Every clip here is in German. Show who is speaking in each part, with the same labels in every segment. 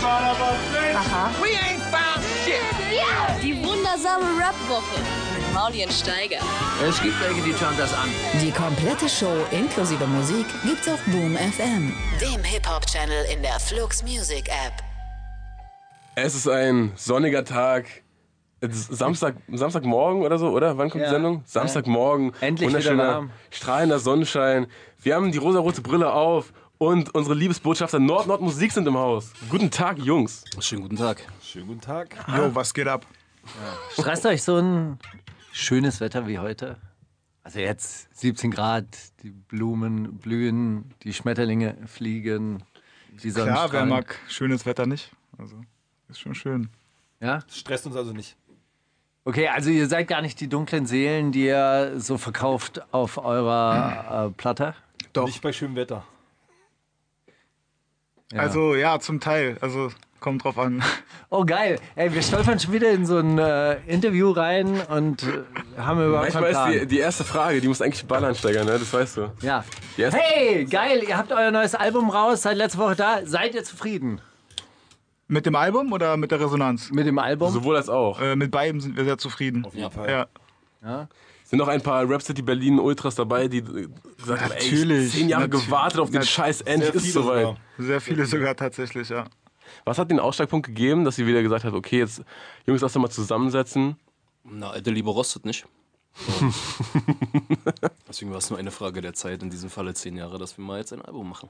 Speaker 1: Aha.
Speaker 2: We ain't found shit.
Speaker 3: Die wundersame Rap-Woche mit Maulien Steiger.
Speaker 4: Es gibt welche, die schauen das an.
Speaker 5: Die komplette Show inklusive Musik gibt's auf Boom FM, dem Hip-Hop-Channel in der Flux Music App.
Speaker 6: Es ist ein sonniger Tag. Es ist Samstag, Samstagmorgen oder so, oder? Wann kommt
Speaker 4: Ja.
Speaker 6: die Sendung? Samstagmorgen.
Speaker 4: Endlich wieder warm.
Speaker 6: strahlender Sonnenschein. Wir haben die rosarote Brille auf und unsere Liebesbotschafter Nord-Nord-Musik sind im Haus. Guten Tag, Jungs.
Speaker 7: Schönen guten Tag.
Speaker 8: Schönen guten Tag.
Speaker 1: Jo, was geht ab?
Speaker 7: Stresst euch so ein schönes Wetter wie heute? Also jetzt 17 Grad, die Blumen blühen, die Schmetterlinge fliegen, die Sonne
Speaker 1: Klar, wer mag schönes Wetter nicht? Also, ist schon schön.
Speaker 7: Ja?
Speaker 8: Stresst uns also nicht.
Speaker 7: Okay, also ihr seid gar nicht die dunklen Seelen, die ihr so verkauft auf eurer äh, Platte.
Speaker 1: Doch.
Speaker 8: Nicht bei schönem Wetter.
Speaker 7: Ja.
Speaker 1: Also, ja, zum Teil. Also, kommt drauf an.
Speaker 7: Oh geil, ey, wir stolpern schon wieder in so ein äh, Interview rein und äh, haben überhaupt keinen
Speaker 6: Manchmal ist
Speaker 7: Plan.
Speaker 6: die, die erste Frage, die muss eigentlich ballern steigern, ne? das weißt du.
Speaker 7: ja.
Speaker 6: Die erste,
Speaker 7: Hey, geil, ihr habt euer neues Album raus, seid letzte Woche da, seid ihr zufrieden
Speaker 1: Mit dem Album oder mit der Resonanz?
Speaker 7: mit dem Album?
Speaker 6: Sowohl als auch.
Speaker 1: Äh, mit beidem sind wir sehr zufrieden.
Speaker 8: Auf jeden Fall.
Speaker 1: Ja,
Speaker 6: Sind noch ein paar Rap City Berlin Ultras dabei, die äh, gesagt haben, ey, ich
Speaker 1: Natürlich,
Speaker 6: hab zehn Jahre
Speaker 1: natürlich.
Speaker 6: gewartet auf den
Speaker 1: Nat-
Speaker 6: Scheiß, endlich ist es
Speaker 8: viele
Speaker 6: soweit.
Speaker 8: sogar.
Speaker 1: sehr viele sogar tatsächlich, ja.
Speaker 6: Was hat den Ausschlagpunkt gegeben, dass sie wieder gesagt hat, okay, jetzt Jungs, lass doch mal zusammensetzen?
Speaker 9: Na, alte Liebe rostet nicht. Deswegen war es nur eine Frage der Zeit, in diesem Falle zehn Jahre, dass wir mal jetzt ein Album machen.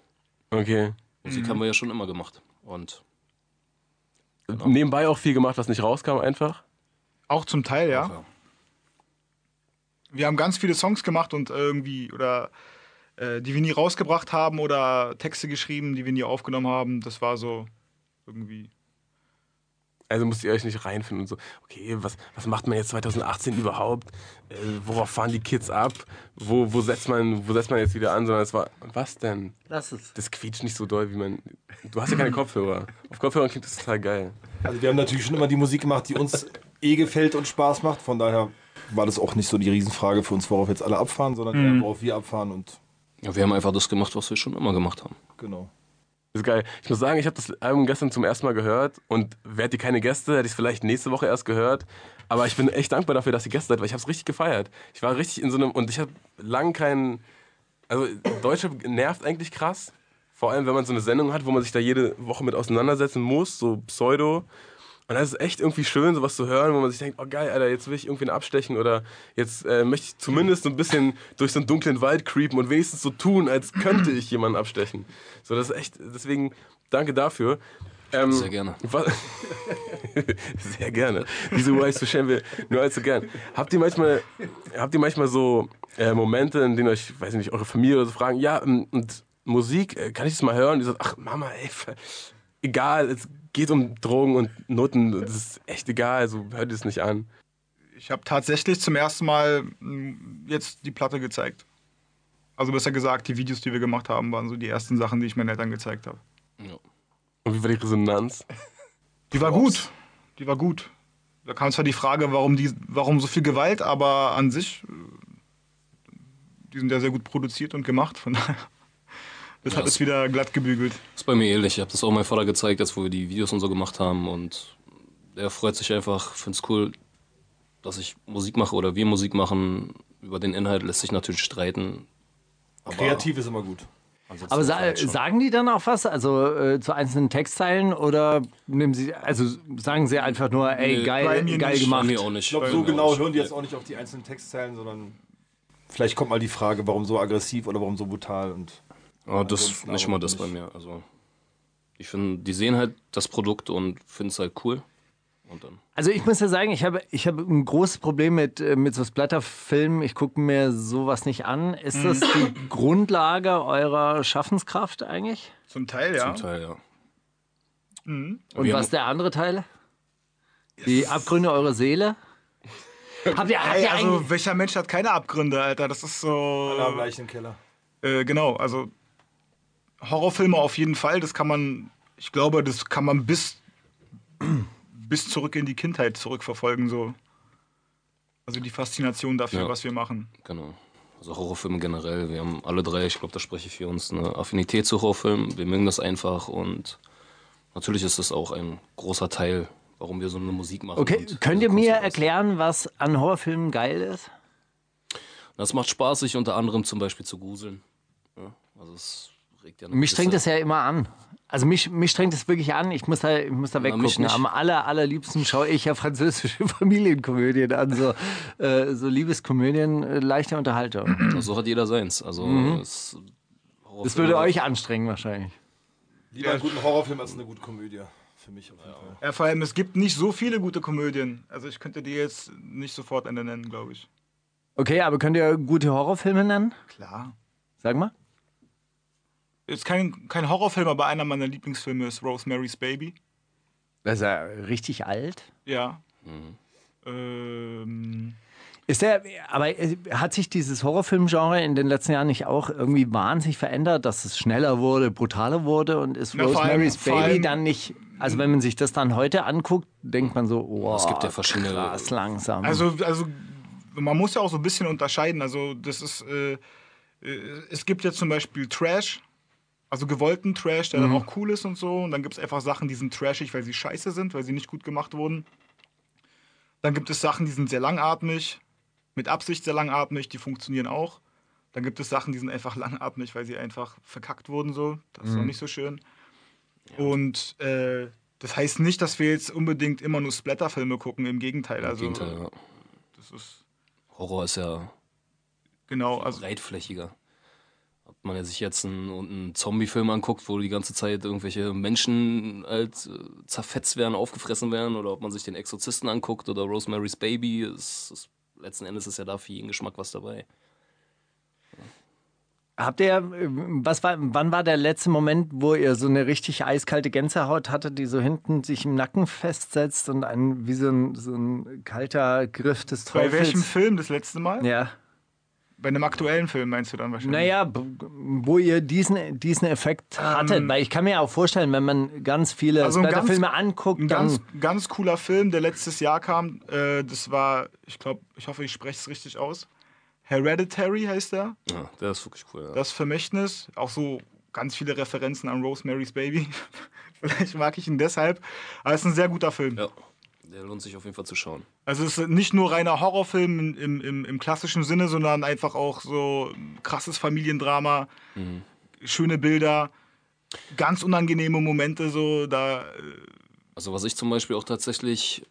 Speaker 6: Okay.
Speaker 7: Mhm.
Speaker 9: Musik haben wir ja schon immer gemacht. Und
Speaker 6: Nebenbei auch viel gemacht, was nicht rauskam einfach.
Speaker 1: Auch zum Teil, ja.
Speaker 9: ja.
Speaker 1: Wir haben ganz viele Songs gemacht und irgendwie, oder äh, die wir nie rausgebracht haben oder Texte geschrieben, die wir nie aufgenommen haben. Das war so irgendwie.
Speaker 6: Also musst ihr euch nicht reinfinden und so, okay, was, was macht man jetzt 2018 überhaupt? Äh, worauf fahren die Kids ab? Wo, wo, setzt man, wo setzt man jetzt wieder an? Sondern es war, was denn?
Speaker 7: Lass es.
Speaker 6: Das quietscht nicht so doll, wie man. Du hast ja keine Kopfhörer. Auf Kopfhörern klingt das total geil.
Speaker 8: Also wir haben natürlich schon immer die Musik gemacht, die uns eh gefällt und Spaß macht. Von daher war das auch nicht so die Riesenfrage für uns, worauf jetzt alle abfahren, sondern eher, worauf wir abfahren und
Speaker 9: ja, wir haben einfach das gemacht, was wir schon immer gemacht haben.
Speaker 8: genau.
Speaker 6: Das ist geil. Ich muss sagen, ich habe das Album gestern zum ersten Mal gehört und wärt ihr keine Gäste, hätte ich es vielleicht nächste Woche erst gehört. Aber ich bin echt dankbar dafür, dass ihr Gäste seid, weil ich habe es richtig gefeiert. Ich war richtig in so einem und ich habe lang keinen. Also Deutsche nervt eigentlich krass. Vor allem, wenn man so eine Sendung hat, wo man sich da jede Woche mit auseinandersetzen muss, so Pseudo. Und das ist echt irgendwie schön, sowas zu hören, wo man sich denkt, oh geil, Alter, jetzt will ich irgendwen abstechen oder jetzt äh, möchte ich zumindest so ein bisschen durch so einen dunklen Wald creepen und wenigstens so tun, als könnte ich jemanden abstechen. So, das ist echt, deswegen danke dafür. Ähm,
Speaker 9: Sehr gerne.
Speaker 6: wa- Sehr gerne. Wieso war ich so schön will, nur allzu gern. Habt ihr manchmal, habt ihr manchmal so äh, Momente, in denen euch, weiß ich nicht, eure Familie oder so fragen, ja, ähm, und Musik, äh, kann ich das mal hören? Und ihr sagt, ach Mama, ey, f- egal, es geht um Drogen und Noten, das ist echt egal, also hört ihr es nicht an.
Speaker 1: Ich habe tatsächlich zum ersten Mal mh, jetzt die Platte gezeigt. Also besser gesagt, die Videos, die wir gemacht haben, waren so die ersten Sachen, die ich meinen Eltern gezeigt habe.
Speaker 9: Ja.
Speaker 6: Und wie war die Resonanz?
Speaker 1: Die war gut. Die war gut. Da kam zwar die Frage, warum, die, warum so viel Gewalt, aber an sich, äh, die sind ja sehr gut produziert und gemacht. Von daher, das hat
Speaker 9: das-
Speaker 1: es wieder glatt gebügelt.
Speaker 9: Ist bei mir ähnlich. Ich habe das auch meinem Vater gezeigt, als wo wir die Videos und so gemacht haben. Und er freut sich einfach, find's cool, dass ich Musik mache oder wir Musik machen. Über den Inhalt lässt sich natürlich streiten. Aber
Speaker 8: Kreativ ist immer gut. Ansonsten
Speaker 7: Aber sa
Speaker 9: halt
Speaker 8: vielleicht schon.
Speaker 7: sagen die dann auch was? Also äh, zu einzelnen Textzeilen oder nehmen sie, also sagen sie einfach nur, ey,
Speaker 9: Nee,
Speaker 1: bei
Speaker 7: geil,
Speaker 1: mir
Speaker 7: geil
Speaker 1: nicht.
Speaker 7: gemacht.
Speaker 9: Bei mir auch nicht.
Speaker 8: Ich glaube,
Speaker 9: Bei
Speaker 8: so
Speaker 9: mir
Speaker 8: genau
Speaker 9: nicht.
Speaker 8: hören die jetzt auch nicht auf die einzelnen Textzeilen, sondern vielleicht kommt mal die Frage, warum so aggressiv oder warum so brutal und
Speaker 9: Ah, das
Speaker 8: Ansonsten
Speaker 9: nicht
Speaker 8: aber
Speaker 9: mal das
Speaker 8: nicht.
Speaker 9: bei mir. Also ich finde, die sehen halt das Produkt und finden es halt cool. Und dann.
Speaker 7: Also ich muss ja sagen, ich habe, ich habe ein großes Problem mit, äh, mit so Splatterfilmen. Ich gucke mir sowas nicht an. Ist das die Grundlage eurer Schaffenskraft eigentlich?
Speaker 1: Zum Teil, ja.
Speaker 9: Zum Teil, ja.
Speaker 7: Und
Speaker 9: Wir
Speaker 7: was
Speaker 9: haben-
Speaker 7: der andere Teil? Die Abgründe eurer Seele? Habt ihr, habt
Speaker 1: Ey,
Speaker 7: ihr
Speaker 1: also
Speaker 7: eigentlich...
Speaker 1: welcher Mensch hat keine Abgründe, Alter? Das ist
Speaker 8: alle am
Speaker 1: so.
Speaker 8: gleichen Keller.
Speaker 1: Äh, genau, also Horrorfilme auf jeden Fall, das kann man, ich glaube, das kann man bis, bis zurück in die Kindheit zurückverfolgen. So. Also die Faszination dafür,
Speaker 9: Ja.
Speaker 1: was wir machen.
Speaker 9: Genau. Also Horrorfilme generell. Wir haben alle drei, ich glaube, da spreche ich für uns, eine Affinität zu Horrorfilmen. Wir mögen das einfach und Natürlich ist das auch ein großer Teil, warum wir so eine Musik machen.
Speaker 7: Okay,
Speaker 9: und
Speaker 7: könnt ihr
Speaker 9: so
Speaker 7: mir
Speaker 9: Kunst-
Speaker 7: erklären, was an Horrorfilmen geil ist?
Speaker 9: Das macht Spaß, sich unter anderem zum Beispiel zu gruseln. Ja, also es regt ja eine
Speaker 7: Mich strengt das ja
Speaker 9: gewisse-
Speaker 7: immer an. Also mich, mich strengt das wirklich an. Ich muss da, ich muss da
Speaker 9: mich
Speaker 7: weggucken.
Speaker 9: nicht.
Speaker 7: Am aller, allerliebsten schaue ich ja französische Familienkomödien an. So, äh, so Liebeskomödien, äh, leichte Unterhaltung.
Speaker 9: So hat jeder seins. Also
Speaker 7: Mhm.
Speaker 9: es,
Speaker 7: Das würde euch anstrengen wahrscheinlich.
Speaker 8: Lieber einen guten Horrorfilm als eine gute Komödie. Für mich auf jeden Fall.
Speaker 1: Ja, vor allem, es gibt nicht so viele gute Komödien. Also ich könnte dir jetzt nicht sofort eine nennen, glaube ich.
Speaker 7: Okay, aber könnt ihr gute Horrorfilme nennen?
Speaker 1: Klar.
Speaker 7: Sag mal.
Speaker 1: Ist kein, kein Horrorfilm, aber einer meiner Lieblingsfilme ist Rosemary's Baby.
Speaker 7: Das ist ja richtig alt.
Speaker 1: Ja. Ähm,
Speaker 7: Ist der, aber äh, hat sich dieses Horrorfilmgenre in den letzten Jahren nicht auch irgendwie wahnsinnig verändert, dass es schneller wurde, brutaler wurde und ist
Speaker 1: Na, vor allem-
Speaker 7: Rosemary's
Speaker 1: vor
Speaker 7: Baby
Speaker 1: allem-
Speaker 7: dann nicht, also wenn man sich das dann heute anguckt, denkt man so, oh,
Speaker 9: Es gibt ja verschiedene-
Speaker 7: krass langsam.
Speaker 1: also, also man muss ja auch so ein bisschen unterscheiden. Also das ist, äh, äh, es gibt jetzt zum Beispiel Trash, also gewollten Trash, der dann auch cool ist und so. Und dann gibt es einfach Sachen, die sind trashig, weil sie scheiße sind, weil sie nicht gut gemacht wurden. Dann gibt es Sachen, die sind sehr langatmig, mit Absicht sehr langatmig, die funktionieren auch. Dann gibt es Sachen, die sind einfach langatmig, weil sie einfach verkackt wurden so. Das ist auch nicht so schön. Und äh, das heißt nicht, dass wir jetzt unbedingt immer nur Splatterfilme gucken. Im Gegenteil. Also
Speaker 9: Im Gegenteil, ja.
Speaker 1: das ist
Speaker 9: Horror ist ja
Speaker 1: genau. Also
Speaker 9: breitflächiger. Ob man ja sich jetzt einen, und einen Zombie-Film anguckt, wo die ganze Zeit irgendwelche Menschen halt äh, zerfetzt werden, aufgefressen werden, oder ob man sich den Exorzisten anguckt oder Rosemary's Baby, es, es, letzten Endes ist ja da für jeden Geschmack was dabei.
Speaker 7: Habt ihr, äh, was war, wann war der letzte Moment, wo ihr so eine richtig eiskalte Gänsehaut hattet, die so hinten sich im Nacken festsetzt und ein, wie so ein, so ein kalter Griff des
Speaker 1: bei
Speaker 7: Teufels?
Speaker 1: welchem Film das letzte Mal?
Speaker 7: Ja.
Speaker 1: Bei einem aktuellen Film meinst du dann wahrscheinlich?
Speaker 7: Naja, b- wo ihr diesen, diesen Effekt hattet, weil ich kann mir auch vorstellen, wenn man ganz viele
Speaker 1: Ähm. Also
Speaker 7: also
Speaker 1: ein ganz-
Speaker 7: Filme anguckt,
Speaker 1: Ein
Speaker 7: dann
Speaker 1: ganz, ganz cooler Film, der letztes Jahr kam. Äh, das war, ich glaube, ich hoffe, ich spreche es richtig aus. Hereditary heißt er.
Speaker 9: Ja, der ist wirklich cool. Ja.
Speaker 1: Das Vermächtnis. Auch so ganz viele Referenzen an Rosemary's Baby. Vielleicht mag ich ihn deshalb. Aber es ist ein sehr guter Film.
Speaker 9: ja, der lohnt sich auf jeden Fall zu schauen.
Speaker 1: Also es ist nicht nur reiner Horrorfilm im, im, im, im klassischen Sinne, sondern einfach auch so krasses Familiendrama,
Speaker 9: Mhm.
Speaker 1: schöne Bilder, ganz unangenehme Momente so. Da äh,
Speaker 9: Also was ich zum Beispiel auch tatsächlich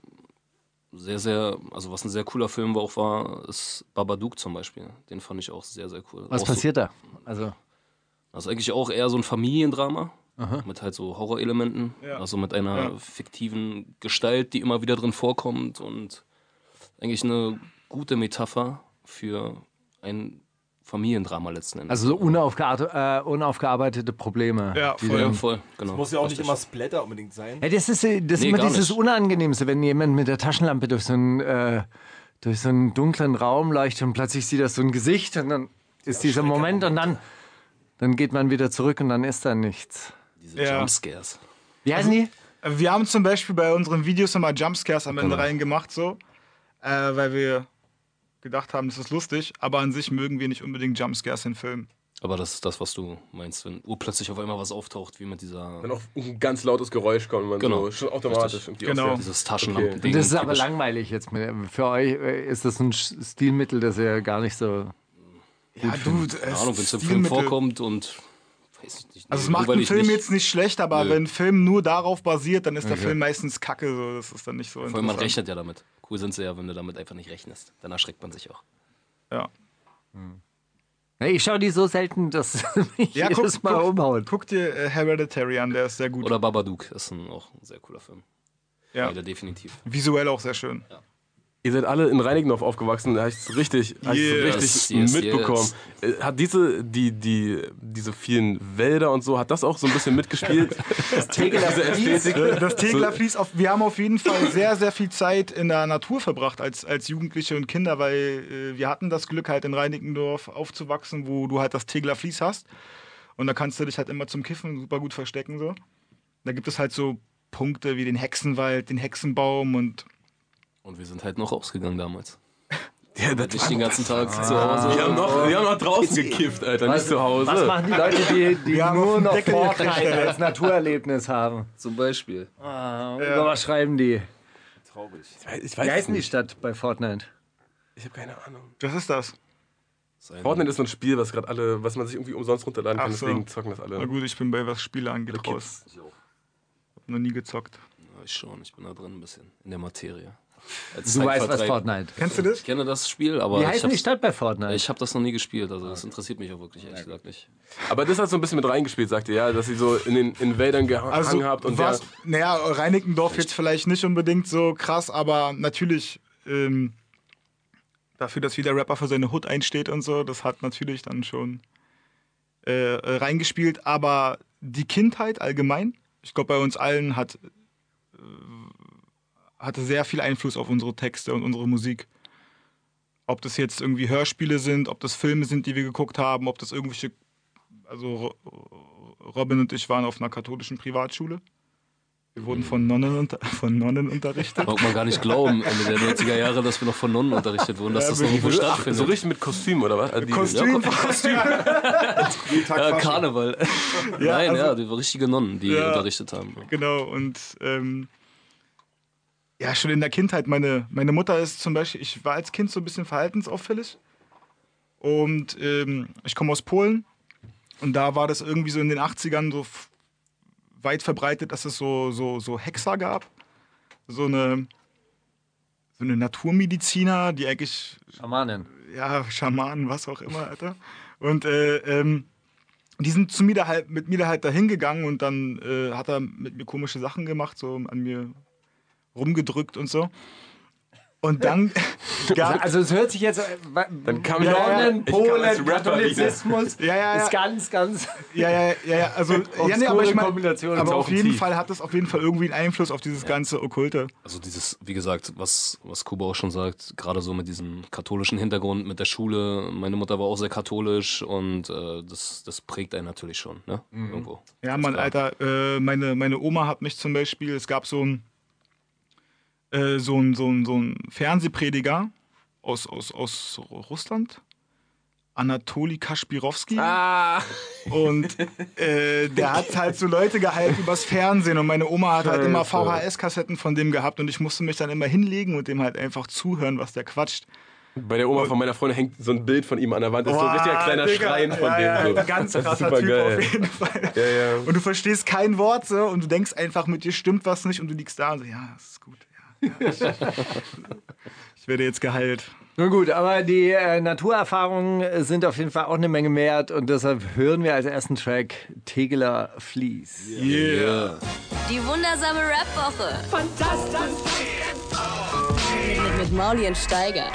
Speaker 9: sehr, sehr, also was ein sehr cooler Film auch war, ist Babadook zum Beispiel. Den fand ich auch sehr, sehr cool.
Speaker 7: was
Speaker 9: auch so-
Speaker 7: passiert da? Also,
Speaker 9: Das ist eigentlich auch eher so ein Familiendrama mit halt so Horrorelementen.
Speaker 1: Ja.
Speaker 9: Also mit einer
Speaker 1: Ja.
Speaker 9: fiktiven Gestalt, die immer wieder drin vorkommt und eigentlich eine gute Metapher für ein Familiendrama letzten Endes.
Speaker 7: also so unaufgear- äh, unaufgearbeitete Probleme.
Speaker 1: Ja,
Speaker 7: die
Speaker 1: voll.
Speaker 9: ja,
Speaker 7: dann-
Speaker 9: voll, genau.
Speaker 8: Muss ja auch nicht
Speaker 9: Richtig.
Speaker 8: immer Splatter unbedingt sein.
Speaker 7: Ja, das ist, äh, das ist
Speaker 9: Nee,
Speaker 7: immer
Speaker 9: gar
Speaker 7: dieses
Speaker 9: nicht.
Speaker 7: Unangenehmste, wenn jemand mit der Taschenlampe durch so einen, äh, durch so einen dunklen Raum leuchtet und plötzlich sieht das so ein Gesicht und dann ist dieser Moment und dann, dann geht man wieder zurück und dann ist da nichts.
Speaker 9: Diese
Speaker 1: Ja.
Speaker 9: Jumpscares.
Speaker 7: Wie heißen die?
Speaker 1: wir haben zum Beispiel bei unseren Videos immer Jumpscares am
Speaker 9: Genau.
Speaker 1: Ende reingemacht, so, äh, weil wir gedacht haben, das ist lustig, aber an sich mögen wir nicht unbedingt Jumpscares in Filmen.
Speaker 9: Aber das ist das, was du meinst, wenn urplötzlich auf einmal was auftaucht, wie mit dieser
Speaker 8: Genau.
Speaker 6: Wenn auch ein ganz lautes Geräusch kommt, man
Speaker 9: Genau.
Speaker 6: so schon automatisch irgendwie
Speaker 1: Genau.
Speaker 6: ausfällt.
Speaker 9: dieses Taschenlampen.
Speaker 6: Okay.
Speaker 7: Das ist aber langweilig jetzt. Mit, für euch äh, ist das ein Sch- Stilmittel, das ihr gar nicht so.
Speaker 1: Ja, du, äh,
Speaker 9: Keine Ahnung, wenn es im Film vorkommt und weiß ich nicht.
Speaker 1: Also es
Speaker 9: nur
Speaker 1: macht
Speaker 9: weil
Speaker 1: einen
Speaker 9: ich
Speaker 1: Film
Speaker 9: Äh, nicht-
Speaker 1: jetzt nicht schlecht, aber
Speaker 9: Nö.
Speaker 1: wenn ein Film nur darauf basiert, dann ist der Film meistens kacke. So. Das ist dann nicht so
Speaker 9: Vor allem, man
Speaker 1: interessant.
Speaker 9: rechnet ja damit. Cool sind sie ja, wenn du damit einfach nicht rechnest. Dann erschreckt man sich auch.
Speaker 1: Ja.
Speaker 7: Nee, Ich schaue die so selten, dass mich
Speaker 1: Ja,
Speaker 7: jedes
Speaker 1: guck,
Speaker 7: Mal
Speaker 1: guck,
Speaker 7: umhaut.
Speaker 1: guck dir äh, Hereditary an, der ist sehr gut.
Speaker 9: Oder Babadook ist ein, auch ein sehr cooler Film.
Speaker 1: Ja.
Speaker 9: Wieder definitiv.
Speaker 1: Visuell auch sehr schön.
Speaker 6: Ihr seid alle in Reinigendorf aufgewachsen, da habe ich es richtig, hab ich's
Speaker 1: Yes,
Speaker 6: richtig
Speaker 9: yes,
Speaker 6: mitbekommen. Äh, Hat diese, die, die, diese vielen Wälder und so, hat das auch so ein bisschen mitgespielt? das Tegeler
Speaker 1: Äh, Das Tegler fließt auf. Wir haben auf jeden Fall sehr, sehr viel Zeit in der Natur verbracht als, als Jugendliche und Kinder, weil äh, wir hatten das Glück, halt in Reinickendorf aufzuwachsen, wo du halt das Tegler Fließ hast. Und da kannst du dich halt immer zum Kiffen super gut verstecken. So. Da gibt es halt so Punkte wie den Hexenwald, den Hexenbaum und
Speaker 9: Und wir sind halt noch rausgegangen damals.
Speaker 6: Ja, das Also,
Speaker 9: Nicht den ganzen Tag zu Hause.
Speaker 6: die, haben noch, die haben noch draußen gekifft, Alter, nicht zu Hause.
Speaker 7: Was machen die Leute, die, die
Speaker 1: haben auf
Speaker 7: nur
Speaker 1: den
Speaker 7: noch
Speaker 1: Deckel
Speaker 7: Fortnite
Speaker 1: geklettert.
Speaker 7: als Naturerlebnis haben?
Speaker 9: Zum Beispiel.
Speaker 7: Über was schreiben die?
Speaker 6: Ich
Speaker 7: Wie
Speaker 6: weiß
Speaker 7: heißt denn die
Speaker 6: nicht.
Speaker 7: Stadt bei Fortnite?
Speaker 6: Ich habe keine Ahnung.
Speaker 1: Das ist das.
Speaker 6: Fortnite ist so ein Spiel, was gerade alle, was man sich irgendwie umsonst runterladen kann,
Speaker 1: Ach so.
Speaker 6: deswegen zocken das
Speaker 1: Na
Speaker 6: alle.
Speaker 1: gut, ich bin bei was Spiele angeht raus. Hab noch nie gezockt.
Speaker 9: Ja, ich schon, ich bin da drin ein bisschen. In der Materie. Als
Speaker 7: Du weißt, was
Speaker 9: Zeitvertreib.
Speaker 7: Fortnite
Speaker 1: Kennst du das?
Speaker 9: Ich kenne das Spiel, aber
Speaker 7: Wie
Speaker 9: ich
Speaker 7: heißt denn die
Speaker 9: habe
Speaker 7: Stadt bei Fortnite?
Speaker 9: ich hab das noch nie gespielt. Also das interessiert mich auch wirklich, ehrlich gesagt nicht.
Speaker 6: Aber das hat so ein bisschen mit reingespielt, sagt ihr, ja, dass sie so in den in Wäldern gehangen
Speaker 1: Also,
Speaker 6: habt und
Speaker 1: was,
Speaker 6: der-
Speaker 1: naja, Reinickendorf jetzt vielleicht nicht unbedingt so krass, aber natürlich ähm, dafür, dass jeder Rapper für seine Hood einsteht und so, das hat natürlich dann schon äh, äh, reingespielt. Aber die Kindheit allgemein, ich glaube, bei uns allen hat, äh, hatte sehr viel Einfluss auf unsere Texte und unsere Musik. Ob das jetzt irgendwie Hörspiele sind, ob das Filme sind, die wir geguckt haben, ob das irgendwelche, also Robin und ich waren auf einer katholischen Privatschule. Wir wurden von Nonnen, unter, von Nonnen unterrichtet.
Speaker 9: Mag man gar nicht glauben, Ende der 90er Jahre, dass wir noch von Nonnen unterrichtet wurden, dass das noch irgendwo
Speaker 6: Ach, so
Speaker 9: stattfindet.
Speaker 6: richtig mit Kostüm oder was? Also die-
Speaker 1: Kostüm, Kostüm.
Speaker 10: Jeden Tag
Speaker 9: Ja,
Speaker 10: Fasching.
Speaker 9: Karneval. Nein,
Speaker 1: also-
Speaker 9: ja, die richtige Nonnen, die
Speaker 1: Ja.
Speaker 9: unterrichtet haben.
Speaker 1: Genau, und ähm, ja, schon in der Kindheit. Meine, meine Mutter ist zum Beispiel, ich war als Kind so ein bisschen verhaltensauffällig. Und ähm, ich komme aus Polen. Und da war das irgendwie so in den 80ern so f- weit verbreitet, dass es so, so, so Hexer gab. So eine, so eine Naturmediziner, die eigentlich
Speaker 7: Schamanen.
Speaker 1: ja, Schamanen, was auch immer, Alter. Und äh, ähm, die sind zu mir da halt, mit mir da halt dahin gegangen und dann äh, hat er mit mir komische Sachen gemacht, so an mir rumgedrückt und so. Und dann gab
Speaker 7: Also es hört sich jetzt... äh, wa-
Speaker 6: Dann kam ich
Speaker 7: Nonnen,
Speaker 6: ne? ich kam als
Speaker 7: Polen,
Speaker 6: Rapper wieder.
Speaker 7: Katholizismus
Speaker 1: Ja, ja, ja.
Speaker 7: ist ganz, ganz...
Speaker 1: ja, ja, ja, ja, also ja, nee, aber
Speaker 7: Obskure
Speaker 1: ich
Speaker 7: Kombination
Speaker 1: meine, aber auf
Speaker 6: tauchen
Speaker 1: jeden
Speaker 6: tief.
Speaker 1: Fall hat das auf jeden Fall irgendwie einen Einfluss auf dieses ganze Okkulte.
Speaker 9: Also dieses, wie gesagt, was, was Kuba auch schon sagt, gerade so mit diesem katholischen Hintergrund, mit der Schule. Meine Mutter war auch sehr katholisch und äh, das, das prägt einen natürlich schon, ne? Irgendwo.
Speaker 1: Mhm. Ja, Mann, Alter, äh, meine, meine Oma hat mich zum Beispiel, es gab so einen äh, so ein, so ein, so ein Fernsehprediger aus, aus, aus Russland, Anatoli Kaspirowski.
Speaker 6: Ah,
Speaker 1: Und äh, der hat halt so Leute gehalten übers Fernsehen. Und meine Oma hat halt immer VHS-Kassetten von dem gehabt. Und ich musste mich dann immer hinlegen und dem halt einfach zuhören, was der quatscht.
Speaker 6: bei der Oma von meiner Freundin hängt so ein Bild von ihm an der Wand. Das ist so ein
Speaker 1: Boah,
Speaker 6: richtiger kleiner
Speaker 1: Digga.
Speaker 6: Schrein von
Speaker 1: ja, ja,
Speaker 6: dem. So.
Speaker 1: ein Ganz
Speaker 6: das ist
Speaker 1: krasser
Speaker 6: super
Speaker 1: Typ
Speaker 6: geil.
Speaker 1: auf jeden Fall.
Speaker 6: Ja, ja.
Speaker 1: Und du verstehst kein Wort so, und du denkst einfach, mit dir stimmt was nicht und du liegst da und so, ja, das ist gut. Ja, ja, ich, ich werde jetzt geheilt.
Speaker 7: Nun gut, aber die äh, Naturerfahrungen äh, sind auf jeden Fall auch eine Menge mehr und deshalb hören wir als ersten Track Tegeler Fließ.
Speaker 1: Yeah.
Speaker 3: Die wundersame Rap-Woche. Fantastisch. Mit, mit Mauli und Steiger.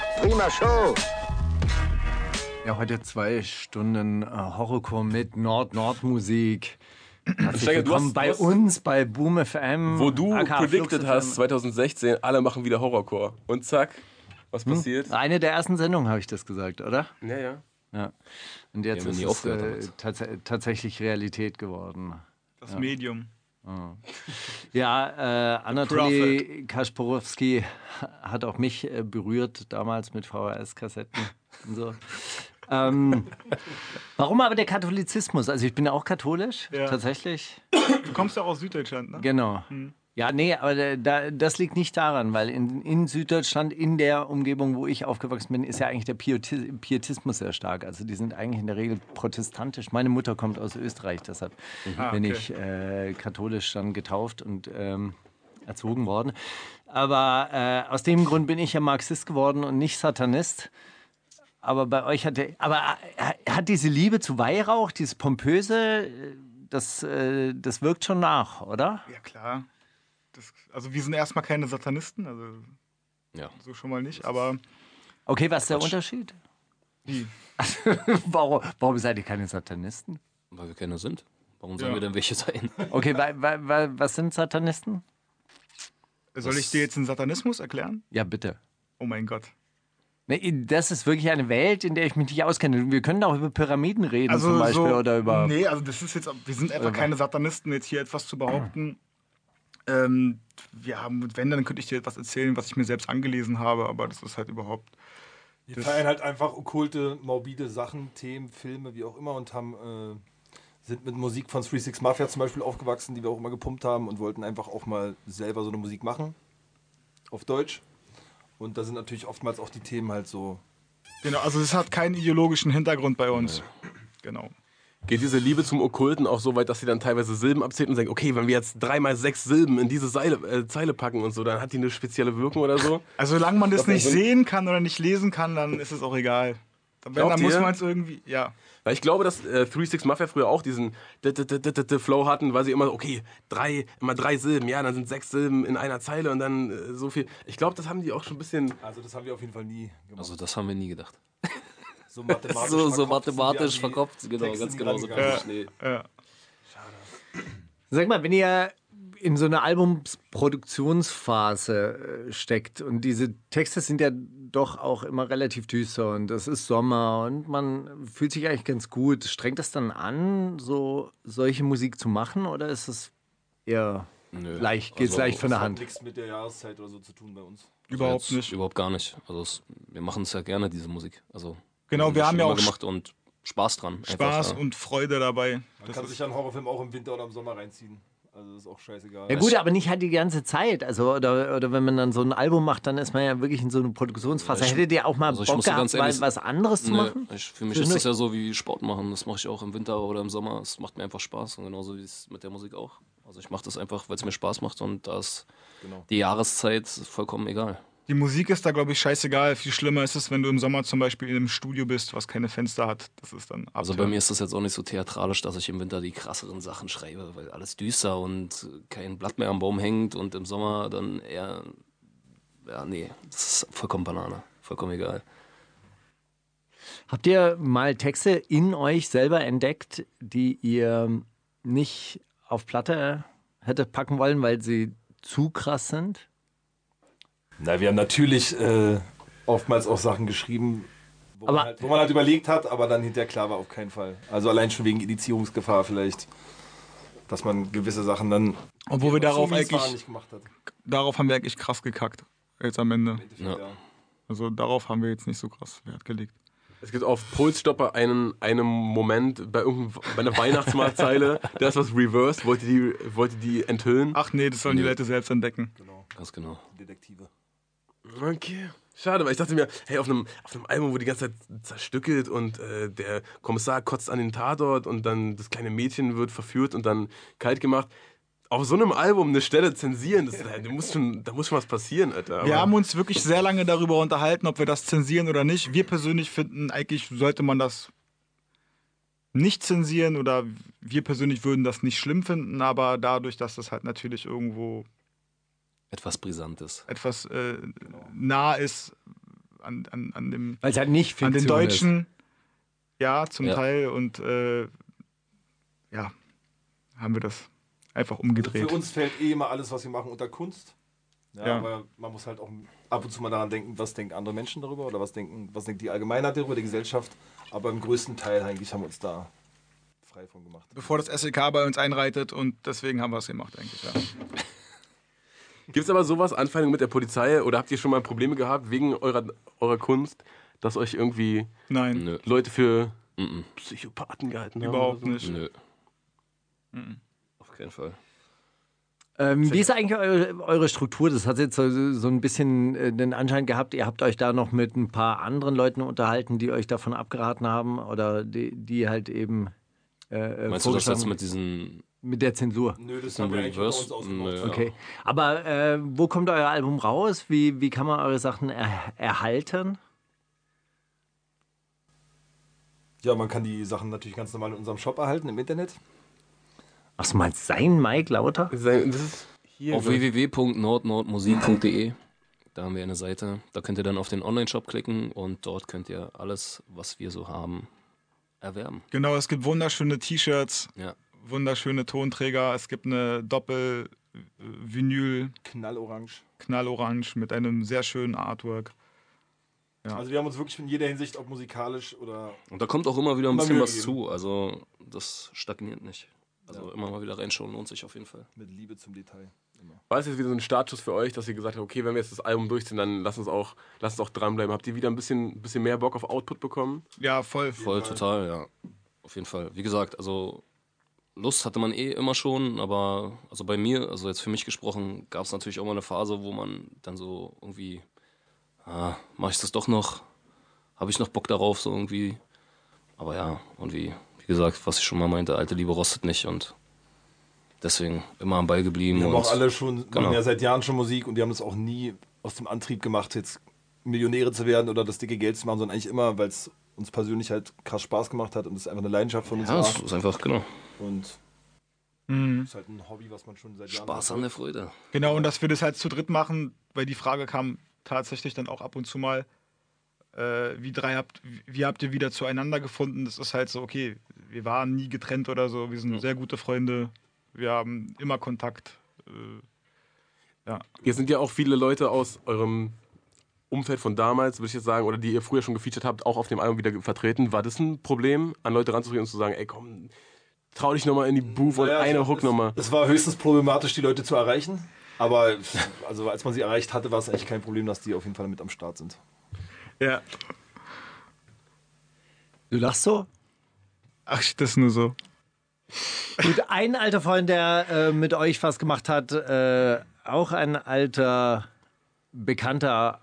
Speaker 7: Ja, heute zwei Stunden äh, Horrorcore mit Nord-Nord-Musik. Herzlich
Speaker 6: Steiger, du
Speaker 7: willkommen
Speaker 6: hast-
Speaker 7: bei
Speaker 6: du hast-
Speaker 7: uns bei Boom FM.
Speaker 6: Wo du
Speaker 7: aka
Speaker 6: predicted
Speaker 7: Flux
Speaker 6: hast,
Speaker 7: FM.
Speaker 6: 2016, alle machen wieder Horrorcore. Und zack, was
Speaker 1: Hm?
Speaker 6: passiert?
Speaker 1: Ah.
Speaker 7: Eine der ersten Sendungen habe ich das gesagt, oder?
Speaker 6: Ja, ja.
Speaker 7: Ja. Und jetzt
Speaker 9: haben
Speaker 7: ist
Speaker 9: nie
Speaker 7: es
Speaker 9: aufgehört
Speaker 7: äh,
Speaker 9: damit.
Speaker 7: tats tatsächlich Realität geworden.
Speaker 1: Das Medium.
Speaker 7: Ja, äh, Anatoly Kasparowski hat auch mich äh, berührt damals mit VHS-Kassetten und so. ähm, warum aber der Katholizismus? Also ich bin ja auch katholisch,
Speaker 1: Ja.
Speaker 7: tatsächlich.
Speaker 1: Du kommst ja auch aus Süddeutschland, ne?
Speaker 7: Genau. Ja, nee, aber da- da, das liegt nicht daran, weil in, in Süddeutschland, in der Umgebung, wo ich aufgewachsen bin, ist ja eigentlich der Pieti Pietismus sehr stark. Also die sind eigentlich in der Regel protestantisch. Meine Mutter kommt aus Österreich, deshalb bin ich äh, katholisch dann getauft und ähm, erzogen worden. Aber äh, aus dem Grund bin ich ja Marxist geworden und nicht Satanist. Aber bei euch hat der, aber äh, hat diese Liebe zu Weihrauch, dieses pompöse, äh, das, äh, das wirkt schon nach, oder?
Speaker 1: Ja, klar. Das, also, wir sind erstmal keine Satanisten, also
Speaker 9: Ja.
Speaker 1: so schon mal nicht, aber
Speaker 7: Okay, was ist der Unterschied? Also,
Speaker 1: Wie?
Speaker 7: warum, warum seid ihr keine Satanisten?
Speaker 9: Weil wir keine sind. Warum sollen
Speaker 1: Ja.
Speaker 9: wir denn welche sein?
Speaker 7: Okay, wa, wa, wa, was sind Satanisten?
Speaker 1: soll ich dir jetzt den Satanismus erklären?
Speaker 7: Ja, bitte.
Speaker 1: Oh mein Gott.
Speaker 7: Nee, Ne, das ist wirklich eine Welt, in der ich mich nicht auskenne. Wir können auch über Pyramiden reden zum Beispiel
Speaker 1: Also so-
Speaker 7: oder über.
Speaker 1: Nee, also das ist jetzt, wir sind einfach keine Satanisten, jetzt hier etwas zu behaupten. Ähm, wir haben, wenn, dann könnte ich dir etwas erzählen, was ich mir selbst angelesen habe, aber das ist halt überhaupt
Speaker 8: Die feiern halt einfach okkulte, morbide Sachen, Themen, Filme, wie auch immer und haben, äh, sind mit Musik von 36 Mafia zum Beispiel aufgewachsen, die wir auch immer gepumpt haben und wollten einfach auch mal selber so eine Musik machen. Auf Deutsch. Und da sind natürlich oftmals auch die Themen halt so.
Speaker 1: Genau, also es hat keinen ideologischen Hintergrund bei uns. Genau.
Speaker 6: Geht diese Liebe zum Okkulten auch so weit, dass sie dann teilweise Silben abzählt und sagt, okay, wenn wir jetzt dreimal sechs Silben in diese Seile, äh, Zeile packen und so, dann hat die eine spezielle Wirkung oder so?
Speaker 1: Also solange man das nicht sehen kann oder nicht lesen kann, dann ist es auch egal. Dann, wenn,
Speaker 6: Glaubt
Speaker 1: dann muss
Speaker 6: ihr?
Speaker 1: man es irgendwie, ja.
Speaker 6: Weil ich glaube, dass äh, 36 Mafia früher auch diesen d- d- d- d- d- d- Flow hatten, weil sie immer, okay, drei, immer drei Silben, ja, dann sind sechs Silben in einer Zeile und dann äh, so viel. Ich glaube, das haben die auch schon ein bisschen.
Speaker 8: Also das haben wir auf jeden Fall nie gemacht.
Speaker 9: Also das haben wir nie gedacht.
Speaker 8: so mathematisch,
Speaker 9: So, so
Speaker 8: verkopft
Speaker 9: mathematisch
Speaker 8: sind wir an die
Speaker 9: verkopft, genau,
Speaker 8: Texte
Speaker 9: ganz
Speaker 8: nie
Speaker 9: genau so.
Speaker 8: rangegangen.
Speaker 9: Nee.
Speaker 7: Sag mal, wenn ihr in so einer Albumsproduktionsphase äh, steckt und diese Texte sind ja doch auch immer relativ düster und es ist Sommer und man fühlt sich eigentlich ganz gut. Strengt das dann an, so solche Musik zu machen oder ist es eher
Speaker 9: Nö.
Speaker 7: leicht, geht's
Speaker 9: Also,
Speaker 7: leicht von
Speaker 8: Das
Speaker 7: der
Speaker 8: hat
Speaker 7: Hand?
Speaker 8: nichts mit der Jahreszeit oder so zu tun bei uns.
Speaker 1: Überhaupt
Speaker 9: Jetzt
Speaker 1: nicht.
Speaker 9: Überhaupt gar nicht. Also es, wir machen es ja gerne, diese Musik. Also
Speaker 1: Genau, wir
Speaker 9: schon
Speaker 1: haben ja
Speaker 9: immer
Speaker 1: auch
Speaker 9: gemacht und Spaß dran. einfach,
Speaker 1: Spaß
Speaker 9: ja.
Speaker 1: und Freude dabei.
Speaker 8: Man
Speaker 1: Das
Speaker 8: kann
Speaker 1: ist-
Speaker 8: sich ja einen Horrorfilm auch im Winter oder im Sommer reinziehen. Also das ist auch scheißegal.
Speaker 7: Ja gut, aber nicht halt die ganze Zeit. Also oder, oder wenn man dann so ein Album macht, dann ist man ja wirklich in so einer Produktionsphase.
Speaker 9: Ja, ich-
Speaker 7: Hättet ihr auch mal
Speaker 9: also ich
Speaker 7: Bock
Speaker 9: muss dir
Speaker 7: gehabt,
Speaker 9: ganz
Speaker 7: mal
Speaker 9: ehrlich-
Speaker 7: was anderes zu
Speaker 9: Nee,
Speaker 7: machen?
Speaker 9: Ich, für mich ist
Speaker 7: Zwischendurch?
Speaker 9: das ja so wie Sport machen. Das mache ich auch im Winter oder im Sommer. Es macht mir einfach Spaß und genauso wie es mit der Musik auch. Also ich mache das einfach, weil es mir Spaß macht und da ist die Jahreszeit vollkommen egal.
Speaker 1: Die Musik ist da, glaube ich, scheißegal. Viel schlimmer ist es, wenn du im Sommer zum Beispiel in einem Studio bist, was keine Fenster hat. Das ist dann
Speaker 9: Also
Speaker 1: abtörend.
Speaker 9: bei mir ist das jetzt auch nicht so theatralisch, dass ich im Winter die krasseren Sachen schreibe, weil alles düster und kein Blatt mehr am Baum hängt und im Sommer dann eher. Ja, nee, das ist vollkommen Banane. Vollkommen egal.
Speaker 7: Habt ihr mal Texte in euch selber entdeckt, die ihr nicht auf Platte hätte packen wollen, weil sie zu krass sind?
Speaker 8: Na, wir haben natürlich äh, oftmals auch Sachen geschrieben, wo,
Speaker 7: Aber-
Speaker 8: man halt, wo man halt überlegt hat, aber dann hinterher klar war, auf keinen Fall. Also allein schon wegen Indizierungsgefahr vielleicht, dass man gewisse Sachen dann
Speaker 1: Obwohl wir darauf
Speaker 8: Zubis waren,
Speaker 1: eigentlich,
Speaker 8: nicht gemacht hat.
Speaker 1: darauf haben wir eigentlich krass gekackt. Jetzt am Ende.
Speaker 9: Ja.
Speaker 8: Ja.
Speaker 1: Also darauf haben wir jetzt nicht so krass Wert gelegt.
Speaker 6: Es gibt auf Pulsstopper einen, einen Moment bei, irgendeinem- bei einer Weihnachtsmahlzeile, da ist was reversed, wollte die, wollte die enthüllen.
Speaker 1: Ach nee, das sollen die Leute selbst entdecken.
Speaker 9: Ganz genau.
Speaker 8: Detektive.
Speaker 6: Okay. Schade, weil ich dachte mir, hey, auf einem, auf einem Album, wo die ganze Zeit zerstückelt und äh, der Kommissar kotzt an den Tatort und dann das kleine Mädchen wird verführt und dann kalt gemacht. Auf so einem Album eine Stelle zensieren, das, da, muss schon, da muss schon was passieren, Alter.
Speaker 1: Wir
Speaker 6: Aber-
Speaker 1: haben uns wirklich sehr lange darüber unterhalten, ob wir das zensieren oder nicht. Wir persönlich finden, eigentlich sollte man das nicht zensieren oder wir persönlich würden das nicht schlimm finden, aber dadurch, dass das halt natürlich irgendwo
Speaker 9: Etwas Brisantes.
Speaker 1: etwas äh, nah ist an, an, an dem
Speaker 7: Weil es halt nicht
Speaker 1: an den
Speaker 7: Fiktion ist.
Speaker 1: Deutschen, ja, zum
Speaker 9: Ja.
Speaker 1: Teil und äh, ja, haben wir das einfach
Speaker 8: Für
Speaker 1: umgedreht.
Speaker 8: uns fällt eh immer alles, was wir machen, unter Kunst. Ja,
Speaker 1: Ja.
Speaker 8: Aber man muss halt auch ab und zu mal daran denken, was denken andere Menschen darüber oder was, denken, was denkt die Allgemeinheit darüber, die Gesellschaft. Aber im größten Teil eigentlich haben wir uns da frei von gemacht.
Speaker 1: Bevor das SEK bei uns einreitet und deswegen haben wir es gemacht eigentlich, ja.
Speaker 6: Gibt es aber sowas, Anfeindungen mit der Polizei oder habt ihr schon mal Probleme gehabt wegen eurer, eurer Kunst, dass euch irgendwie
Speaker 1: Nein,
Speaker 9: Nö.
Speaker 6: Leute für mm, Psychopathen gehalten haben?
Speaker 1: überhaupt
Speaker 6: oder
Speaker 1: nicht.
Speaker 6: so?
Speaker 9: Nö. Mhm. Auf keinen Fall.
Speaker 7: Ähm, wie ist eigentlich eure, eure Struktur? Das hat jetzt so, so ein bisschen äh, den Anschein gehabt, ihr habt euch da noch mit ein paar anderen Leuten unterhalten, die euch davon abgeraten haben oder die, die halt eben äh, äh,
Speaker 9: Meinst du das
Speaker 7: vorgeschlagen-
Speaker 9: jetzt mit diesen
Speaker 7: mit der Zensur?
Speaker 8: Nö, das
Speaker 9: haben wir eigentlich Reverse? unter uns ausgemacht. Nö. Ja.
Speaker 7: Okay. Aber äh, wo kommt euer Album raus? Wie, wie kann man eure Sachen er erhalten?
Speaker 8: Ja, man kann die Sachen natürlich ganz normal in unserem Shop erhalten, im Internet.
Speaker 7: Ach, du meinst sein Mike lauter?
Speaker 6: Sein- Das ist hier.
Speaker 9: Auf
Speaker 6: glaub ich.
Speaker 9: www.nordnordmusik.de. Da haben wir eine Seite. Da könnt ihr dann auf den Online-Shop klicken und dort könnt ihr alles, was wir so haben, erwerben.
Speaker 1: Genau, es gibt wunderschöne T-Shirts,
Speaker 9: Ja.
Speaker 1: wunderschöne Tonträger, es gibt eine Doppel-Vinyl
Speaker 8: Knallorange.
Speaker 1: knallorange mit einem sehr schönen Artwork.
Speaker 8: Also wir haben uns wirklich in jeder Hinsicht, ob musikalisch oder
Speaker 9: Und da kommt auch immer wieder ein
Speaker 8: Immer
Speaker 9: bisschen
Speaker 8: Mühe
Speaker 9: was
Speaker 8: geben.
Speaker 9: zu. Also das stagniert nicht. Also immer mal wieder reinschauen, lohnt sich auf jeden Fall.
Speaker 8: Mit Liebe zum Detail. Immer.
Speaker 6: War es jetzt wieder so ein Startschuss für euch, dass ihr gesagt habt, okay, wenn wir jetzt das Album durchziehen, dann lasst uns auch, lasst uns auch dranbleiben. Habt ihr wieder ein bisschen, bisschen mehr Bock auf Output bekommen?
Speaker 1: Ja, voll.
Speaker 9: Voll, total, ja. Auf jeden Fall. Wie gesagt, also Lust hatte man eh immer schon, aber also bei mir, also jetzt für mich gesprochen, gab es natürlich auch mal eine Phase, wo man dann so irgendwie, ah, mache ich das doch noch? Habe ich noch Bock darauf, so irgendwie? Aber ja, irgendwie, wie gesagt, was ich schon mal meinte, alte Liebe rostet nicht und deswegen immer am Ball geblieben.
Speaker 8: Die haben
Speaker 9: und
Speaker 8: auch alle schon,
Speaker 9: Genau.
Speaker 8: machen ja seit Jahren schon Musik und die haben es auch nie aus dem Antrieb gemacht, jetzt Millionäre zu werden oder das dicke Geld zu machen, sondern eigentlich immer, weil es uns persönlich halt krass Spaß gemacht hat und es einfach eine Leidenschaft von uns
Speaker 9: ja, es
Speaker 8: war.
Speaker 9: ist einfach, genau,
Speaker 8: Und
Speaker 1: Mhm.
Speaker 8: ist halt ein Hobby, was man schon seit Jahren
Speaker 9: Spaß an der Freude.
Speaker 1: Genau, und dass wir das halt zu dritt machen, weil die Frage kam tatsächlich dann auch ab und zu mal, äh, wie drei habt, wie habt ihr wieder zueinander gefunden? Das ist halt so, okay, wir waren nie getrennt oder so, wir sind sehr gute Freunde, wir haben immer Kontakt. Äh,
Speaker 6: Hier sind ja auch viele Leute aus eurem Umfeld von damals, würde ich jetzt sagen, oder die ihr früher schon gefeatured habt, auch auf dem Album wieder vertreten. War das ein Problem, an Leute ranzugehen und zu sagen, ey komm, trau dich nochmal in die Booth und
Speaker 8: Naja, es
Speaker 6: eine
Speaker 8: war-
Speaker 6: Hook nochmal.
Speaker 8: Es war höchstens problematisch, die Leute zu erreichen. Aber also als man sie erreicht hatte, war es eigentlich kein Problem, dass die auf jeden Fall mit am Start sind.
Speaker 1: ja.
Speaker 7: Du lachst so?
Speaker 1: Ach, das ist nur so.
Speaker 7: Gut, ein alter Freund, der äh, mit euch was gemacht hat, äh, auch ein alter Bekannter.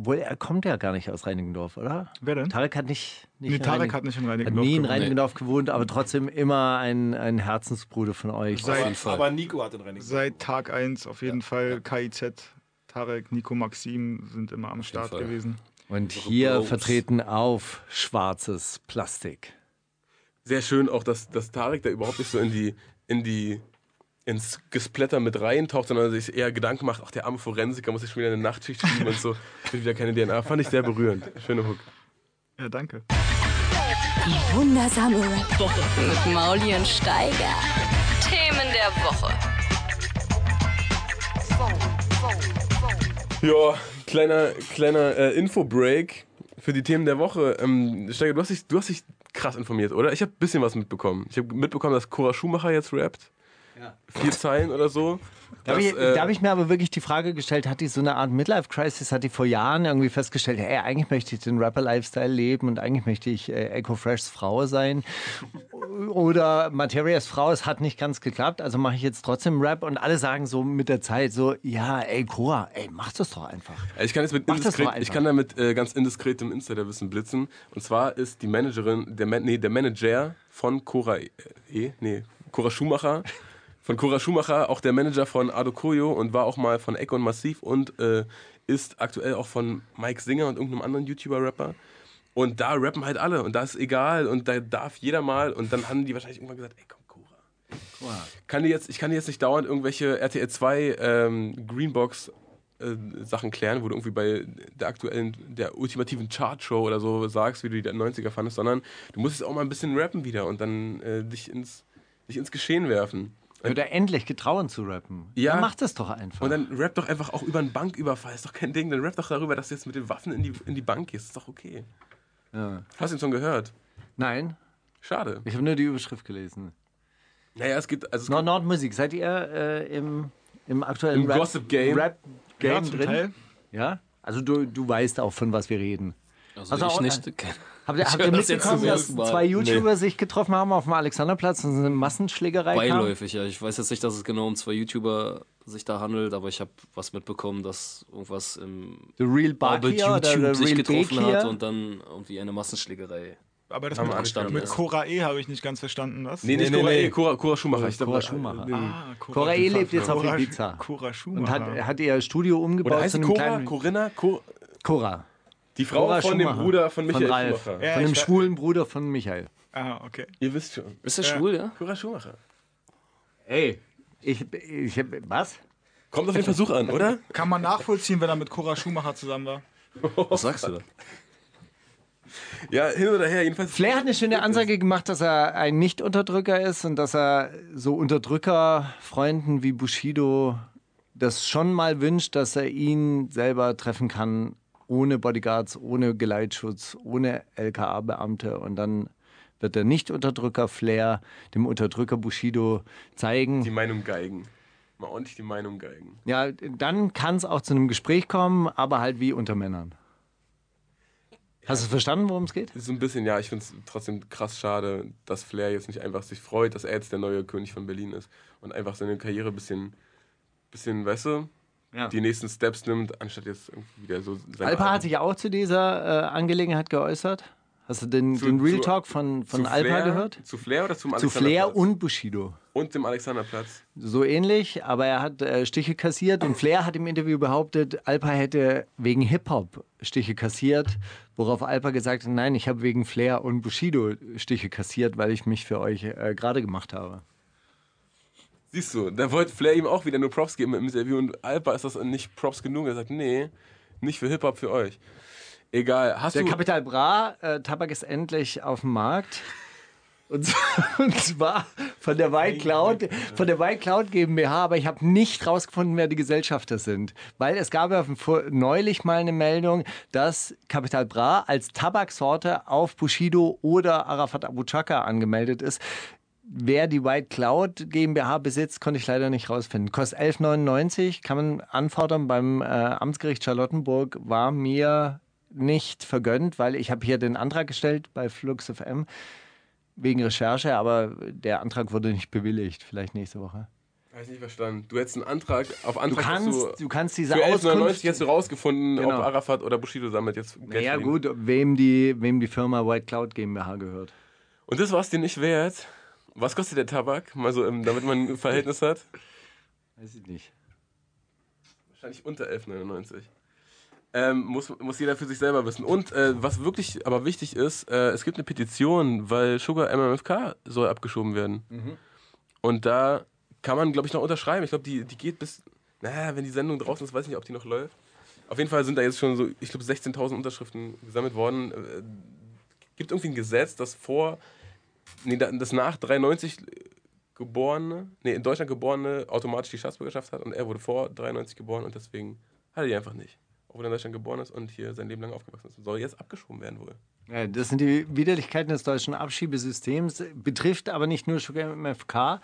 Speaker 7: Wohl, er kommt ja gar nicht aus Reinickendorf, oder?
Speaker 1: Wer denn?
Speaker 7: Tarek hat nicht. nicht
Speaker 1: Nee,
Speaker 7: in
Speaker 1: Tarek
Speaker 7: Reining-
Speaker 1: hat nicht in
Speaker 7: hat
Speaker 1: Reinickendorf
Speaker 7: nie in
Speaker 1: gewohnt.
Speaker 7: Reinickendorf gewohnt, aber trotzdem immer ein, ein Herzensbruder von euch.
Speaker 1: Seit-
Speaker 9: Auf jeden Fall.
Speaker 8: Aber Nico hat den Renning.
Speaker 1: Seit Tag 1 auf jeden Fall KIZ, Tarek, Nico, Maxim sind immer am Start
Speaker 9: Fall.
Speaker 1: gewesen.
Speaker 7: Und hier
Speaker 9: Bros.
Speaker 7: vertreten auf schwarzes Plastik.
Speaker 6: Sehr schön auch, dass, dass Tarek da überhaupt nicht so in die, in die ins Gesplätter mit reintaucht, sondern sich eher Gedanken macht, ach der arme Forensiker muss sich schon wieder eine Nachtschicht schieben und so, wird wieder keine DNA. Fand ich sehr berührend. Schöne Hook.
Speaker 1: Ja, danke.
Speaker 3: Die wundersame Rap
Speaker 11: Mit Mauli und Steiger.
Speaker 12: Themen der Woche.
Speaker 6: Ja, kleiner, kleiner äh, Infobreak für die Themen der Woche. Ähm, Steiger, du hast, dich, du hast dich krass informiert, oder? Ich habe ein bisschen was mitbekommen. Ich habe mitbekommen, dass Cora Schumacher jetzt rappt. Vier Zeilen oder so.
Speaker 7: Da habe
Speaker 6: Das,
Speaker 7: ich,
Speaker 6: äh,
Speaker 7: da hab ich mir aber wirklich die Frage gestellt, hat die so eine Art Midlife-Crisis, hat die vor Jahren irgendwie festgestellt, hey, eigentlich möchte ich den Rapper-Lifestyle leben und eigentlich möchte ich äh, Eco-Freshs Frau sein oder Materias Frau, es hat nicht ganz geklappt, also mache ich jetzt trotzdem Rap und alle sagen so mit der Zeit so, ja, ey, Cora, ey, mach das doch einfach.
Speaker 6: Ich kann jetzt mit
Speaker 7: Mach das
Speaker 6: indiskret,
Speaker 7: doch einfach.
Speaker 6: ich kann damit äh, ganz indiskretem Insiderwissen blitzen. Und zwar ist die Managerin, der, Man, nee, der Manager von Cora, e, E- nee, Cora Schumacher, von Cora Schumacher auch der Manager von Adokoyo und war auch mal von Echo und Massiv und äh, ist aktuell auch von Mike Singer und irgendeinem anderen YouTuber-Rapper. Und da rappen halt alle und da ist egal und da darf jeder mal. Und dann haben die wahrscheinlich irgendwann gesagt, ey komm, Cora kann dir jetzt, ich kann dir jetzt nicht dauernd irgendwelche RTL 2 ähm, Greenbox äh, Sachen klären, wo du irgendwie bei der aktuellen, der ultimativen Chartshow oder so sagst, wie du die 90er fandest, sondern du musst jetzt auch mal ein bisschen rappen wieder und dann äh, dich, ins, dich ins Geschehen werfen.
Speaker 7: Oder endlich getrauen zu rappen.
Speaker 6: Ja.
Speaker 7: Dann mach das doch einfach.
Speaker 6: Und dann rap doch einfach auch über einen Banküberfall, ist doch kein Ding. Dann rap doch darüber, dass du jetzt mit den Waffen in die, in die Bank gehst, ist doch okay. Hast du ihn schon gehört?
Speaker 7: Nein,
Speaker 6: Schade.
Speaker 7: ich habe nur die Überschrift gelesen.
Speaker 6: Naja, es gibt, also es
Speaker 7: Nord Nordmusik, seid ihr äh, im, im aktuellen
Speaker 6: Im
Speaker 7: Rap,
Speaker 6: Gossip Game.
Speaker 7: Rap Game
Speaker 1: Ja, zum
Speaker 7: drin?
Speaker 1: Teil.
Speaker 7: Ja? Also du, du weißt auch, von was wir reden.
Speaker 9: Also,
Speaker 7: Also
Speaker 9: ich
Speaker 7: auch-
Speaker 9: nicht.
Speaker 7: Habt ihr, habt
Speaker 9: höre
Speaker 7: ihr
Speaker 9: das jetzt
Speaker 7: mitbekommen,
Speaker 9: zum
Speaker 7: dass
Speaker 9: ersten Mal.
Speaker 7: zwei YouTuber sich getroffen haben auf dem Alexanderplatz und es eine Massenschlägerei kam?
Speaker 9: Beiläufig, ja. Ich weiß jetzt nicht, dass es genau um zwei YouTuber sich da handelt, aber ich habe was mitbekommen, dass irgendwas im
Speaker 7: The Real
Speaker 9: Orbit
Speaker 7: Barkia oder The
Speaker 9: YouTube sich
Speaker 7: Real
Speaker 9: getroffen
Speaker 7: Bekia?
Speaker 9: hat und dann irgendwie eine Massenschlägerei.
Speaker 1: Aber das
Speaker 6: Haben wir
Speaker 1: mit,
Speaker 9: anstanden
Speaker 1: mit
Speaker 9: lassen.
Speaker 1: Cora E habe ich nicht ganz verstanden, was?
Speaker 6: Nee, nicht
Speaker 8: Nee, nee,
Speaker 6: Cora,
Speaker 8: nee.
Speaker 6: E, Cora, Cora Schumacher. Ich glaub,
Speaker 7: Cora
Speaker 6: äh,
Speaker 7: Schumacher.
Speaker 6: den-
Speaker 1: Ah,
Speaker 7: Cora E lebt jetzt auf
Speaker 1: Cora-
Speaker 7: Ibiza.
Speaker 1: Cora Schumacher.
Speaker 7: Und hat, er hat ihr Studio umgebaut
Speaker 6: Oder heißt
Speaker 7: zu
Speaker 6: sie
Speaker 7: einem
Speaker 6: Cora?
Speaker 7: kleinen
Speaker 6: Corinna? Co
Speaker 7: Cora.
Speaker 6: die Frau
Speaker 7: Cora
Speaker 6: von
Speaker 7: Schumacher.
Speaker 6: dem Bruder von Michael
Speaker 7: Von Ralf.
Speaker 6: Schumacher.
Speaker 1: Ja,
Speaker 7: Von
Speaker 1: ich
Speaker 7: dem
Speaker 1: weiß-
Speaker 7: schwulen Bruder von Michael.
Speaker 1: ah, okay.
Speaker 6: Ihr wisst schon.
Speaker 9: Ist der schwul, ja?
Speaker 6: Cora Schumacher.
Speaker 7: Ey. Ich, ich, was?
Speaker 6: Kommt auf den Versuch an, oder?
Speaker 1: Kann man nachvollziehen, wenn er mit Cora Schumacher zusammen war.
Speaker 9: Was sagst du da?
Speaker 6: Ja, hin oder her, jedenfalls.
Speaker 7: Flair hat eine schöne Ansage gemacht, dass er ein Nicht-Unterdrücker ist und dass er so Unterdrückerfreunden wie Bushido das schon mal wünscht, dass er ihn selber treffen kann, ohne Bodyguards, ohne Geleitschutz, ohne LKA-Beamte. Und dann wird der Nicht-Unterdrücker-Flair dem Unterdrücker Bushido zeigen.
Speaker 6: Die Meinung geigen. Mal ordentlich die Meinung geigen.
Speaker 7: Ja, dann kann es auch zu einem Gespräch kommen, aber halt wie unter Männern. Hast du verstanden, worum es geht?
Speaker 6: So ein bisschen, ja, ich finde es trotzdem krass schade, dass Flair jetzt nicht einfach sich freut, dass er jetzt der neue König von Berlin ist und einfach seine Karriere ein bisschen, bisschen weißt du,
Speaker 7: Ja.
Speaker 6: die nächsten Steps nimmt, anstatt jetzt irgendwie wieder so seine
Speaker 7: Alpa hat
Speaker 6: alten-
Speaker 7: sich ja auch zu dieser äh, Angelegenheit geäußert. Hast du den,
Speaker 6: Zu-
Speaker 7: den Real
Speaker 6: zu-
Speaker 7: Talk von, von
Speaker 6: zu
Speaker 7: Alpa
Speaker 6: Flair,
Speaker 7: gehört?
Speaker 6: Zu Flair oder zum
Speaker 7: Zu
Speaker 6: Alexanderplatz?
Speaker 7: Flair und Bushido.
Speaker 6: Und dem Alexanderplatz.
Speaker 7: So ähnlich, aber er hat äh, Stiche kassiert und Flair hat im Interview behauptet, Alpa hätte wegen Hip-Hop Stiche kassiert, worauf Alpa gesagt hat, nein, ich habe wegen Flair und Bushido Stiche kassiert, weil ich mich für euch äh, gerade gemacht habe.
Speaker 6: Siehst du, da wollte Flair ihm auch wieder nur Props geben im Interview und Alpa ist das nicht Props genug. Er sagt, nee, nicht für Hip-Hop, für euch. Egal, hast
Speaker 7: Der
Speaker 6: du...
Speaker 7: Capital Bra, äh, Tabak ist endlich auf dem Markt. Und, z- und zwar von der White Cloud, von der White Cloud GmbH, aber ich habe nicht rausgefunden, wer die Gesellschafter sind. Weil es gab ja vor- neulich mal eine Meldung, dass Capital Bra als Tabaksorte auf Bushido oder Arafat Abu Chaka angemeldet ist. Wer die White Cloud GmbH besitzt, konnte ich leider nicht rausfinden. Kostet 11,99, kann man anfordern beim äh, Amtsgericht Charlottenburg, war mir nicht vergönnt, weil ich habe hier den Antrag gestellt bei Flux FM wegen Recherche, aber der Antrag wurde nicht bewilligt, vielleicht nächste Woche.
Speaker 6: Hab ich nicht verstanden. Du hättest einen Antrag auf
Speaker 7: Du
Speaker 6: Antrag hast
Speaker 7: kannst, du kannst diese
Speaker 6: für 11,99
Speaker 7: Auskunft...
Speaker 6: jetzt rausgefunden,
Speaker 7: Genau.
Speaker 6: ob Arafat oder Bushido sammelt jetzt Geld
Speaker 7: Ja
Speaker 6: verdienen.
Speaker 7: gut, wem die, wem die Firma White Cloud GmbH gehört.
Speaker 6: Und das war es dir nicht wert. Was kostet der Tabak? Mal so, ähm, damit man ein Verhältnis hat.
Speaker 7: Weiß ich nicht.
Speaker 6: Wahrscheinlich unter 11,99. Ähm, muss, muss jeder für sich selber wissen. Und äh, was wirklich aber wichtig ist, äh, es gibt eine Petition, weil Sugar MMFK soll abgeschoben werden.
Speaker 7: Mhm.
Speaker 6: Und da kann man, glaube ich, noch unterschreiben. Ich glaube, die, die geht bis. Naja, wenn die Sendung draußen ist, weiß ich nicht, ob die noch läuft. Auf jeden Fall sind da jetzt schon so, ich glaube, 16.000 Unterschriften gesammelt worden. Äh, gibt irgendwie ein Gesetz, das vor. Nee, da- das nach 93 geborene, nee, in Deutschland geborene automatisch die Staatsbürgerschaft hat und er wurde vor 93 geboren und deswegen hat er die einfach nicht. Obwohl er in Deutschland geboren ist und hier sein Leben lang aufgewachsen ist. Und soll jetzt abgeschoben werden wohl.
Speaker 7: Ja, Äh, das sind die Widerlichkeiten des deutschen Abschiebesystems, betrifft aber nicht nur Sugar MFK.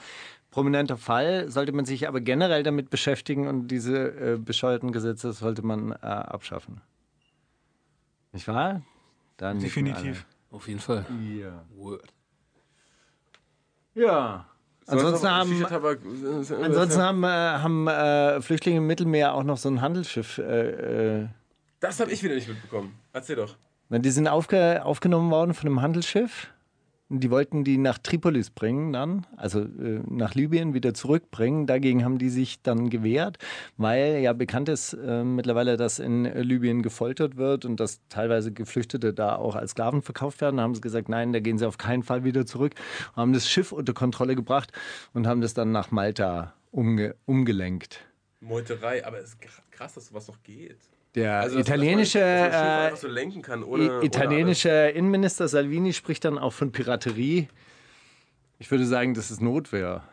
Speaker 7: Prominenter Fall, sollte man sich aber generell damit beschäftigen und diese äh, bescheuerten Gesetze sollte man äh, abschaffen. Nicht wahr? Dann nicken
Speaker 1: Definitiv.
Speaker 9: Auf jeden Fall.
Speaker 7: alle. Ja.
Speaker 9: Word.
Speaker 7: ja. Ansonsten haben,
Speaker 6: Shisha-Tabak-
Speaker 7: ansonsten haben, äh, haben äh, Flüchtlinge im Mittelmeer auch noch so ein Handelsschiff. Äh, äh,
Speaker 6: Das habe ich wieder nicht mitbekommen. Erzähl doch.
Speaker 7: Na, die sind aufge aufgenommen worden von einem Handelsschiff. Und Die wollten die nach Tripolis bringen dann, also äh, nach Libyen wieder zurückbringen. Dagegen haben die sich dann gewehrt, weil ja bekannt ist äh, mittlerweile, dass in äh, Libyen gefoltert wird und dass teilweise Geflüchtete da auch als Sklaven verkauft werden. Da haben sie gesagt, nein, da gehen sie auf keinen Fall wieder zurück. Haben das Schiff unter Kontrolle gebracht und haben das dann nach Malta umge umgelenkt.
Speaker 6: Meuterei, aber es ist kr- krass, dass sowas noch geht. Also,
Speaker 7: Der
Speaker 6: dass man-
Speaker 7: italienische...
Speaker 6: Dass man, dass man Schiff
Speaker 7: äh,
Speaker 6: einfach so lenken kann, ohne,
Speaker 7: I- italienischer Innenminister Salvini spricht dann auch von Piraterie. Ich würde sagen, das ist Notwehr.
Speaker 6: Ohne alles.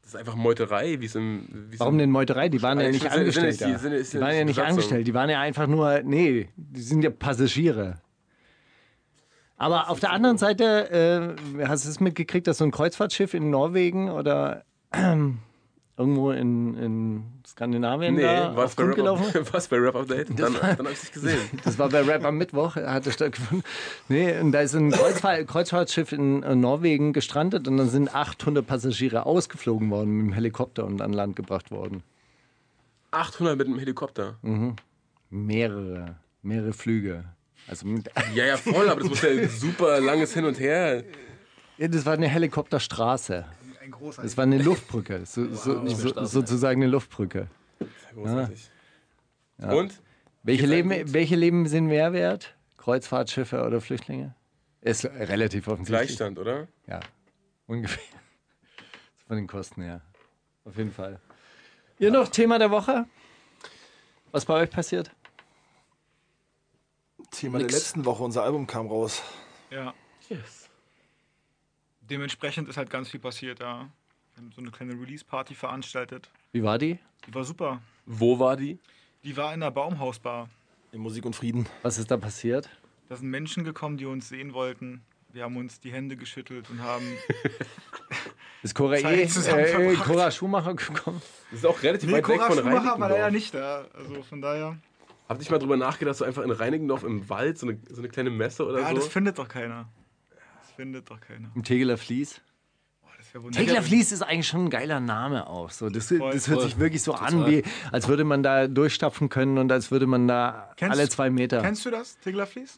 Speaker 6: Das ist einfach Meuterei, wie es im. Wie's
Speaker 7: Warum
Speaker 6: im,
Speaker 7: denn Meuterei? Die waren ja
Speaker 6: Also
Speaker 7: nicht
Speaker 6: ich finde, sind
Speaker 7: angestellt.
Speaker 6: es die-
Speaker 7: da.
Speaker 6: sind es
Speaker 7: Die
Speaker 6: die
Speaker 7: waren ja nicht
Speaker 6: Besatzung?
Speaker 7: angestellt. Die waren ja einfach nur, nee, die sind ja Passagiere. Aber auf der anderen Seite, äh, hast du es mitgekriegt, dass so ein Kreuzfahrtschiff in Norwegen oder irgendwo in, in Skandinavien
Speaker 6: Nee,
Speaker 7: da
Speaker 6: war es
Speaker 7: auf
Speaker 6: bei
Speaker 7: Grund gelaufen?
Speaker 6: Rap- war's bei Rap Update? Dann, dann habe ich es nicht gesehen.
Speaker 7: Das war bei Rap am Mittwoch, hatte stattgefunden. Nee, und da ist ein Kreuzfahr Kreuzfahrtschiff in äh, Norwegen gestrandet und dann sind 800 Passagiere ausgeflogen worden mit dem Helikopter und an Land gebracht worden.
Speaker 6: 800 mit einem Helikopter.
Speaker 7: Mehrere, mehrere Flüge. Also mit,
Speaker 6: Ja, ja, voll, aber das muss ja ein super langes Hin und Her.
Speaker 7: Ja, das war eine Helikopterstraße.
Speaker 1: Ein großer.
Speaker 7: Das war eine Luftbrücke, so, so, so, sozusagen eine Luftbrücke.
Speaker 6: Großartig. Und?
Speaker 7: Welche
Speaker 6: Geht's
Speaker 7: Leben,
Speaker 6: einem gut?
Speaker 7: welche Leben sind mehr wert? Kreuzfahrtschiffe oder Flüchtlinge? Ist relativ offensichtlich.
Speaker 6: Gleichstand, oder?
Speaker 7: Ja, ungefähr. Von den Kosten her. Auf jeden Fall. Ihr noch Thema der Woche? Was bei euch passiert?
Speaker 8: Thema der letzten Woche, unser Album kam raus.
Speaker 1: Ja. Dementsprechend ist halt ganz viel passiert, ja. Wir haben so eine kleine Release-Party veranstaltet.
Speaker 7: Wie war die?
Speaker 1: Die war super.
Speaker 6: Wo war die?
Speaker 1: Die war in der Baumhausbar.
Speaker 8: In Musik und Frieden.
Speaker 7: Was ist da passiert?
Speaker 1: Da sind Menschen gekommen, die uns sehen wollten. Wir haben uns die Hände geschüttelt und haben.
Speaker 7: Ist Cora,
Speaker 1: Zeit
Speaker 7: eh,
Speaker 1: zusammen
Speaker 7: äh,
Speaker 1: verbracht.
Speaker 7: Cora Schumacher gekommen?
Speaker 6: Das ist auch relativ
Speaker 1: Nee,
Speaker 6: weit weg
Speaker 1: Cora
Speaker 6: von
Speaker 1: Schumacher war leider
Speaker 6: Reinickendorf.
Speaker 1: nicht da. Also von daher.
Speaker 6: Habt ihr mal drüber nachgedacht, so einfach in Reinickendorf im Wald so eine, so eine kleine Messe oder
Speaker 1: Ja,
Speaker 6: so?
Speaker 1: Ah, das findet doch keiner. Das findet doch keiner.
Speaker 7: Im Tegeler Fließ.
Speaker 1: Das wär wunderbar.
Speaker 7: Tegler Fließ ist eigentlich schon ein geiler Name auch. So, das, das hört
Speaker 9: voll.
Speaker 7: sich wirklich so an,
Speaker 9: Total.
Speaker 7: wie, als würde man da durchstapfen können und als würde man da
Speaker 1: Kennst-
Speaker 7: alle zwei Meter.
Speaker 1: Kennst du das, Teglerfließ?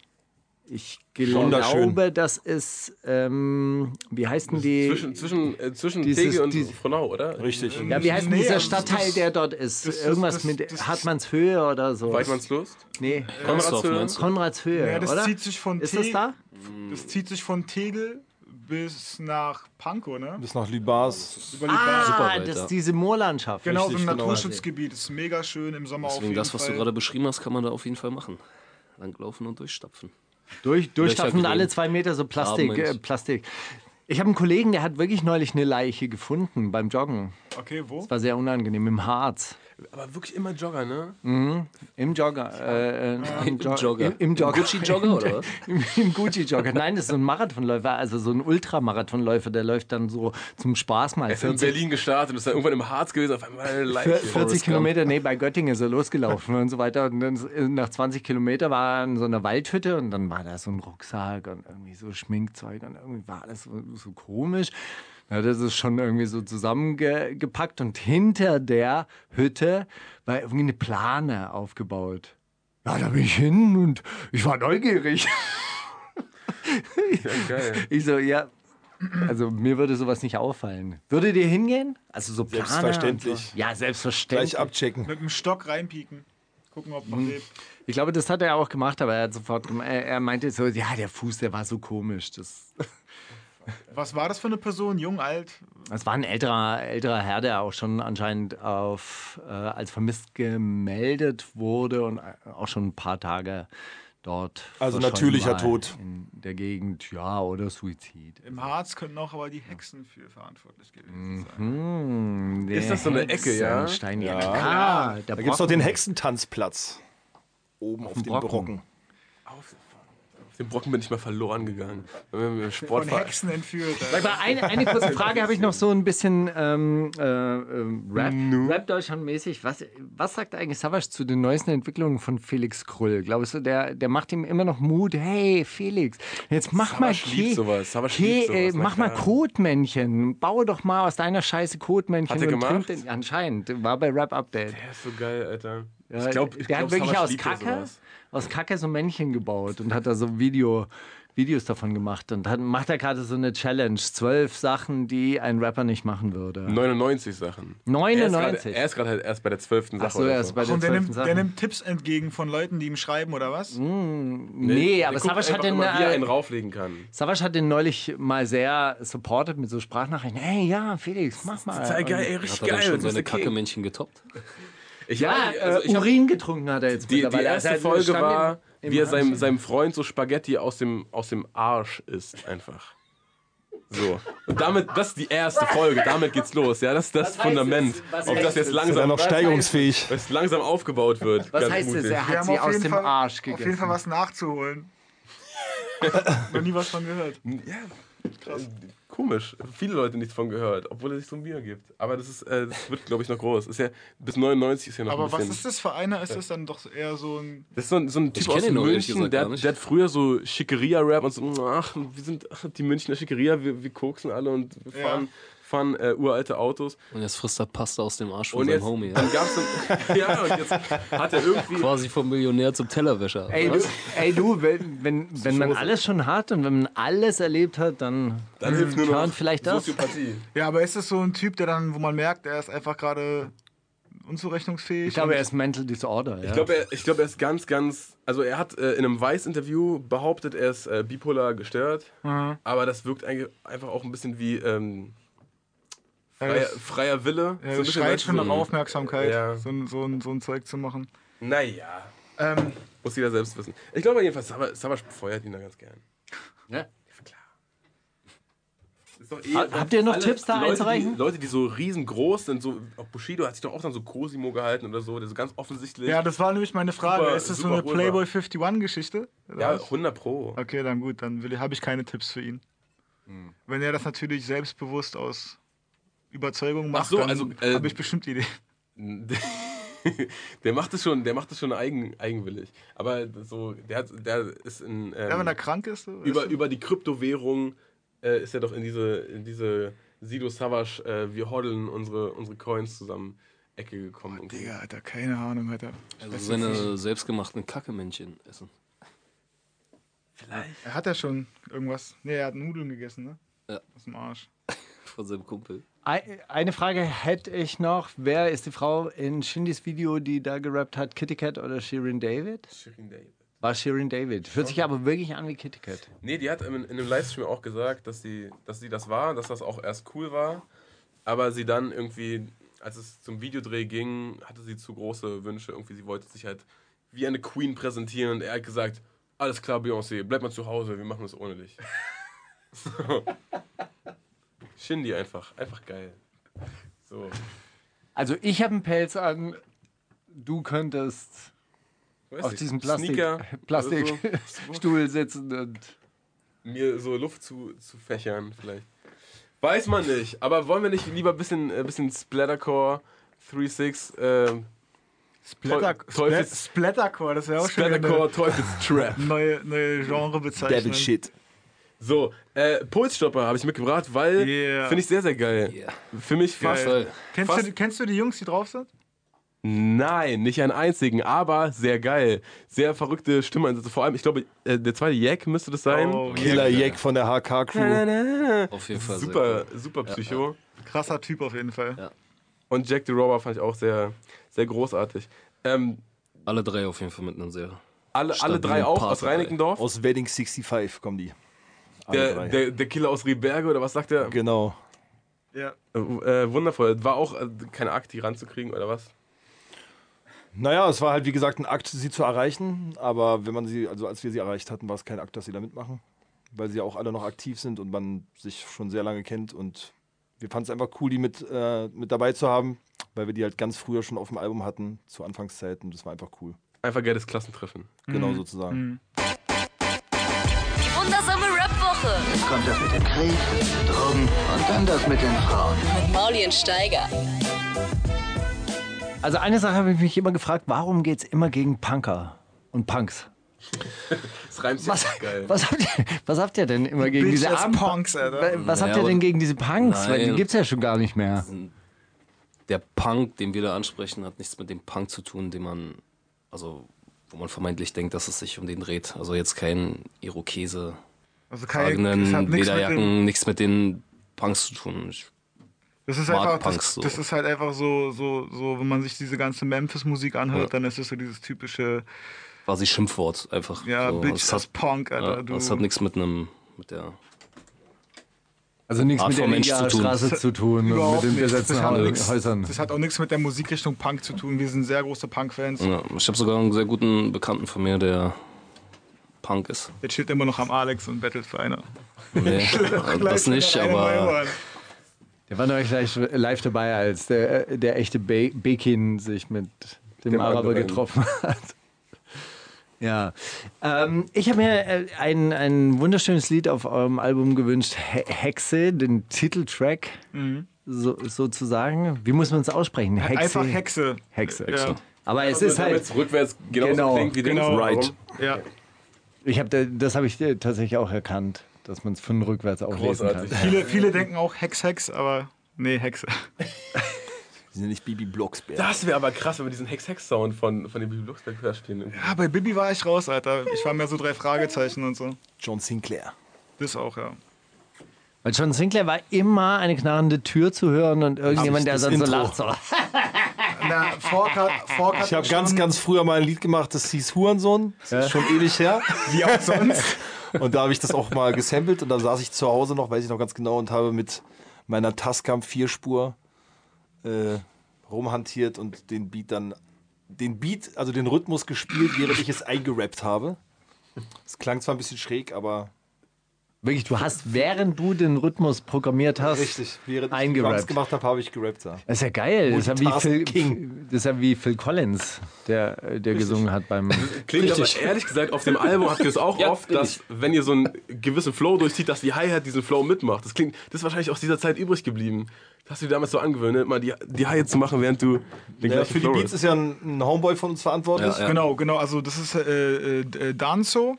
Speaker 7: Ich
Speaker 8: Wunderschön.
Speaker 7: glaube, das ist, ähm, wie heißt denn die?
Speaker 6: zwischen zwischen, äh, zwischen
Speaker 7: Dieses-
Speaker 6: Tegel und
Speaker 7: dieses-
Speaker 6: Frohnau, oder?
Speaker 8: Richtig.
Speaker 7: ja, wie heißt denn
Speaker 1: Nee,
Speaker 7: dieser
Speaker 1: das-
Speaker 7: Stadtteil,
Speaker 1: das-
Speaker 7: der dort ist?
Speaker 1: das- das-
Speaker 7: Irgendwas
Speaker 1: das-
Speaker 7: mit
Speaker 1: das- Äh,
Speaker 7: Hartmannshöhe oder so.
Speaker 6: Weidmannslust?
Speaker 7: Nee,
Speaker 9: Konradsdorf, meinst
Speaker 7: Ah,
Speaker 9: du?
Speaker 7: Konradshöhe,
Speaker 1: Ja, das
Speaker 7: oder?
Speaker 1: zieht sich von
Speaker 7: ist
Speaker 1: Te-
Speaker 7: das da?
Speaker 1: Das zieht sich von Tegel bis nach Pankow, ne?
Speaker 8: Bis nach Lübars.
Speaker 1: Über Lipa.
Speaker 9: Super
Speaker 7: Ah,
Speaker 9: weit,
Speaker 7: das
Speaker 9: ja.
Speaker 7: ist diese Moorlandschaft.
Speaker 1: Genau, so
Speaker 8: richtig,
Speaker 1: ein
Speaker 8: genau.
Speaker 1: Naturschutzgebiet. Ist mega schön im Sommer auf
Speaker 9: Deswegen
Speaker 1: jeden
Speaker 9: das, was
Speaker 1: Fall.
Speaker 9: du gerade beschrieben hast, kann man da auf jeden Fall machen. Langlaufen und durchstapfen.
Speaker 7: Durch, durchstapfen
Speaker 9: Löcher
Speaker 7: alle
Speaker 9: gräben.
Speaker 7: zwei Meter so Plastik.
Speaker 9: Abends.
Speaker 7: äh, Plastik. Ich habe einen Kollegen, der hat wirklich neulich eine Leiche gefunden beim Joggen.
Speaker 1: Okay, wo?
Speaker 7: War sehr unangenehm, im Harz.
Speaker 6: Aber wirklich immer Jogger, ne?
Speaker 7: Im Jogger. Äh, äh,
Speaker 9: Im Jogger.
Speaker 7: Im, im Jogger.
Speaker 9: Gucci-Jogger oder was?
Speaker 7: Im, im Gucci-Jogger. Nein, das ist so ein Marathonläufer, also so ein Ultramarathonläufer, der läuft dann so zum Spaß mal.
Speaker 6: Er ist in
Speaker 7: 40,
Speaker 6: Berlin gestartet und ist dann irgendwann im Harz gewesen, auf einmal eine
Speaker 7: Für-
Speaker 6: Leiche.
Speaker 7: 40 Kilometer, nee, bei Göttingen ist er losgelaufen und so weiter. Und dann äh, nach 20 Kilometer war er in so einer Waldhütte und dann war da so ein Rucksack und irgendwie so Schminkzeug und irgendwie war das so, so komisch. Dann hat er das schon irgendwie so zusammengepackt und hinter der Hütte war irgendwie eine Plane aufgebaut. Ja, da bin ich hin und ich war neugierig.
Speaker 6: Geil.
Speaker 7: Ich so, ja. Also mir würde sowas nicht auffallen. Würdet ihr hingehen? Also so Plane und
Speaker 8: Selbstverständlich.
Speaker 7: So. Ja, selbstverständlich.
Speaker 8: Gleich abchecken.
Speaker 1: Mit dem Stock reinpieken. Gucken, ob
Speaker 7: Mhm.
Speaker 1: noch lebt.
Speaker 7: Ich glaube, das hat er auch gemacht, aber er hat sofort, gem- er, er meinte so, ja, der Fuß, der war so komisch. Das,
Speaker 1: Was war das für eine Person? Jung, alt?
Speaker 7: das war ein älterer, älterer Herr, der auch schon anscheinend auf, äh, als vermisst gemeldet wurde und äh, auch schon ein paar Tage dort.
Speaker 8: Also
Speaker 7: verschollen
Speaker 8: natürlicher
Speaker 7: war
Speaker 8: Tod.
Speaker 7: In der Gegend, ja, oder Suizid.
Speaker 1: Im Harz könnten auch aber die Hexen für verantwortlich gewesen
Speaker 7: Mhm.
Speaker 1: sein.
Speaker 7: Hm,
Speaker 6: Ist
Speaker 7: der
Speaker 6: das so eine Ecke, ja?
Speaker 7: Hexenstein, ja. klar.
Speaker 8: Da gibt es noch den Hexentanzplatz. Oben auf dem Brocken.
Speaker 7: Brocken.
Speaker 6: Auf dem Brocken bin ich mal verloren gegangen. Wenn wir mit dem
Speaker 1: Von
Speaker 6: Sportver-
Speaker 1: Hexen entführt. äh.
Speaker 7: Sag mal, eine, eine kurze Frage habe ich noch so ein bisschen ähm, äh, ähm, Rap, Rap Deutschland-mäßig. Was, was sagt eigentlich Savas zu den neuesten Entwicklungen von Felix Krull? Glaubst du, der, der macht ihm immer noch Mut? Hey, Felix, jetzt mach
Speaker 6: Savas
Speaker 7: mal
Speaker 6: liebt
Speaker 7: Ke-
Speaker 6: sowas. Savas
Speaker 7: Ke-
Speaker 6: liebt
Speaker 7: äh,
Speaker 6: sowas, na
Speaker 7: Mach mal
Speaker 6: klar.
Speaker 7: Kotmännchen. Baue doch mal aus deiner Scheiße Kotmännchen.
Speaker 6: Hat er
Speaker 7: und trink
Speaker 6: gemacht?
Speaker 7: Den, anscheinend. War bei Rap Update.
Speaker 6: Der ist so geil, Alter.
Speaker 7: Ja,
Speaker 6: ich glaube, ich
Speaker 7: der
Speaker 6: glaub,
Speaker 7: hat wirklich
Speaker 6: Savas
Speaker 7: aus
Speaker 6: liebt ja
Speaker 7: Kacke,
Speaker 6: sowas.
Speaker 7: aus Kacke so Männchen gebaut und hat da so Video, Videos davon gemacht und hat, macht da gerade so eine Challenge. Zwölf Sachen, die ein Rapper nicht machen würde.
Speaker 6: 99 Sachen. Er ist
Speaker 7: 99.
Speaker 6: grad- Er ist gerade halt erst bei der 12. Sache.
Speaker 7: Achso,
Speaker 6: oder
Speaker 7: er ist bei den
Speaker 1: Und der
Speaker 7: zwölften
Speaker 1: nimmt, der
Speaker 7: Sachen. Mhm.
Speaker 1: nimmt Tipps entgegen von Leuten, die ihm schreiben, oder was?
Speaker 7: Nee, aber
Speaker 6: Der guckt
Speaker 7: Savas hat,
Speaker 6: einfach
Speaker 7: den,
Speaker 6: immer, wie er einen
Speaker 7: äh,
Speaker 6: rauflegen kann.
Speaker 7: Savas hat den neulich mal sehr supported mit so Sprachnachrichten. Hey, ja, Felix, mach mal.
Speaker 6: Total geil,
Speaker 7: Und-
Speaker 6: ey,
Speaker 9: Hat
Speaker 6: richtig
Speaker 9: er dann
Speaker 6: geil.
Speaker 9: schon
Speaker 6: das ist der
Speaker 9: seine
Speaker 6: King.
Speaker 9: Kacke-Männchen getoppt?
Speaker 6: Ich,
Speaker 7: Ja,
Speaker 6: hab- also
Speaker 7: äh,
Speaker 6: ich hab-
Speaker 7: Urin getrunken hat er jetzt
Speaker 6: Die, die
Speaker 7: mittlerweile. Also
Speaker 6: erste
Speaker 7: er
Speaker 6: Folge
Speaker 7: stand
Speaker 6: war,
Speaker 7: im- im
Speaker 6: wie er seinem,
Speaker 7: Handstand.
Speaker 6: seinem Freund so Spaghetti aus dem, aus dem Arsch isst, einfach. So. Und damit, das ist die erste Folge, damit geht's los, ja, das ist das
Speaker 7: heißt
Speaker 6: Fundament.
Speaker 7: es? Was
Speaker 6: Ob
Speaker 7: heißt
Speaker 6: das jetzt
Speaker 7: es?
Speaker 8: Ist er
Speaker 6: langsam,
Speaker 8: noch steigerungsfähig?
Speaker 6: das langsam aufgebaut wird.
Speaker 7: Was
Speaker 6: ganz
Speaker 7: heißt es?
Speaker 6: mutig.
Speaker 7: Er hat sie aus dem Arsch
Speaker 1: auf jeden
Speaker 7: gegessen.
Speaker 1: Fall was nachzuholen. Noch nie was von gehört.
Speaker 6: Äh, Komisch, viele Leute nichts von gehört, obwohl er sich so ein Bier gibt. Aber das, ist, äh, das wird, glaube ich, noch groß. Ist ja, bis 99 ist ja noch ein
Speaker 1: Aber was
Speaker 6: bisschen.
Speaker 1: ist das für einer? Ist das dann doch eher so ein.
Speaker 6: Das ist so ein, so ein Typ
Speaker 9: kenn
Speaker 6: aus
Speaker 9: ihn noch ehrlich
Speaker 6: München,
Speaker 9: gesagt
Speaker 6: der,
Speaker 9: gar nicht.
Speaker 6: der hat früher so Schickeria-Rap und so, ach, wir sind ach, die Münchner Schickeria, wir, wir koksen alle und wir
Speaker 1: Ja.
Speaker 6: fahren, fahren äh, uralte Autos.
Speaker 9: Und jetzt frisst er Pasta aus dem Arsch von
Speaker 6: Und
Speaker 9: seinem
Speaker 6: jetzt,
Speaker 9: Homie. Ja.
Speaker 6: dann gab's dann, ja, und jetzt hat er irgendwie...
Speaker 9: Quasi vom Millionär zum Tellerwäscher.
Speaker 7: Ey du, ey, du wenn, wenn, wenn man alles schon hat und wenn man alles erlebt hat, dann,
Speaker 6: Dann hilft nur
Speaker 7: kann
Speaker 6: noch
Speaker 7: man vielleicht das.
Speaker 6: Soziopathie.
Speaker 1: Ja, aber ist das so ein Typ, der dann, wo man merkt, er ist einfach gerade unzurechnungsfähig?
Speaker 7: Ich glaube, er ist Mental Disorder. Ja.
Speaker 6: Ich glaube, er, ich glaub, er ist ganz, ganz. Also, er hat äh, in einem Weiß-Interview behauptet, er ist äh, bipolar gestört.
Speaker 1: Mhm.
Speaker 6: Aber das wirkt eigentlich einfach auch ein bisschen wie ähm, freier,
Speaker 1: ist-
Speaker 6: freier Wille.
Speaker 1: Er
Speaker 6: ein bisschen
Speaker 1: äh, schreit
Speaker 6: was-
Speaker 1: schon nach Aufmerksamkeit,
Speaker 6: Ja.
Speaker 1: so, ein, so, ein, so ein Zeug zu machen.
Speaker 6: Naja,
Speaker 1: Ähm,
Speaker 6: muss jeder selbst wissen. Ich glaube jedenfalls, Savas feuert ihn da ganz gern.
Speaker 7: Ja.
Speaker 6: klar.
Speaker 7: Ha- habt ihr noch Tipps da
Speaker 6: eh Leute,
Speaker 7: einzureichen?
Speaker 6: Die, Leute, die so riesengroß sind, so auch Bushido hat sich doch auch dann so Cosimo gehalten oder so, der so ganz offensichtlich.
Speaker 1: Ja, das war nämlich meine Frage.
Speaker 6: Super-
Speaker 1: ist das so
Speaker 6: super
Speaker 1: eine
Speaker 6: Urlaub.
Speaker 1: Playboy 51-Geschichte?
Speaker 6: Ja, 100 Pro.
Speaker 1: Okay, dann gut, dann habe ich keine Tipps für ihn.
Speaker 6: Hm.
Speaker 1: Wenn er das natürlich selbstbewusst aus Überzeugung macht,
Speaker 6: Ach so,
Speaker 1: dann
Speaker 6: also, äh,
Speaker 1: habe ich bestimmt Ideen.
Speaker 6: der macht es schon, der macht es schon eigen, eigenwillig. Aber so, der, hat- der ist in. Ähm,
Speaker 1: ja, wenn er krank ist, so,
Speaker 6: über,
Speaker 1: weißt du?
Speaker 6: über die Kryptowährung äh, ist er doch in diese, in diese Sido Savage, äh, wir hodeln unsere, unsere Coins zusammen Ecke gekommen. irgendwie.
Speaker 1: Digga, Alter, keine Ahnung, Alter. Ich
Speaker 9: Also
Speaker 1: weiß jetzt
Speaker 9: seine
Speaker 1: nicht.
Speaker 9: selbstgemachten Kackemännchen essen.
Speaker 1: Er hat ja schon irgendwas. Nee, er hat Nudeln gegessen, ne?
Speaker 9: Ja.
Speaker 1: Aus dem Arsch.
Speaker 9: Von seinem Kumpel.
Speaker 7: Ei- Eine Frage hätte ich noch. Wer ist die Frau in Shindys Video, die da gerappt hat? Kitty Cat oder Shirin David?
Speaker 6: Shirin David.
Speaker 7: War Shirin David. Fühlt sich aber wirklich an wie Kitty Cat.
Speaker 6: Nee, die hat in, in einem Livestream auch gesagt, dass sie, dass sie das war, dass das auch erst cool war, aber sie dann irgendwie, als es zum Videodreh ging, hatte sie zu große Wünsche. Irgendwie, sie wollte sich halt wie eine Queen präsentieren und er hat gesagt, alles klar, Beyoncé, bleib mal zu Hause, wir machen das ohne dich. so. Shindy einfach, einfach geil. So.
Speaker 7: Also ich habe einen Pelz an. Du könntest
Speaker 6: Weiß
Speaker 7: auf
Speaker 6: nicht,
Speaker 7: diesem Plastik,
Speaker 6: Sneaker Also. oder
Speaker 7: Plastikstuhl
Speaker 6: so.
Speaker 7: sitzen und
Speaker 6: mir so Luft zu, zu fächern, vielleicht. Weiß man nicht, aber wollen wir nicht lieber ein bisschen, äh, bisschen Splattercore 3-6, äh,
Speaker 1: Splatter,
Speaker 6: Teu-
Speaker 1: Splat-
Speaker 6: Teufels-
Speaker 1: Splattercore, das wäre auch schon wieder
Speaker 6: Splattercore Teufelstrap.
Speaker 1: eine neue, neue Genrebezeichnung.
Speaker 13: Shit.
Speaker 6: So, äh, Pulsstopper habe ich mitgebracht, weil
Speaker 1: Yeah.
Speaker 6: finde ich sehr, sehr geil. Für mich fast.
Speaker 1: Geil. Kennst
Speaker 6: Fast-
Speaker 1: du, kennst du die Jungs, die drauf sind?
Speaker 6: Nein, nicht einen einzigen, aber sehr geil. Sehr verrückte Stimmeinsätze. Vor allem, ich glaube, äh, der zweite Jack müsste das sein.
Speaker 1: Oh.
Speaker 13: Killer Jack von der HK-Crew.
Speaker 9: Auf jeden Fall. sehr
Speaker 6: Super,
Speaker 9: cool.
Speaker 6: super Psycho.
Speaker 1: Krasser Typ auf jeden Fall.
Speaker 6: Und Jack the Robber fand ich auch sehr, sehr großartig. Ähm,
Speaker 9: Alle drei auf jeden Fall mit einem sehr.
Speaker 6: alle, alle
Speaker 9: Stabilen
Speaker 6: drei auch
Speaker 9: Part
Speaker 6: aus
Speaker 9: drei.
Speaker 6: Reinickendorf.
Speaker 13: Aus Wedding 65 kommen die. Alle
Speaker 6: Der,
Speaker 13: drei.
Speaker 6: der, der Killer aus Rieberge oder was sagt er?
Speaker 13: genau.
Speaker 1: Ja.
Speaker 6: Äh, äh, wundervoll. War auch äh, kein Akt, die ranzukriegen oder was?
Speaker 13: Naja, es war halt wie gesagt ein Akt, sie zu erreichen, aber wenn man sie, also als wir sie erreicht hatten, war es kein Akt, dass sie da mitmachen, weil sie ja auch alle noch aktiv sind und man sich schon sehr lange kennt und wir fanden es einfach cool, die mit, äh, mit dabei zu haben, weil wir die halt ganz früher schon auf dem Album hatten, zu Anfangszeiten, das war einfach cool.
Speaker 6: Einfach geiles Klassentreffen.
Speaker 8: Mhm.
Speaker 13: Genau sozusagen.
Speaker 12: Die wundersame Rap-Woche.
Speaker 4: Jetzt kommt das mit dem Krieg, Drogen und dann das mit den Frauen.
Speaker 11: Mit Mauli und Steiger.
Speaker 7: Also eine Sache habe ich mich immer gefragt, warum geht es immer gegen Punker und Punks?
Speaker 6: Das reimt sich
Speaker 7: Was,
Speaker 6: auch geil.
Speaker 7: was, habt, ihr, was habt ihr denn immer gegen diese
Speaker 1: Bitches
Speaker 7: armen
Speaker 1: Punks, Alter.
Speaker 7: Was habt
Speaker 9: Naja,
Speaker 7: ihr denn
Speaker 9: aber-
Speaker 7: gegen diese Punks? Weil die
Speaker 9: Nein.
Speaker 7: gibt es ja schon gar nicht mehr.
Speaker 9: Der Punk, den wir da ansprechen, hat nichts mit dem Punk zu tun, den man, also wo man vermeintlich denkt, dass es sich um den dreht. Also jetzt kein Irokese,
Speaker 1: Also das hat
Speaker 9: tragenden
Speaker 1: nichts mit dem
Speaker 9: Lederjacken, nichts mit den Punks zu tun. Ich,
Speaker 1: Das ist,
Speaker 9: Mark
Speaker 1: einfach, das,
Speaker 9: Punks so.
Speaker 1: das ist halt einfach so, so, so, wenn man sich diese ganze Memphis-Musik anhört, dann ist es so dieses typische,
Speaker 9: quasi Schimpfwort einfach.
Speaker 1: ja,
Speaker 9: so.
Speaker 1: Bitch,
Speaker 9: Es
Speaker 1: das
Speaker 9: hat,
Speaker 1: Punk, Alter,
Speaker 9: ja,
Speaker 1: du.
Speaker 9: das hat nichts mit einem, mit der
Speaker 7: Also nichts
Speaker 9: Art
Speaker 7: mit der
Speaker 9: von Mensch zu
Speaker 7: Liga
Speaker 9: tun.
Speaker 7: Straße zu tun und mit
Speaker 1: Überhaupt
Speaker 7: den
Speaker 1: nicht.
Speaker 7: besetzten
Speaker 1: Das hat
Speaker 7: Hau-
Speaker 1: nichts-
Speaker 7: Häusern.
Speaker 1: Das hat auch nichts mit der Musikrichtung Punk zu tun. Wir sind sehr große Punk-Fans.
Speaker 9: Ja, ich habe sogar einen sehr guten Bekannten von mir, der Punk ist.
Speaker 1: Jetzt steht immer noch am Alex und bettelt für eine.
Speaker 9: Nee, das nicht,
Speaker 1: Eine
Speaker 9: aber
Speaker 1: Maiwan.
Speaker 7: Der war neulich live, live dabei, als der, äh, der echte Be Bekin sich mit dem,
Speaker 6: Dem
Speaker 7: Araber
Speaker 6: anderen.
Speaker 7: getroffen hat. Ja, ähm, ich habe mir äh, ein, ein wunderschönes Lied auf eurem Album gewünscht, He Hexe, den Titeltrack
Speaker 6: Mhm.
Speaker 7: so, sozusagen. Wie muss man es aussprechen? Hexe.
Speaker 1: Einfach Hexe.
Speaker 7: Hexe.
Speaker 1: Ja.
Speaker 7: Aber es ist
Speaker 6: Also Damit
Speaker 7: halt,
Speaker 6: es rückwärts genauso
Speaker 7: Genau,
Speaker 6: klingt wie
Speaker 1: genau.
Speaker 6: Dings.
Speaker 13: Right.
Speaker 1: Ja.
Speaker 7: ich hab, da- das habe ich äh, tatsächlich auch erkannt, dass man es von rückwärts auch lesen
Speaker 6: Großartig.
Speaker 7: kann.
Speaker 1: Viele, viele denken auch Hex, Hex, aber nee, Hexe.
Speaker 13: Sie sind nicht Bibi Blocksberg.
Speaker 6: Das wäre aber krass, wenn wir diesen Hex-Hex-Sound von, von den Bibi Blocksberg verstehen.
Speaker 1: Ja, bei Bibi war ich raus, Alter. Ich war mehr so drei Fragezeichen und so.
Speaker 13: John Sinclair.
Speaker 1: Das auch, ja.
Speaker 7: Weil John Sinclair war immer eine knarrende Tür zu hören und irgendjemand, der
Speaker 13: das
Speaker 7: dann so
Speaker 13: Intro.
Speaker 7: lacht. So.
Speaker 1: Na, Fork hat, Fork hat
Speaker 13: Ich habe ganz, ganz früher mal ein Lied gemacht, das hieß Hurensohn. Das ist schon ewig her.
Speaker 1: wie auch sonst.
Speaker 13: Und da habe ich das auch mal gesampelt und da saß ich zu Hause noch, weiß ich noch ganz genau, und habe mit meiner Tascam Vierspur äh, rumhantiert und den Beat dann, den Beat, also den Rhythmus gespielt, während ich es eingerappt habe. Es klang zwar ein bisschen schräg, aber
Speaker 7: Wirklich, du hast, während du den Rhythmus programmiert hast,
Speaker 13: Richtig, während ich die Drums
Speaker 7: eingerappt.
Speaker 13: gemacht habe, habe ich gerappt. Ja.
Speaker 7: Das ist ja geil. Das ist ja, wie Phil,
Speaker 13: Multitasking.
Speaker 7: das ist ja wie Phil Collins, der, äh, der gesungen hat beim.
Speaker 6: Klingt
Speaker 9: Richtig.
Speaker 6: aber ehrlich gesagt, auf dem Album habt ihr es auch
Speaker 9: Ja,
Speaker 6: oft,
Speaker 9: bin
Speaker 6: dass wenn ihr so einen gewissen Flow durchzieht, dass die Hi-Hat diesen Flow mitmacht. Das klingt, das ist wahrscheinlich aus dieser Zeit übrig geblieben. Das hast du dir damals so angewöhnt, ne? immer die, die Hi-Hat zu machen, während du den
Speaker 13: Ja,
Speaker 6: gleichen
Speaker 13: für die
Speaker 6: Flow
Speaker 13: Beats
Speaker 6: hast.
Speaker 13: ist ja ein, ein Homeboy von uns verantwortlich.
Speaker 9: Ja, ja.
Speaker 1: Genau, genau. Also das ist äh, äh, äh, Danzo.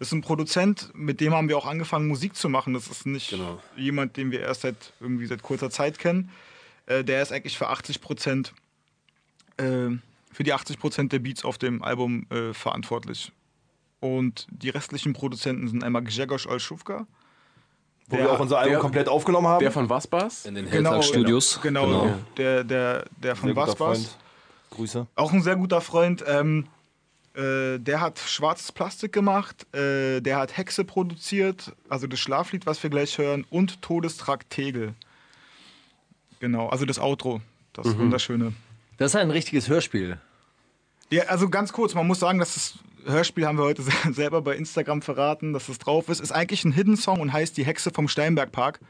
Speaker 1: Das ist ein Produzent, mit dem haben wir auch angefangen, Musik zu machen. Das ist nicht
Speaker 9: Genau.
Speaker 1: jemand, den wir erst seit irgendwie seit kurzer Zeit kennen. Äh, der ist eigentlich für 80 Prozent äh, für die 80 Prozent der Beats auf dem Album äh, verantwortlich. Und die restlichen Produzenten sind einmal Grzegorz Olszówka.
Speaker 13: Wo
Speaker 1: Der-
Speaker 13: wir auch unser Album
Speaker 6: der-
Speaker 13: komplett aufgenommen haben.
Speaker 6: Der von Wasbars?
Speaker 9: In den Helltag-Studios.
Speaker 1: Genau, genau, Der, der, der von
Speaker 13: Sehr guter
Speaker 1: Waspas.
Speaker 13: Freund. Grüße.
Speaker 1: Auch ein sehr guter Freund. Ähm, äh, der hat schwarzes Plastik gemacht, äh, der hat Hexe produziert, also das Schlaflied, was wir gleich hören, und Todestrakt Tegel. Genau, also das Outro, das wunderschöne.
Speaker 7: Das ist ein richtiges Hörspiel.
Speaker 1: Ja, also ganz kurz, man muss sagen, dass das Hörspiel haben wir heute se- selber bei Instagram verraten, dass es drauf ist. Ist eigentlich ein Hidden Song und heißt Die Hexe vom Steinbergpark.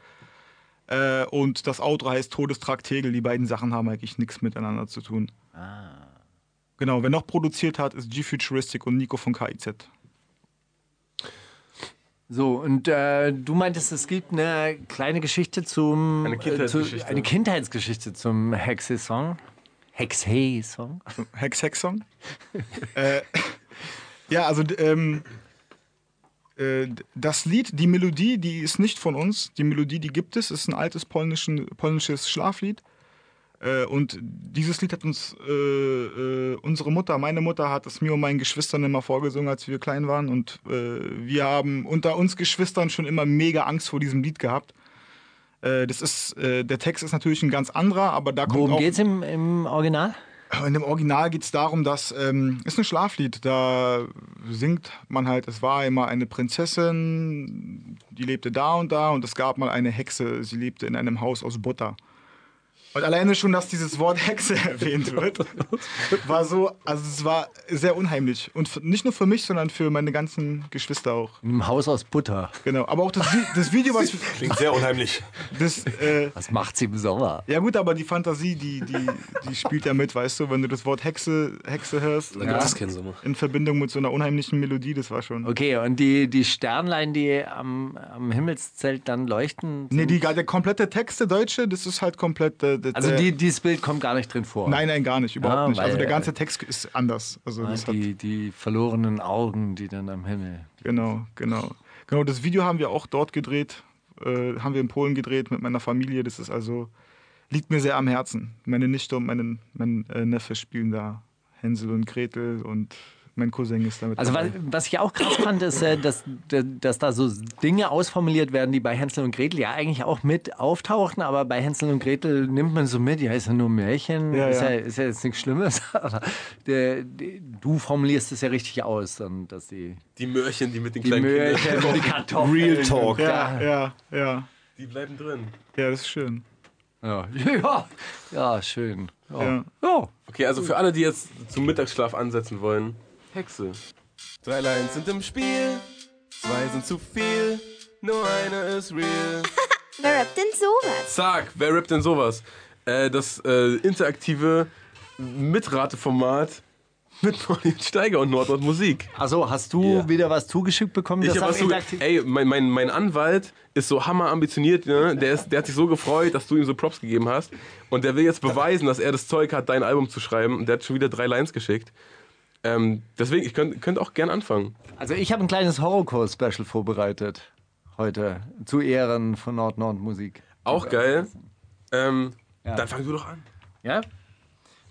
Speaker 1: Äh, und das Outro heißt Todestrakt Tegel. Die beiden Sachen haben eigentlich nichts miteinander zu tun. Genau, wer noch produziert hat, ist G-Futuristic und Nico von KIZ.
Speaker 7: So, und äh, du meintest, es gibt eine kleine Geschichte zum.
Speaker 6: Eine
Speaker 7: Äh,
Speaker 6: Kindheitsgeschichte.
Speaker 7: zu, eine Kindheitsgeschichte zum Hexe-Song. Hexe-Song.
Speaker 1: Hex Hex Song. äh, ja, also d- ähm, äh, d- das Lied, die Melodie, die ist nicht von uns. Die Melodie, die gibt es, ist ein altes polnischen, polnisches Schlaflied. Äh, und dieses Lied hat uns äh, äh, unsere Mutter, meine Mutter hat es mir und meinen Geschwistern immer vorgesungen, als wir klein waren. Und äh, wir haben unter uns Geschwistern schon immer mega Angst vor diesem Lied gehabt. Äh, das ist, äh, der Text ist natürlich ein ganz anderer, aber da kommt
Speaker 7: Worum
Speaker 1: auch
Speaker 7: geht's im, im Original?
Speaker 1: in dem Original geht es darum, dass ähm, ist ein Schlaflied. Da singt man halt, es war immer eine Prinzessin, die lebte da und da und es gab mal eine Hexe, sie lebte in einem Haus aus Butter. Und alleine schon, dass dieses Wort Hexe erwähnt wird, war so, also es war sehr unheimlich. Und f- nicht nur für mich, sondern für meine ganzen Geschwister auch.
Speaker 7: Im Haus aus Butter.
Speaker 1: Genau. Aber auch das, Vi- das Video, was
Speaker 13: Klingt sehr unheimlich.
Speaker 1: das, äh,
Speaker 7: Was macht sie im Sommer?
Speaker 1: ja gut, aber die Fantasie, die, die, die spielt ja mit, weißt du, wenn du das Wort Hexe, Hexe hörst.
Speaker 9: Da gibt es keinen Sommer.
Speaker 1: in Verbindung mit so einer unheimlichen Melodie, das war schon.
Speaker 7: Okay, und die, die Sternlein, die am, am Himmelszelt dann leuchten.
Speaker 1: Nee, die, der komplette Text der Deutsche, das ist halt komplett. äh, der-
Speaker 7: also
Speaker 1: der-
Speaker 7: die, dieses Bild kommt gar nicht drin vor.
Speaker 1: Nein, nein, gar nicht, überhaupt
Speaker 7: Ah,
Speaker 1: nicht. Also
Speaker 7: weil-
Speaker 1: der ganze Text ist anders. Also
Speaker 7: Ah,
Speaker 1: das hat,
Speaker 7: Die, die verlorenen Augen, die dann am Himmel.
Speaker 1: genau, genau. Genau, das Video haben wir auch dort gedreht, äh, haben wir in Polen gedreht mit meiner Familie. Das ist also, liegt mir sehr am Herzen. Meine Nichte und mein, mein äh, Neffe spielen da Hänsel und Gretel und mein Cousin ist damit.
Speaker 7: Also was,
Speaker 1: dabei.
Speaker 7: was ich auch krass fand, ist, äh, dass, d- dass da so Dinge ausformuliert werden, die bei Hänsel und Gretel ja eigentlich auch mit auftauchen, aber bei Hänsel und Gretel nimmt man so mit, ja, ist ja nur ein Märchen,
Speaker 1: Ja,
Speaker 7: ist, ja.
Speaker 1: ja.
Speaker 7: ist ja jetzt nichts Schlimmes, aber der, die, du formulierst es ja richtig aus, dann, dass die,
Speaker 6: Die Möhrchen, die mit den
Speaker 7: die
Speaker 6: kleinen
Speaker 7: Möhrchen,
Speaker 6: Kindern.
Speaker 7: die Kartoffeln.
Speaker 13: Real Talk.
Speaker 1: ja, ja, ja,
Speaker 6: Die bleiben drin.
Speaker 1: ja, das ist schön.
Speaker 7: Ja, ja, ja schön. Ja.
Speaker 1: Ja.
Speaker 7: Ja.
Speaker 6: Okay, also für alle, die jetzt zum Mittagsschlaf ansetzen wollen, Hexe. Drei Lines sind im Spiel, zwei sind zu viel, nur eine ist real.
Speaker 11: Wer rappt denn sowas?
Speaker 6: Zack, wer rappt denn sowas? Äh, das äh, interaktive Mitrateformat mit Molly Steiger und Nordort Musik.
Speaker 7: Also hast du wieder was zugeschickt bekommen?
Speaker 6: Ich
Speaker 7: das
Speaker 6: hab
Speaker 7: am
Speaker 6: was so,
Speaker 7: Interaktiv-
Speaker 6: ey, mein, mein, mein Anwalt ist so hammer ambitioniert, ne? der, ist, der hat sich so gefreut, dass du ihm so Props gegeben hast. Und der will jetzt beweisen, dass er das Zeug hat, dein Album zu schreiben. Und der hat schon wieder drei Lines geschickt. Ähm, deswegen, ich könnte könnt auch gern anfangen.
Speaker 7: also ich habe ein kleines Horrorcore-Special vorbereitet heute zu Ehren von Nord-Nord-Musik.
Speaker 6: Auch geil. Ähm, Dann fang du doch an.
Speaker 7: Ja?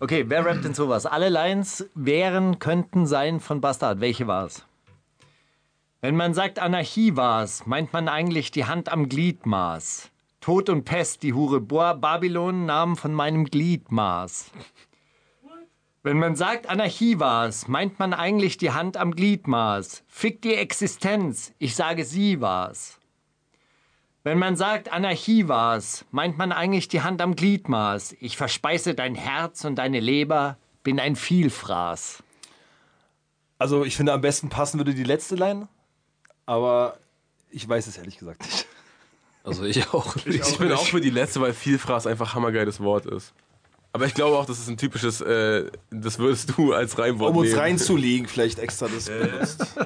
Speaker 7: Okay, wer rappt denn sowas? Alle Lines wären, könnten sein von Bastard. Welche war's? Wenn man sagt Anarchie war's, meint man eigentlich die Hand am Gliedmaß. Tod und Pest, die Hure Boa, Babylon nahmen von meinem Gliedmaß. Wenn man sagt Anarchie war's, meint man eigentlich die Hand am Gliedmaß. Fick die Existenz, ich sage sie war's. Wenn man sagt, Anarchie war's, meint man eigentlich die Hand am Gliedmaß. Ich verspeise dein Herz und deine Leber, bin ein Vielfraß.
Speaker 13: Also ich finde, am besten passen würde die letzte Line. Aber Ich weiß es ehrlich gesagt nicht.
Speaker 9: Also ich auch.
Speaker 6: Ich, ich bin auch für die letzte, weil Vielfraß einfach hammergeiles Wort ist. Aber ich glaube auch, das ist ein typisches, äh, das würdest du als Reimwort
Speaker 13: Um uns
Speaker 6: nehmen.
Speaker 13: reinzulegen, vielleicht extra Äh, das benutzt.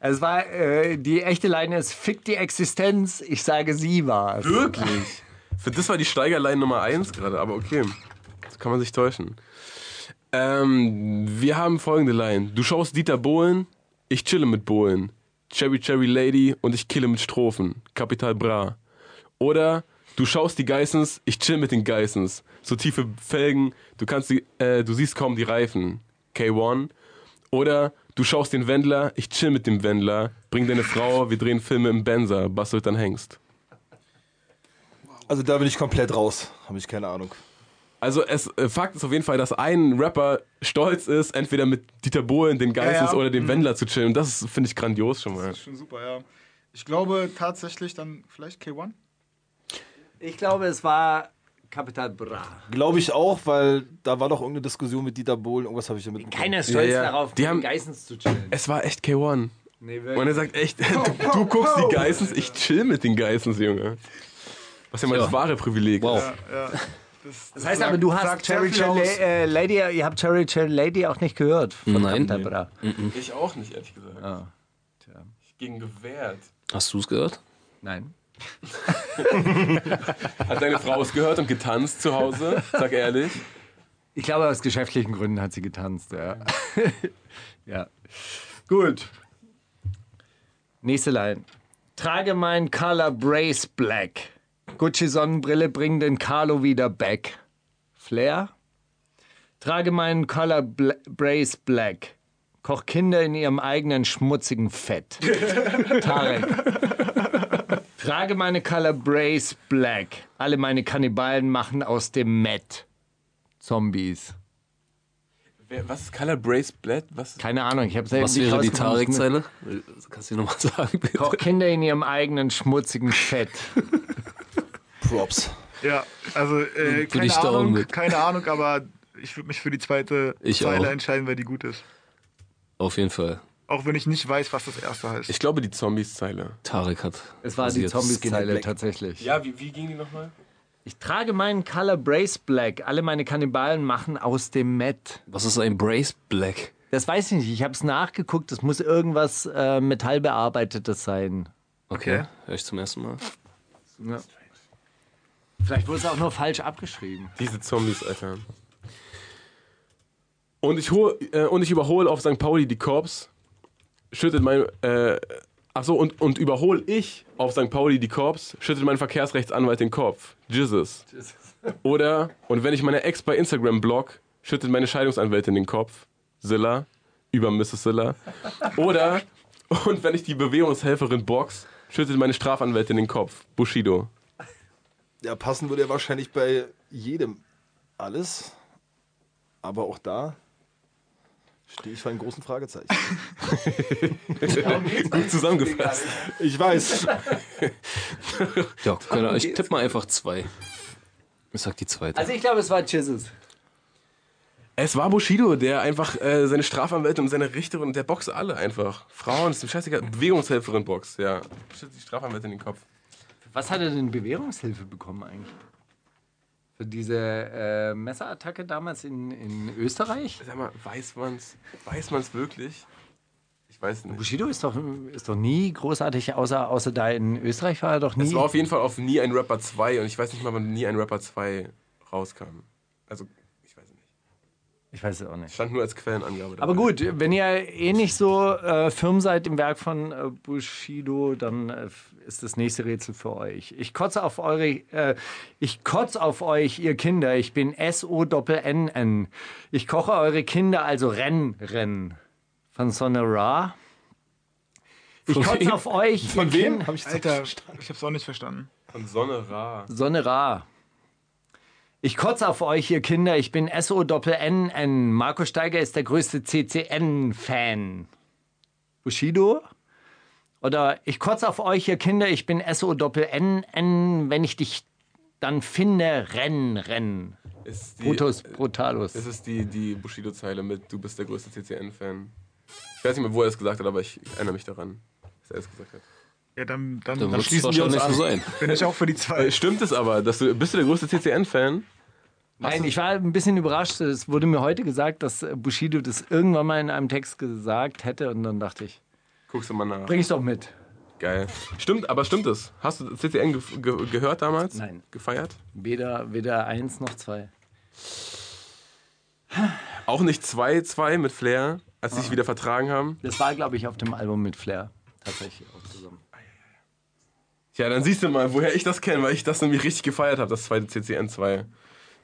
Speaker 7: Es war, äh, die echte Leine ist, fick die Existenz, ich sage sie war es.
Speaker 6: Wirklich? Für das war die Steigerlein Nummer 1 gerade, aber okay. Das kann man sich täuschen. Ähm, wir haben folgende Line. Du schaust Dieter Bohlen, ich chille mit Bohlen. Cherry Cherry Lady und ich kille mit Strophen. Kapital Bra. Oder du schaust die Geissens, ich chill mit den Geissens. So tiefe Felgen, du kannst die, äh, du siehst kaum die Reifen. K1. Oder du schaust den Wendler, ich chill mit dem Wendler. Bring deine Frau, wir drehen Filme im Benzer. Bastelt dann Hengst.
Speaker 13: Also da bin ich komplett raus. Habe ich keine Ahnung.
Speaker 6: Also es äh, Fakt ist auf jeden Fall, dass ein Rapper stolz ist, entweder mit Dieter Bohlen, den
Speaker 1: Ja,
Speaker 6: Geissens
Speaker 1: ja.
Speaker 6: oder dem Wendler zu chillen. Und das ist- finde ich grandios schon mal.
Speaker 1: Das ist schon super, ja. Ich glaube tatsächlich dann vielleicht K1.
Speaker 7: Ich glaube, es war Kapital Bra.
Speaker 13: Glaube ich auch, weil da war doch irgendeine Diskussion mit Dieter Bohlen. Irgendwas habe ich damit
Speaker 7: Keiner ist stolz
Speaker 6: Ja, ja.
Speaker 7: darauf,
Speaker 6: Die
Speaker 7: mit den
Speaker 6: haben-
Speaker 7: Geissens zu chillen.
Speaker 6: Es war echt K1.
Speaker 7: Nee,
Speaker 6: Und er sagt echt, du, du guckst die Geissens, ich chill mit den Geissens, Junge. Was ja mal das wahre Privileg ist.
Speaker 1: Ja, das,
Speaker 7: Das heißt aber, du hast Cherry Cherry äh, Lady, ihr habt Cherry Cherry Lady auch nicht gehört. Von
Speaker 9: Nein.
Speaker 7: Kapital Bra.
Speaker 6: Ich auch nicht, ehrlich gesagt.
Speaker 9: Ah,
Speaker 6: Ich ging gewehrt.
Speaker 9: Hast du es gehört?
Speaker 7: Nein.
Speaker 6: Hat deine Frau es gehört und getanzt zu Hause? Sag ehrlich.
Speaker 7: Ich glaube, aus geschäftlichen Gründen hat sie getanzt, ja. ja. Gut. Nächste Line. Trage mein Color Brace Black. Gucci Sonnenbrille bring den Carlo wieder back. Flair? Trage meinen Color Bla Brace Black. Koch Kinder in ihrem eigenen schmutzigen Fett. Tarek. Trage meine Color Brace Black. Alle meine Kannibalen machen aus dem Met. Zombies.
Speaker 6: Wer- Was ist Color Brace Black? Was?
Speaker 7: Keine Ahnung, ich habe selber
Speaker 9: Was wäre die Tarek-Zeile? Kannst du die nochmal sagen, bitte?
Speaker 7: Koch Kinder in ihrem eigenen schmutzigen Fett.
Speaker 13: Props.
Speaker 1: Ja, also äh,
Speaker 9: Bin ich
Speaker 1: keine
Speaker 9: down
Speaker 1: Ahnung,
Speaker 9: mit.
Speaker 1: keine Ahnung, aber ich würde mich für die zweite
Speaker 9: Ich
Speaker 1: Zeile
Speaker 9: auch.
Speaker 1: entscheiden, weil die gut ist.
Speaker 9: Auf jeden Fall.
Speaker 1: Auch wenn ich nicht weiß, was das erste heißt.
Speaker 6: Ich glaube, die Zombies-Zeile.
Speaker 9: Tarek hat.
Speaker 7: Es war
Speaker 9: also
Speaker 7: die
Speaker 9: jetzt-
Speaker 7: Zombies-Zeile tatsächlich.
Speaker 6: Ja, wie, wie ging die nochmal?
Speaker 7: Ich trage meinen Color Brace Black. Alle meine Kannibalen machen aus dem Met.
Speaker 9: Was ist ein Brace Black?
Speaker 7: Das weiß ich nicht. Ich habe es nachgeguckt. Es muss irgendwas äh, Metallbearbeitetes sein.
Speaker 9: Okay. Hör ich zum ersten Mal.
Speaker 7: Vielleicht wurde es auch nur falsch abgeschrieben.
Speaker 6: Diese Zombies, Alter. Und ich, hol, äh, und ich überhole auf St. Pauli die Korps, schüttet mein. Äh, achso, und, und überhole ich auf St. Pauli die Korps, schüttet mein Verkehrsrechtsanwalt den Kopf. Jesus. Oder, und wenn ich meine Ex bei Instagram blog, schüttet meine Scheidungsanwältin den Kopf. Silla. Über Mrs. Silla. Oder, und wenn ich die Bewährungshelferin box, schüttet meine Strafanwältin den Kopf. Bushido.
Speaker 13: Ja, passen würde ja wahrscheinlich bei jedem alles. Aber auch da stehe ich vor einem großen Fragezeichen.
Speaker 6: Gut zusammengefasst.
Speaker 13: ich weiß.
Speaker 9: Ja, keine Ahnung. Ich tippe mal einfach zwei. Ich sag die zweite.
Speaker 7: Also ich glaube, es war Jesus.
Speaker 6: Es war Bushido, der einfach äh, seine Strafanwälte und seine Richterin, der boxt alle einfach. Frauen, ist ein scheißiger Bewegungshelferin boxt, ja. Schützt die Strafanwälte in den Kopf.
Speaker 7: Was hat er denn Bewährungshilfe bekommen eigentlich? Für diese äh, Messerattacke damals in, in Österreich?
Speaker 6: Sag mal, weiß man's, weiß man's wirklich? Ich weiß nicht.
Speaker 7: Bushido ist doch, ist doch nie großartig, außer, außer da in Österreich war er doch nie.
Speaker 6: Es war auf jeden Fall auf Nie ein Rapper 2 und ich weiß nicht mal, wann Nie ein Rapper 2 rauskam. Also, ich weiß nicht.
Speaker 7: ich weiß es auch nicht.
Speaker 6: Stand nur als Quellenangabe da.
Speaker 7: Aber gut, wenn ihr eh nicht so äh, firm seid im Werk von äh, Bushido, dann äh, ist das nächste Rätsel für euch. Ich kotze auf eure, äh, ich kotze auf euch, ihr Kinder. Ich bin S-O-N-N. Ich koche eure Kinder, also Renn, Renn. Von Sonora. Ich kotze auf euch. Von wem?
Speaker 13: Hab ich
Speaker 1: Alter, ich hab's auch nicht verstanden.
Speaker 6: Und Sonne Ra.
Speaker 7: Sonora. Ich kotze auf euch, ihr Kinder. Ich bin S-O-N-N. Marco Steiger ist der größte CCN-Fan. Bushido? Oder ich kotze auf euch, ihr Kinder. Ich bin S-O-N-N. Wenn ich dich dann finde, renn, renn.
Speaker 6: Ist die,
Speaker 7: Brutus,
Speaker 6: Es
Speaker 7: Brutalus.
Speaker 6: ist die, die Bushido-Zeile mit Du bist der größte CCN-Fan. Ich weiß nicht mehr, wo er es gesagt hat, aber ich erinnere mich daran. dass er es gesagt hat.
Speaker 1: Ja, dann, dann,
Speaker 9: Dann
Speaker 1: dann,
Speaker 9: wird's
Speaker 1: schließen wir uns an.
Speaker 9: wahrscheinlich so sein.
Speaker 1: Bin ich auch für die zwei.
Speaker 6: Äh, Stimmt es aber, dass du, bist du der größte TCN-Fan?
Speaker 7: Nein, ich war ein bisschen überrascht. Es wurde mir heute gesagt, dass äh, Bushido das irgendwann mal in einem Text gesagt hätte und dann dachte ich,
Speaker 6: Guckst du mal nach.
Speaker 7: bring ich doch mit.
Speaker 6: Geil. Stimmt, aber stimmt es? Hast du CCN ge ge gehört damals?
Speaker 7: Nein.
Speaker 6: Gefeiert?
Speaker 7: Weder, weder eins noch zwei.
Speaker 6: Auch nicht 2-2 mit Flair, als sie
Speaker 7: Ah.
Speaker 6: sich wieder vertragen haben?
Speaker 7: Das war, glaube ich, auf dem Album mit Flair tatsächlich auch zusammen.
Speaker 6: Ja, dann siehst du mal, woher ich das kenne, weil ich das nämlich richtig gefeiert habe, das zweite CCN 2.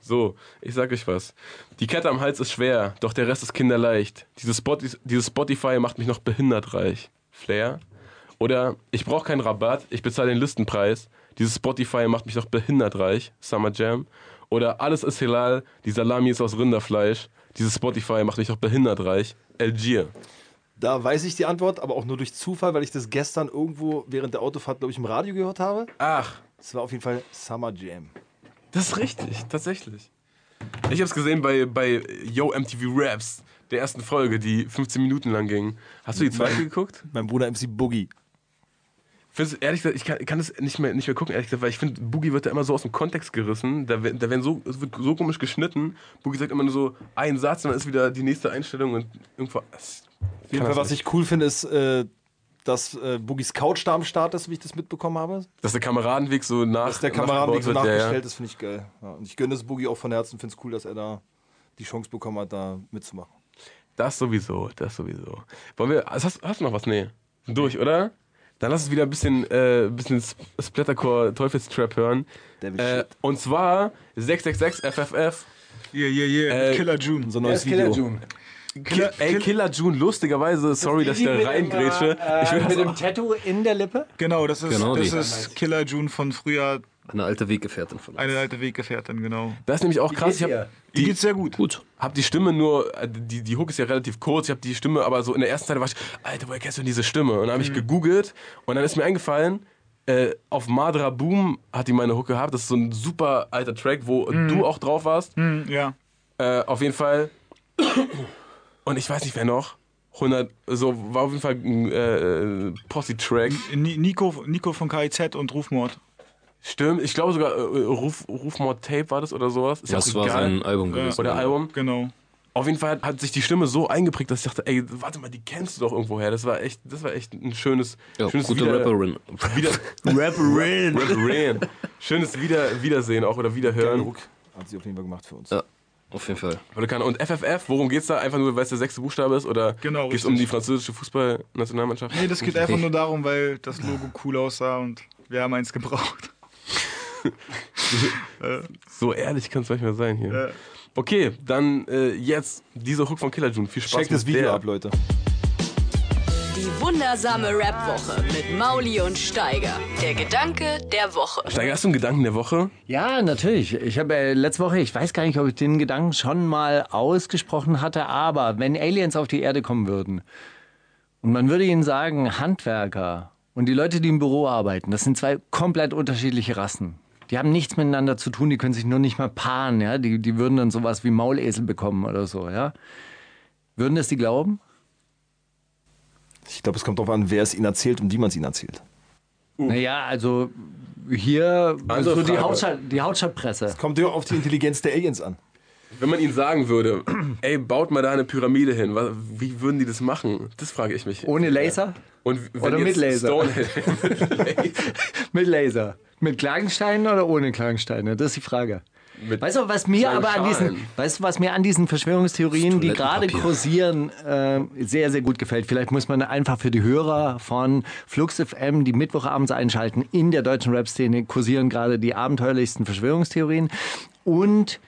Speaker 6: So, ich sag euch was. Die Kette am Hals ist schwer, doch der Rest ist kinderleicht. Dieses, Spot dieses Spotify macht mich noch behindert reich. Flair? Oder ich brauche keinen Rabatt, ich bezahle den Listenpreis. Dieses Spotify macht mich noch behindert reich. Summer Jam. Oder alles ist halal, die Salami ist aus Rinderfleisch. Dieses Spotify macht mich noch behindert reich. Algier.
Speaker 13: Da weiß ich die Antwort, aber auch nur durch Zufall, weil ich das gestern irgendwo während der Autofahrt, glaube ich, im Radio gehört habe.
Speaker 6: Ach,
Speaker 13: Es war auf jeden Fall Summer Jam.
Speaker 6: Das ist richtig, tatsächlich. Ich hab's gesehen bei, bei Yo MTV Raps, der ersten Folge, die 15 Minuten lang ging. Hast du die zweite geguckt?
Speaker 13: Mein Bruder MC Boogie.
Speaker 6: Findest, du- ehrlich gesagt, ich kann, kann das nicht mehr, nicht mehr gucken, ehrlich gesagt, weil ich finde, Boogie wird da immer so aus dem Kontext gerissen. Da, we- da werden so, es wird so komisch geschnitten. Boogie sagt immer nur so einen Satz und dann ist wieder die nächste Einstellung und irgendwo.
Speaker 13: Auf jeden Fall, was ich cool finde, ist, äh, dass äh, Boogies Couch da am Start ist, wie ich das mitbekommen habe.
Speaker 6: Dass der Kameradenweg so nach.
Speaker 13: Dass der Kameradenweg so
Speaker 6: nachgebaut wird,
Speaker 13: nachgestellt ist, finde ich geil. Ja, und ich gönne es Boogie auch von Herzen, finde es cool, dass er da die Chance bekommen hat, da mitzumachen.
Speaker 6: Das sowieso, das sowieso. Wollen wir, also hast, hast du noch was? Nee. Sind Durch, oder? Dann lass uns wieder ein bisschen, äh, ein bisschen Sp- Splattercore Teufelstrap hören.
Speaker 13: Devil
Speaker 6: Äh,
Speaker 13: Shit.
Speaker 6: und zwar 666 FFF.
Speaker 1: Yeah, yeah, yeah.
Speaker 6: Äh,
Speaker 1: Killer June.
Speaker 13: So ein neues Video.
Speaker 6: Killer, Ey, Killer June, lustigerweise, sorry, dass ich da reingrätsche.
Speaker 13: äh,
Speaker 6: ich will
Speaker 7: mit
Speaker 6: das
Speaker 7: dem
Speaker 6: auch,
Speaker 7: Tattoo in der Lippe?
Speaker 1: Genau, das ist,
Speaker 9: Genau
Speaker 1: das
Speaker 9: die.
Speaker 1: ist Killer June von früher,
Speaker 9: Eine alte Weggefährtin von uns.
Speaker 1: eine alte Weggefährtin, genau.
Speaker 6: das ist nämlich auch krass. Ich
Speaker 7: geht's
Speaker 6: habe
Speaker 7: dir?
Speaker 1: Die geht's sehr gut.
Speaker 9: Gut.
Speaker 6: hab die Stimme nur, äh, die, die Hook ist ja relativ kurz, ich habe die Stimme, aber so in der ersten Zeit war ich, Alter, woher kennst du denn diese Stimme? Und dann
Speaker 7: Mhm.
Speaker 6: habe ich gegoogelt und dann ist mir eingefallen, äh, auf Madra Boom hat die meine Hook gehabt. Das ist so ein super alter Track, wo
Speaker 7: Mhm.
Speaker 6: du auch drauf warst.
Speaker 1: Hm, ja.
Speaker 6: Äh, auf jeden Fall. Und ich weiß nicht, wer noch. 100, so war auf jeden Fall ein äh, Posse-Track.
Speaker 1: Ni- Nico, Nico von KIZ und Rufmord.
Speaker 6: Stimmt, ich glaube sogar äh, Ruf, Rufmord-Tape war das oder sowas. Ist ja
Speaker 9: Das
Speaker 6: auch
Speaker 9: war
Speaker 6: egal.
Speaker 9: sein Album gewesen.
Speaker 6: Oder Album.
Speaker 1: Genau.
Speaker 6: Auf jeden Fall hat, hat sich die Stimme so eingeprägt, dass ich dachte, ey, warte mal, die kennst du doch irgendwo her. Das war echt, das war echt ein schönes,
Speaker 9: Ja,
Speaker 6: schönes
Speaker 9: gute
Speaker 6: Wieder-
Speaker 9: Rapperin.
Speaker 6: Wieder,
Speaker 1: Rapperin.
Speaker 6: Rapperin. Schönes Wieder, Wiedersehen auch oder
Speaker 13: Geile
Speaker 1: Genau.
Speaker 6: Wiederhören.
Speaker 13: Hook. Hat sie auf jeden Fall gemacht für uns.
Speaker 9: Ja, auf jeden Fall.
Speaker 6: Weil du kannst- Und FFF, worum geht's da? Einfach nur, weil es der sechste Buchstabe ist? Oder
Speaker 1: Genau,
Speaker 6: geht's
Speaker 1: richtig.
Speaker 6: um die französische Fußballnationalmannschaft?
Speaker 1: Nee, das geht einfach nur darum, weil das Logo cool aussah und wir haben eins gebraucht.
Speaker 6: So ehrlich kann es manchmal sein hier.
Speaker 1: Ja.
Speaker 6: Okay, dann äh, jetzt dieser Hook von Killer June. Viel Spaß.
Speaker 13: Check das
Speaker 6: mit
Speaker 13: Video
Speaker 6: der.
Speaker 13: ab, Leute.
Speaker 3: Die wundersame Rap-Woche mit Mauli und Steiger. Der Gedanke der Woche.
Speaker 6: Steiger, hast du einen Gedanken der Woche?
Speaker 7: Ja, natürlich. Ich habe äh, letzte Woche, ich weiß gar nicht, ob ich den Gedanken schon mal ausgesprochen hatte, aber wenn Aliens auf die Erde kommen würden und man würde ihnen sagen, Handwerker und die Leute, die im Büro arbeiten, das sind zwei komplett unterschiedliche Rassen. Die haben nichts miteinander zu tun, die können sich nur nicht mal paaren, ja. Die, die würden dann sowas wie Maulesel bekommen oder so, ja. Würden das die glauben?
Speaker 13: Ich glaube, es kommt darauf an, wer es ihnen erzählt und wie man es ihnen erzählt.
Speaker 7: Naja, also hier
Speaker 6: Andere
Speaker 7: so die,
Speaker 6: Frage.
Speaker 7: Hauptstadt, die Hauptstadtpresse.
Speaker 13: Kommt ja auf die Intelligenz der Aliens an.
Speaker 6: Wenn man ihnen sagen würde, ey, baut mal da eine Pyramide hin, wa- wie würden die das machen? Das frage ich mich.
Speaker 7: Ohne Laser?
Speaker 6: Und wenn
Speaker 7: Oder
Speaker 6: jetzt
Speaker 7: mit Laser.
Speaker 6: Stonehenge- mit Laser.
Speaker 7: Mit Laser. Mit Klagensteinen oder ohne Klagensteine? Das ist die Frage.
Speaker 6: Mit
Speaker 7: Weißt du, was mir
Speaker 6: kleinen
Speaker 7: aber an diesen,
Speaker 6: Schalen.
Speaker 7: weißt du, was mir an diesen Verschwörungstheorien, die gerade
Speaker 9: Toilettenpapier.
Speaker 7: kursieren, äh, sehr, sehr gut gefällt? Vielleicht muss man einfach für die Hörer von Flux FM, die Mittwochabends einschalten, in der deutschen Rap-Szene kursieren gerade die abenteuerlichsten Verschwörungstheorien. Und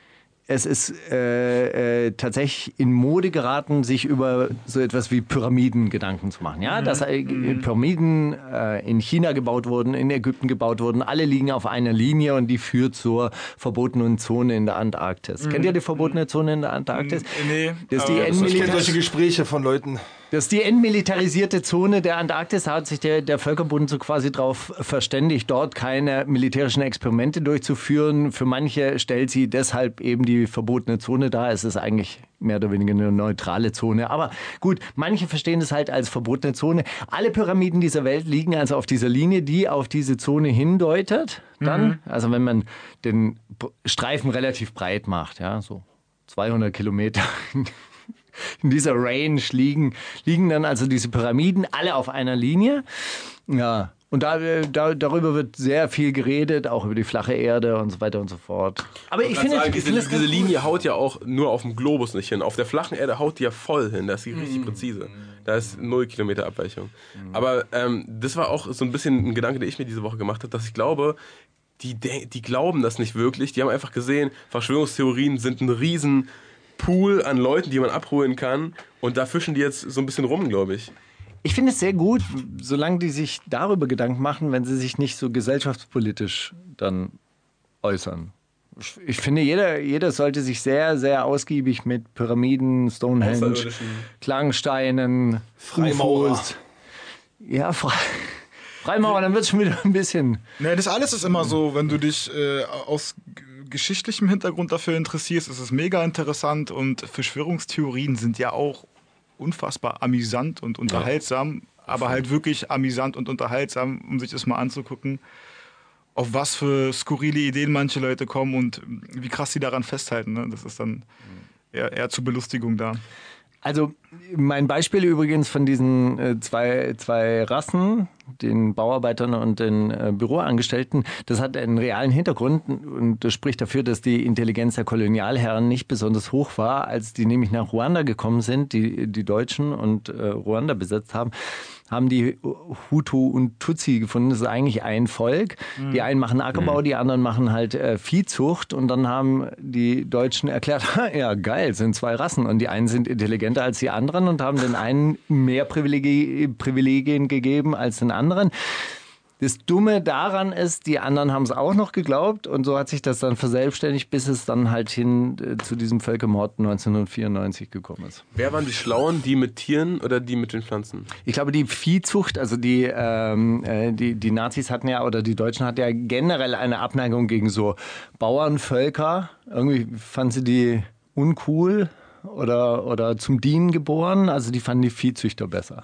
Speaker 7: es ist äh, äh, tatsächlich in Mode geraten, sich über so etwas wie Pyramiden Gedanken zu machen. Ja, dass äh, Pyramiden äh, in China gebaut wurden, in Ägypten gebaut wurden, alle liegen auf einer Linie und die führt zur verbotenen Zone in der Mhm. Antarktis. Kennt ihr die verbotene Zone in der Antarktis?
Speaker 1: Nee,
Speaker 7: Mhm. Das ist die
Speaker 1: aber-
Speaker 7: Endmilitar-
Speaker 13: Ich kenne solche Gespräche von Leuten.
Speaker 7: Das ist die entmilitarisierte Zone der Antarktis. Da hat sich der, der Völkerbund so quasi darauf verständigt, dort keine militärischen Experimente durchzuführen. Für manche stellt sie deshalb eben die verbotene Zone dar. Es ist eigentlich mehr oder weniger eine neutrale Zone. Aber gut, manche verstehen es halt als verbotene Zone. Alle Pyramiden dieser Welt liegen also auf dieser Linie, die auf diese Zone hindeutet. Dann, mhm. also wenn man den Streifen relativ breit macht, ja, so 200 Kilometer. In dieser Range liegen, liegen dann also diese Pyramiden alle auf einer Linie. Ja, und da, äh, da, darüber wird sehr viel geredet, auch über die flache Erde und so weiter und so fort.
Speaker 6: Aber ich finde, sagen, ich diese, diese Linie gut. haut ja auch nur auf dem Globus nicht hin. Auf der flachen Erde haut die ja voll hin. Da ist sie richtig mm. präzise. Da ist null Kilometer Abweichung. Mm. Aber ähm, das war auch so ein bisschen ein Gedanke, den ich mir diese Woche gemacht habe, dass ich glaube, die, die glauben das nicht wirklich. Die haben einfach gesehen, Verschwörungstheorien sind ein riesen Pool an Leuten, die man abholen kann. Und da fischen die jetzt so ein bisschen rum, glaube ich.
Speaker 7: Ich finde es sehr gut, solange die sich darüber Gedanken machen, wenn sie sich nicht so gesellschaftspolitisch dann äußern. Ich, ich finde, jeder, jeder sollte sich sehr, sehr ausgiebig mit Pyramiden, Stonehenge, Klangsteinen,
Speaker 13: Freimaurer.
Speaker 7: Ja, Fre Freimaurer, dann wird es schon wieder ein bisschen.
Speaker 1: Nee, das alles ist immer so, wenn du dich äh, aus geschichtlichem Hintergrund dafür interessierst, ist es mega interessant und Verschwörungstheorien sind ja auch unfassbar amüsant und unterhaltsam, ja. aber halt wirklich amüsant und unterhaltsam, um sich das mal anzugucken, auf was für skurrile Ideen manche Leute kommen und wie krass sie daran festhalten. Ne? Das ist dann eher, eher, zur Belustigung da.
Speaker 7: Also mein Beispiel übrigens von diesen äh, zwei, zwei Rassen, den Bauarbeitern und den äh, Büroangestellten, das hat einen realen Hintergrund und das spricht dafür, dass die Intelligenz der Kolonialherren nicht besonders hoch war, als die nämlich nach Ruanda gekommen sind, die, die Deutschen und äh, Ruanda besetzt haben haben die Hutu und Tutsi gefunden. Das ist eigentlich ein Volk. Mhm. Die einen machen Ackerbau, mhm. die anderen machen halt äh, Viehzucht. Und dann haben die Deutschen erklärt, ja geil, sind zwei Rassen. Und die einen sind intelligenter als die anderen und haben den einen mehr Privilegi Privilegien gegeben als den anderen. Das Dumme daran ist, die anderen haben es auch noch geglaubt und so hat sich das dann verselbstständigt, bis es dann halt hin äh, zu diesem Völkermord 1994 gekommen ist.
Speaker 6: Wer waren die Schlauen, die mit Tieren oder die mit den Pflanzen?
Speaker 7: Ich glaube, die Viehzucht, also die, ähm, äh, die, die Nazis hatten ja oder die Deutschen hatten ja generell eine Abneigung gegen so Bauernvölker. Irgendwie fanden sie die uncool oder, oder zum Dienen geboren, also die fanden die Viehzüchter besser.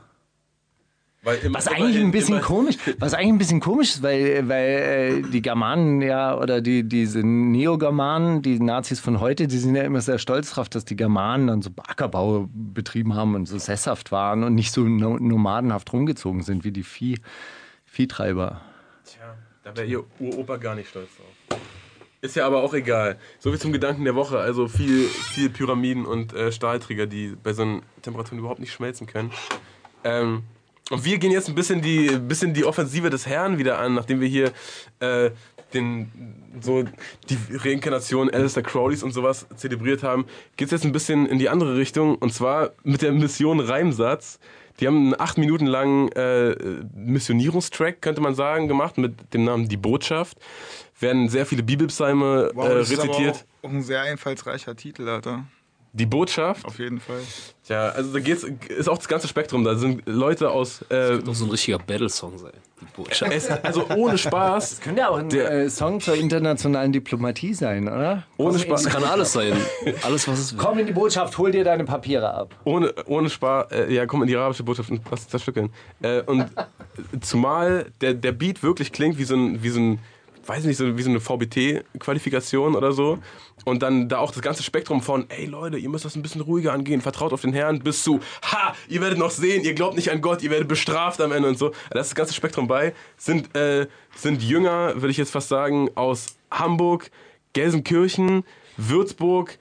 Speaker 7: Immer, was eigentlich immerhin, ein bisschen immerhin. komisch, was eigentlich ein bisschen komisch ist, weil, weil äh, die Germanen ja oder die diese Neogermanen, die Nazis von heute, die sind ja immer sehr stolz darauf, dass die Germanen dann so Ackerbau betrieben haben und so sesshaft waren und nicht so no nomadenhaft rumgezogen sind wie die Vieh, Viehtreiber.
Speaker 6: Tja, da wäre ihr Uropa gar nicht stolz drauf. Ist ja aber auch egal. So wie zum Gedanken der Woche. Also viel, viel Pyramiden und äh, Stahlträger, die bei so einen Temperaturen überhaupt nicht schmelzen können. Ähm, und wir gehen jetzt ein bisschen die, bisschen die Offensive des Herrn wieder an, nachdem wir hier äh, den, so die Reinkarnation Alistair Crowleys und sowas zelebriert haben. Geht es jetzt ein bisschen in die andere Richtung und zwar mit der Mission Reimsatz. Die haben einen acht Minuten langen äh, Missionierungstrack, könnte man sagen, gemacht mit dem Namen Die Botschaft. Werden sehr viele Bibelpsalme wow, äh, rezitiert.
Speaker 1: Auch, auch ein sehr einfallsreicher Titel, Alter.
Speaker 6: Die Botschaft.
Speaker 1: Auf jeden Fall.
Speaker 6: Ja, also da geht's, ist auch das ganze Spektrum. Da sind Leute aus.
Speaker 9: Äh, das doch so ein richtiger Battle-Song sein, die Botschaft.
Speaker 6: Es, also ohne Spaß. Das
Speaker 7: könnte auch ein der, äh, Song zur internationalen Diplomatie sein, oder?
Speaker 9: Ohne Komm Spaß. Das kann alles sein. Alles, was es
Speaker 7: will. Komm in die Botschaft, hol dir deine Papiere ab.
Speaker 6: Ohne, ohne Spaß. Äh, ja, komm in die arabische Botschaft und lass zerstückeln. Äh, und zumal der, der Beat wirklich klingt wie so ein. Wie so ein weiß nicht, so wie so eine VBT-Qualifikation oder so. Und dann da auch das ganze Spektrum von, ey Leute, ihr müsst das ein bisschen ruhiger angehen, vertraut auf den Herrn, bis zu, ha, ihr werdet noch sehen, ihr glaubt nicht an Gott, ihr werdet bestraft am Ende und so. Da ist das ganze Spektrum bei. Sind, äh, sind Jünger, würde ich jetzt fast sagen, aus Hamburg, Gelsenkirchen, Würzburg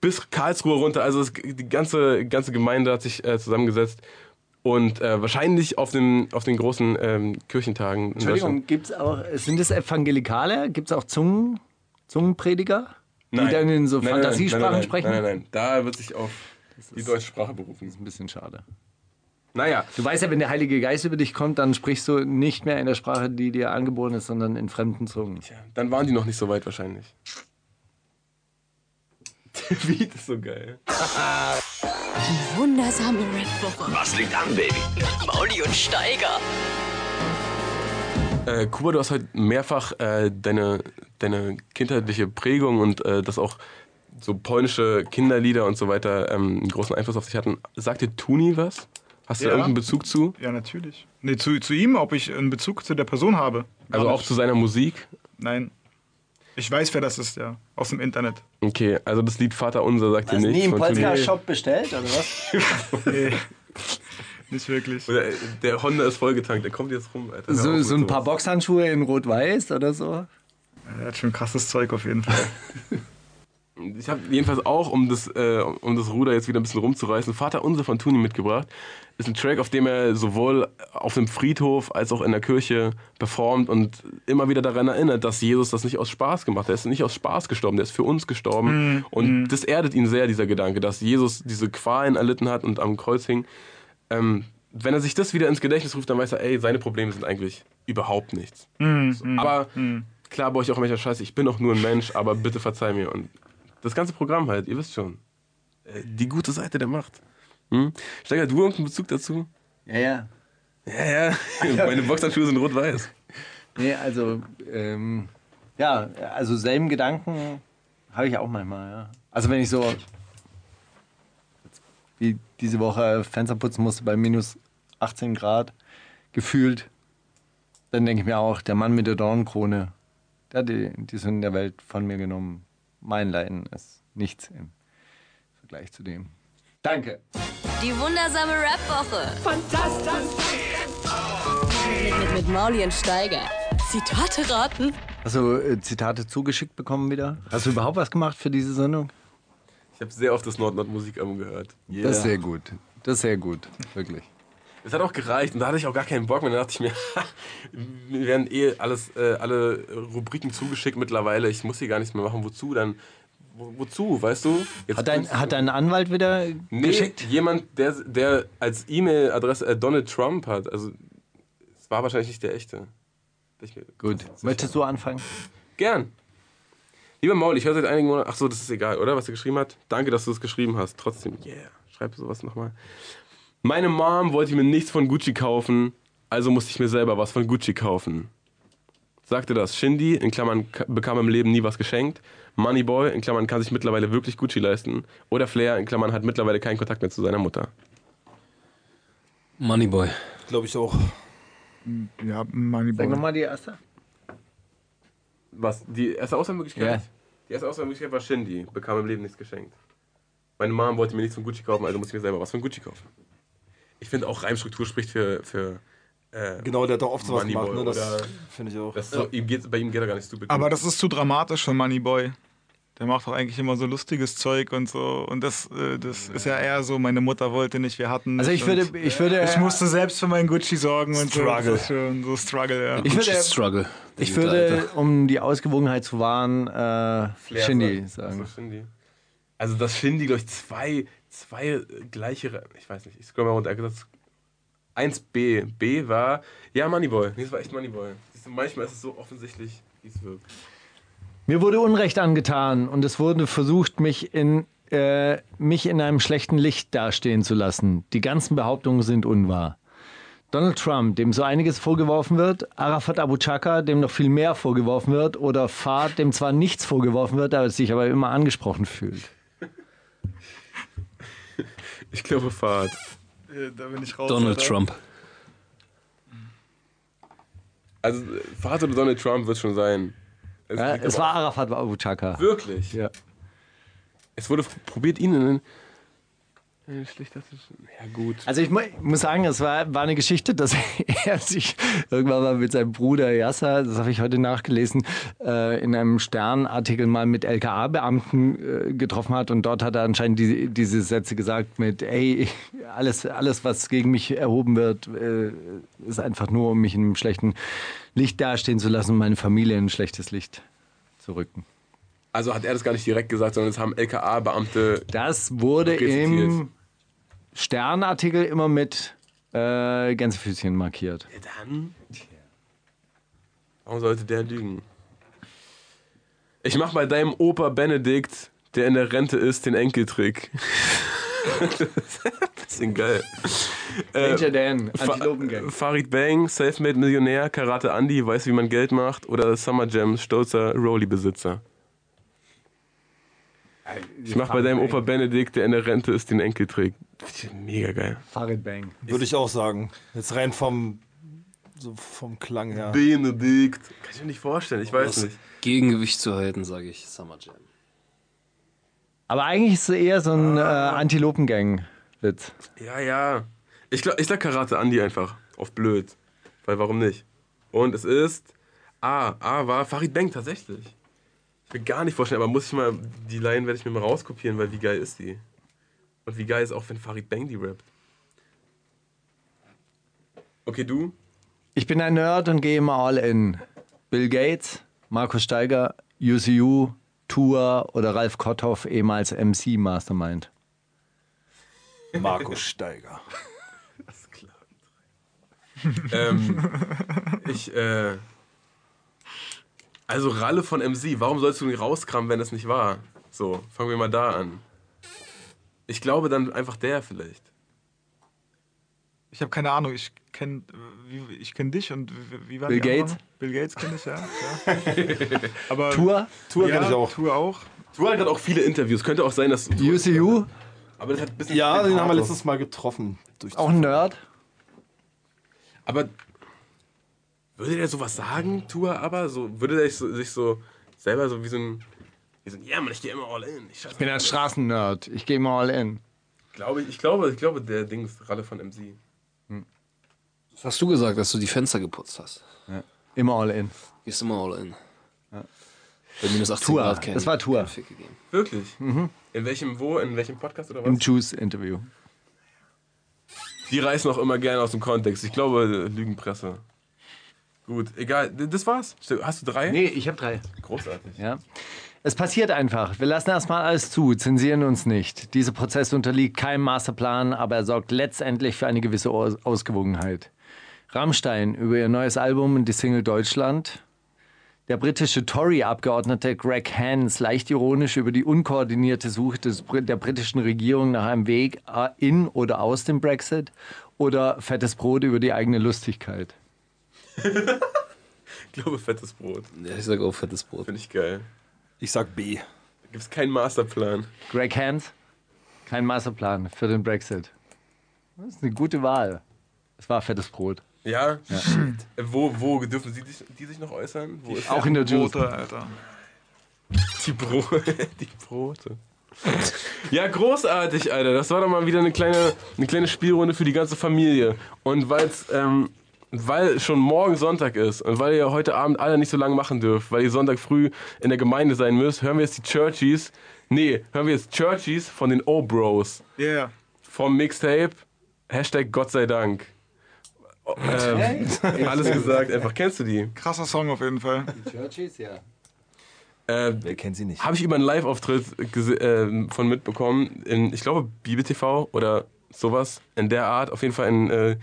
Speaker 6: bis Karlsruhe runter. Also das, die ganze, ganze Gemeinde hat sich äh, zusammengesetzt und äh, wahrscheinlich auf den, auf den großen ähm, Kirchentagen.
Speaker 7: Entschuldigung, gibt's auch, sind es Evangelikale? Gibt es auch Zungen, Zungenprediger,
Speaker 6: nein.
Speaker 7: die dann in so
Speaker 6: nein,
Speaker 7: Fantasiesprachen
Speaker 6: nein,
Speaker 7: sprechen?
Speaker 6: Nein, nein, nein, da wird sich auf das die deutsche Sprache berufen.
Speaker 7: Das ist ein bisschen schade.
Speaker 6: Naja.
Speaker 7: Du weißt ja, wenn der Heilige Geist über dich kommt, dann sprichst du nicht mehr in der Sprache, die dir angeboren ist, sondern in fremden Zungen.
Speaker 6: Tja, dann waren die noch nicht so weit wahrscheinlich. Beat ist so geil.
Speaker 3: Die wundersame Red Woche.
Speaker 14: Was liegt an, Baby?
Speaker 3: Mauli und Steiger.
Speaker 6: Äh, Kuba, du hast heute mehrfach äh, deine, deine kindheitliche Prägung und äh, dass auch so polnische Kinderlieder und so weiter ähm, einen großen Einfluss auf dich hatten. Sagt dir Tuni was? Hast du
Speaker 1: Ja.
Speaker 6: da irgendeinen Bezug zu?
Speaker 1: Ja, natürlich. Nee, zu, zu ihm, ob ich einen Bezug zu der Person habe.
Speaker 6: Also auch zu seiner Musik?
Speaker 1: Nein. Ich weiß, wer das ist, ja. Aus dem Internet.
Speaker 6: Okay, also das Lied Vater Unser sagt dir
Speaker 7: Hast du
Speaker 6: nichts.
Speaker 7: nie im
Speaker 6: von Tuni.
Speaker 7: Polska-Shop bestellt, oder was?
Speaker 1: nee. Nicht wirklich.
Speaker 6: Oder, äh, der Honda ist vollgetankt, der kommt jetzt rum, Alter. Hör
Speaker 7: So,
Speaker 6: auf
Speaker 7: so
Speaker 6: mit
Speaker 7: ein paar
Speaker 6: sowas.
Speaker 7: Boxhandschuhe in Rot-Weiß oder so?
Speaker 1: Er hat schon krasses Zeug auf jeden Fall.
Speaker 6: Ich habe jedenfalls auch, um das, äh, um das Ruder jetzt wieder ein bisschen rumzureißen, Vater Unser von Tuni mitgebracht. Ist ein Track, auf dem er sowohl auf dem Friedhof als auch in der Kirche performt und immer wieder daran erinnert, dass Jesus das nicht aus Spaß gemacht hat. Er ist nicht aus Spaß gestorben, der ist für uns gestorben.
Speaker 1: Mm,
Speaker 6: und
Speaker 1: mm.
Speaker 6: das erdet ihn sehr, dieser Gedanke, dass Jesus diese Qualen erlitten hat und am Kreuz hing. Ähm, wenn er sich das wieder ins Gedächtnis ruft, dann weiß er, ey, seine Probleme sind eigentlich überhaupt nichts.
Speaker 1: Mm,
Speaker 6: So,
Speaker 1: mm,
Speaker 6: aber
Speaker 1: mm.
Speaker 6: klar baue ich auch manchmal Scheiße, ich bin auch nur ein Mensch, aber bitte verzeih mir. Und das ganze Programm halt, ihr wisst schon. Äh, Die gute Seite der Macht. Hm? Steiger, du irgendeinen Bezug dazu?
Speaker 7: Ja, ja.
Speaker 6: Ja, ja. Meine Boxhandschuhe sind rot-weiß.
Speaker 7: Nee, also, ähm, ja, also selben Gedanken habe ich auch manchmal, ja. Also wenn ich so, wie diese Woche Fenster putzen musste bei minus 18 Grad, gefühlt, dann denke ich mir auch, der Mann mit der Dornenkrone, der hat die, die Sünden der Welt von mir genommen. Mein Leiden ist nichts im Vergleich zu dem. Danke.
Speaker 11: Die wundersame Rap-Woche. Fantastisch. Mit, mit, mit Mauli und Steiger. Zitate raten.
Speaker 7: Hast du äh, Zitate zugeschickt bekommen wieder? Hast du überhaupt was gemacht für diese Sendung?
Speaker 6: Ich habe sehr oft das Nord-Nord-Musikamt gehört.
Speaker 7: Das ist sehr gut. Das ist sehr gut, wirklich.
Speaker 6: Es hat auch gereicht und da hatte ich auch gar keinen Bock mehr. Da dachte ich mir, mir werden eh alles, äh, alle Rubriken zugeschickt mittlerweile. Ich muss hier gar nichts mehr machen. Wozu dann? Wo, wozu, weißt du? Jetzt
Speaker 7: Hat dein, hat dein Anwalt wieder
Speaker 6: Nee,
Speaker 7: geschickt?
Speaker 6: jemand, der, der als E-Mail-Adresse äh, Donald Trump hat. Also, es war wahrscheinlich nicht der echte. Ich,
Speaker 7: Gut. Möchtest du anfangen?
Speaker 6: gern. Lieber Maul, ich höre seit einigen Monaten. Ach so, das ist egal, oder? Was er geschrieben hat. Danke, dass du es geschrieben hast. Trotzdem, yeah. Schreib sowas nochmal. Meine Mom wollte mir nichts von Gucci kaufen, also musste ich mir selber was von Gucci kaufen. Sagte das Shindy, in Klammern k- bekam im Leben nie was geschenkt. Moneyboy, in Klammern kann sich mittlerweile wirklich Gucci leisten. Oder Flair, in Klammern hat mittlerweile keinen Kontakt mehr zu seiner Mutter.
Speaker 9: Moneyboy.
Speaker 8: Glaube ich auch.
Speaker 1: Ja, Money
Speaker 7: Sag
Speaker 1: Boy.
Speaker 7: nochmal die erste.
Speaker 6: Was? Die erste Auswahlmöglichkeit?
Speaker 7: Ja.
Speaker 6: Die erste Auswahlmöglichkeit war Shindy. Bekam im Leben nichts geschenkt. Meine Mom wollte mir nichts von Gucci kaufen, also musste ich mir selber was von Gucci kaufen. Ich finde auch Reimstruktur spricht für. für äh,
Speaker 8: Genau, der hat doch oft sowas
Speaker 6: Moneyboy
Speaker 8: gemacht. Ne? Das
Speaker 6: oder-
Speaker 8: finde ich auch.
Speaker 6: das ist so, ihm geht's, bei ihm geht er gar nicht stupid.
Speaker 1: Aber das ist zu dramatisch für Money Boy. Der macht doch eigentlich immer so lustiges Zeug und so. Und das, äh, das ist ja eher so, meine Mutter wollte nicht, wir hatten.
Speaker 7: Also
Speaker 1: nicht
Speaker 7: ich
Speaker 1: und
Speaker 7: würde, ich würde,
Speaker 1: Ich musste selbst für meinen Gucci sorgen und so. Das
Speaker 8: Struggle.
Speaker 1: ist schon so Struggle, ja.
Speaker 7: Ich würde-
Speaker 9: Struggle. Der
Speaker 7: ich
Speaker 9: gute
Speaker 7: würde,
Speaker 9: Alte.
Speaker 7: um die Ausgewogenheit zu wahren, äh,
Speaker 6: Flair
Speaker 7: Shindy
Speaker 6: sagt-
Speaker 7: sagen.
Speaker 6: Ach so, Shindy. Also, dass Shindy, glaube ich, zwei, zwei äh, gleiche. Re- Ich weiß nicht, ich scroll mal runter. Er hat gesagt, 1b. B war. Ja, Moneyboy. Nee, das war echt Moneyboy. Siehst du, manchmal ist es so offensichtlich, wie es wirkt.
Speaker 7: Mir wurde Unrecht angetan und es wurde versucht, mich in, äh, mich in einem schlechten Licht dastehen zu lassen. Die ganzen Behauptungen sind unwahr. Donald Trump, dem so einiges vorgeworfen wird, Arafat Abu Chaka, dem noch viel mehr vorgeworfen wird, oder Fahd, dem zwar nichts vorgeworfen wird, aber sich aber immer angesprochen fühlt.
Speaker 6: Ich glaube, Fahrt.
Speaker 1: Äh, Da bin ich raus.
Speaker 9: Donald
Speaker 1: Alter.
Speaker 9: Trump.
Speaker 6: Also, äh, Vater oder Donald Trump wird schon sein. Also, Es,
Speaker 7: Ja,
Speaker 6: liegt
Speaker 7: es
Speaker 6: aber
Speaker 7: war Arafat Abu Chaka.
Speaker 6: auch- wirklich.
Speaker 7: Ja.
Speaker 6: Es wurde f- probiert, ihn in den. Äh, Schlecht, das ist. Ja, gut.
Speaker 7: Also ich mu muss sagen, es war, war eine Geschichte, dass er sich irgendwann mal mit seinem Bruder Yasser, das habe ich heute nachgelesen, äh, in einem Sternartikel mal mit LKA-Beamten äh, getroffen hat und dort hat er anscheinend die, diese Sätze gesagt mit, ey, alles, alles, was gegen mich erhoben wird, äh, ist einfach nur, um mich in einem schlechten Licht dastehen zu lassen und meine Familie in ein schlechtes Licht zu rücken.
Speaker 6: Also hat er das gar nicht direkt gesagt, sondern es haben LKA-Beamte.
Speaker 7: Das wurde
Speaker 6: Rezitiert.
Speaker 7: im Sternartikel immer mit äh, Gänsefüßchen markiert.
Speaker 6: Ja, dann. Warum sollte der lügen? Ich mach bei deinem Opa Benedikt der in der Rente ist, den Enkeltrick. Bisschen geil.
Speaker 7: Ranger Dan, Antilopengang.
Speaker 6: Fa äh, Farid Bang, Selfmade Millionär, Karate Andy, weiß wie man Geld macht oder Summer Gems, stolzer Rolli-Besitzer. Ich mach bei deinem Opa Benedikt, der in der Rente ist, den Enkeltrick. Mega geil.
Speaker 7: Farid Bang.
Speaker 13: Würde ich auch sagen. Jetzt rein vom, so vom Klang her.
Speaker 6: Benedikt. Kann ich mir nicht vorstellen, ich weiß nicht.
Speaker 9: Gegengewicht zu halten, sage ich Summer Jam.
Speaker 7: Aber eigentlich ist es eher so ein äh, Antilopengang-Witz.
Speaker 6: Ja, ja. Ich glaube, ich sag Karate Andi einfach. Auf blöd. Weil warum nicht? Und es ist. A. A war Farid Bang tatsächlich. Ich will gar nicht vorstellen, aber muss ich mal. Die Line werde ich mir mal rauskopieren, weil wie geil ist die? Und wie geil ist auch, wenn Farid Bang die rappt. Okay, du?
Speaker 7: Ich bin ein Nerd und gehe immer all in. Bill Gates, Markus Steiger, UCU, Tour oder Ralf Kotthoff, ehemals MC Mastermind.
Speaker 13: Markus Steiger.
Speaker 6: Das ist klar. ähm, ich, äh. Also Ralle von MC, warum sollst du ihn rauskramen, wenn es nicht war? So, fangen wir mal da an. Ich glaube dann einfach der vielleicht.
Speaker 1: Ich habe keine Ahnung, ich kenne ich kenn dich und wie- wie war
Speaker 7: Bill
Speaker 1: die andere?
Speaker 7: Gates?
Speaker 1: Bill Gates kenne ich, ja. ja. Aber
Speaker 7: Tour,
Speaker 13: Tour
Speaker 1: ja,
Speaker 13: kenne ich auch.
Speaker 1: Tour auch.
Speaker 6: Du hast gerade halt auch viele Interviews. Könnte auch sein, dass.
Speaker 7: UCU,
Speaker 6: Aber das hat ein bisschen.
Speaker 13: Ja, den haben wir
Speaker 6: Pathos.
Speaker 13: letztes Mal getroffen. Durch
Speaker 7: auch ein Nerd.
Speaker 6: Aber würde der sowas sagen, Tua, aber? So, würde der sich so, sich so selber so wie so ein. Wie so ein ja, Mann, ich gehe immer all in. Ich, scheiß-
Speaker 7: Ich bin ein Straßennerd. Ich gehe mal all in.
Speaker 6: glaube, ich, glaube, ich glaube, der Ding ist Ralle von MC.
Speaker 9: Was hast du gesagt, dass du die Fenster geputzt hast?
Speaker 7: Immer all in.
Speaker 9: Gehst immer all in. Bei minus 18
Speaker 7: Tour.
Speaker 9: Grad kein,
Speaker 7: Das war Tour.
Speaker 9: kein Fick gegeben.
Speaker 6: Wirklich? In welchem, wo, in welchem Podcast oder was?
Speaker 7: Im Juice-Interview.
Speaker 6: Die reißen auch immer gerne aus dem Kontext. Ich glaube, Lügenpresse. Gut, egal. D- Das war's. Hast du drei?
Speaker 7: Nee, ich habe drei.
Speaker 6: Großartig.
Speaker 7: Ja. Es passiert einfach. Wir lassen erstmal alles zu, zensieren uns nicht. Dieser Prozess unterliegt keinem Masterplan, aber er sorgt letztendlich für eine gewisse Aus- Ausgewogenheit. Rammstein über ihr neues Album und die Single Deutschland. Der britische Tory-Abgeordnete Greg Hans leicht ironisch über die unkoordinierte Suche des, Brit- der britischen Regierung nach einem Weg äh, in oder aus dem Brexit. Oder fettes Brot über die eigene Lustigkeit.
Speaker 6: Ich glaube, fettes Brot.
Speaker 9: Ja, ich sag auch fettes Brot.
Speaker 6: Finde ich geil.
Speaker 13: Ich sag B.
Speaker 6: Da gibt's keinen Masterplan.
Speaker 7: Greg Hans, kein Masterplan für den Brexit. Das ist eine gute Wahl. Es war fettes Brot.
Speaker 6: Ja? Äh, Wo, wo dürfen sie sich, die sich noch äußern? Wo ist
Speaker 7: Auch in der Juice.
Speaker 1: Brote, Alter.
Speaker 6: Die, Bro die Brote. Ja, großartig, Alter. Das war doch mal wieder eine kleine, eine kleine Spielrunde für die ganze Familie. Und weil's, ähm, weil schon morgen Sonntag ist und weil ihr heute Abend alle nicht so lange machen dürft, weil ihr Sonntag früh in der Gemeinde sein müsst, hören wir jetzt die Churchies. Nee, hören wir jetzt Churchies von den O-Bros.
Speaker 1: Ja, yeah.
Speaker 6: Vom Mixtape. Hashtag Gott sei Dank. Ähm, alles gesagt, einfach. Kennst du die?
Speaker 1: krasser Song auf jeden Fall.
Speaker 6: Äh,
Speaker 13: Wer kennt sie nicht?
Speaker 6: Habe ich über einen Live-Auftritt gese- ähm, von mitbekommen, in, ich glaube, Bibel TV oder sowas in der Art, auf jeden Fall ein, äh,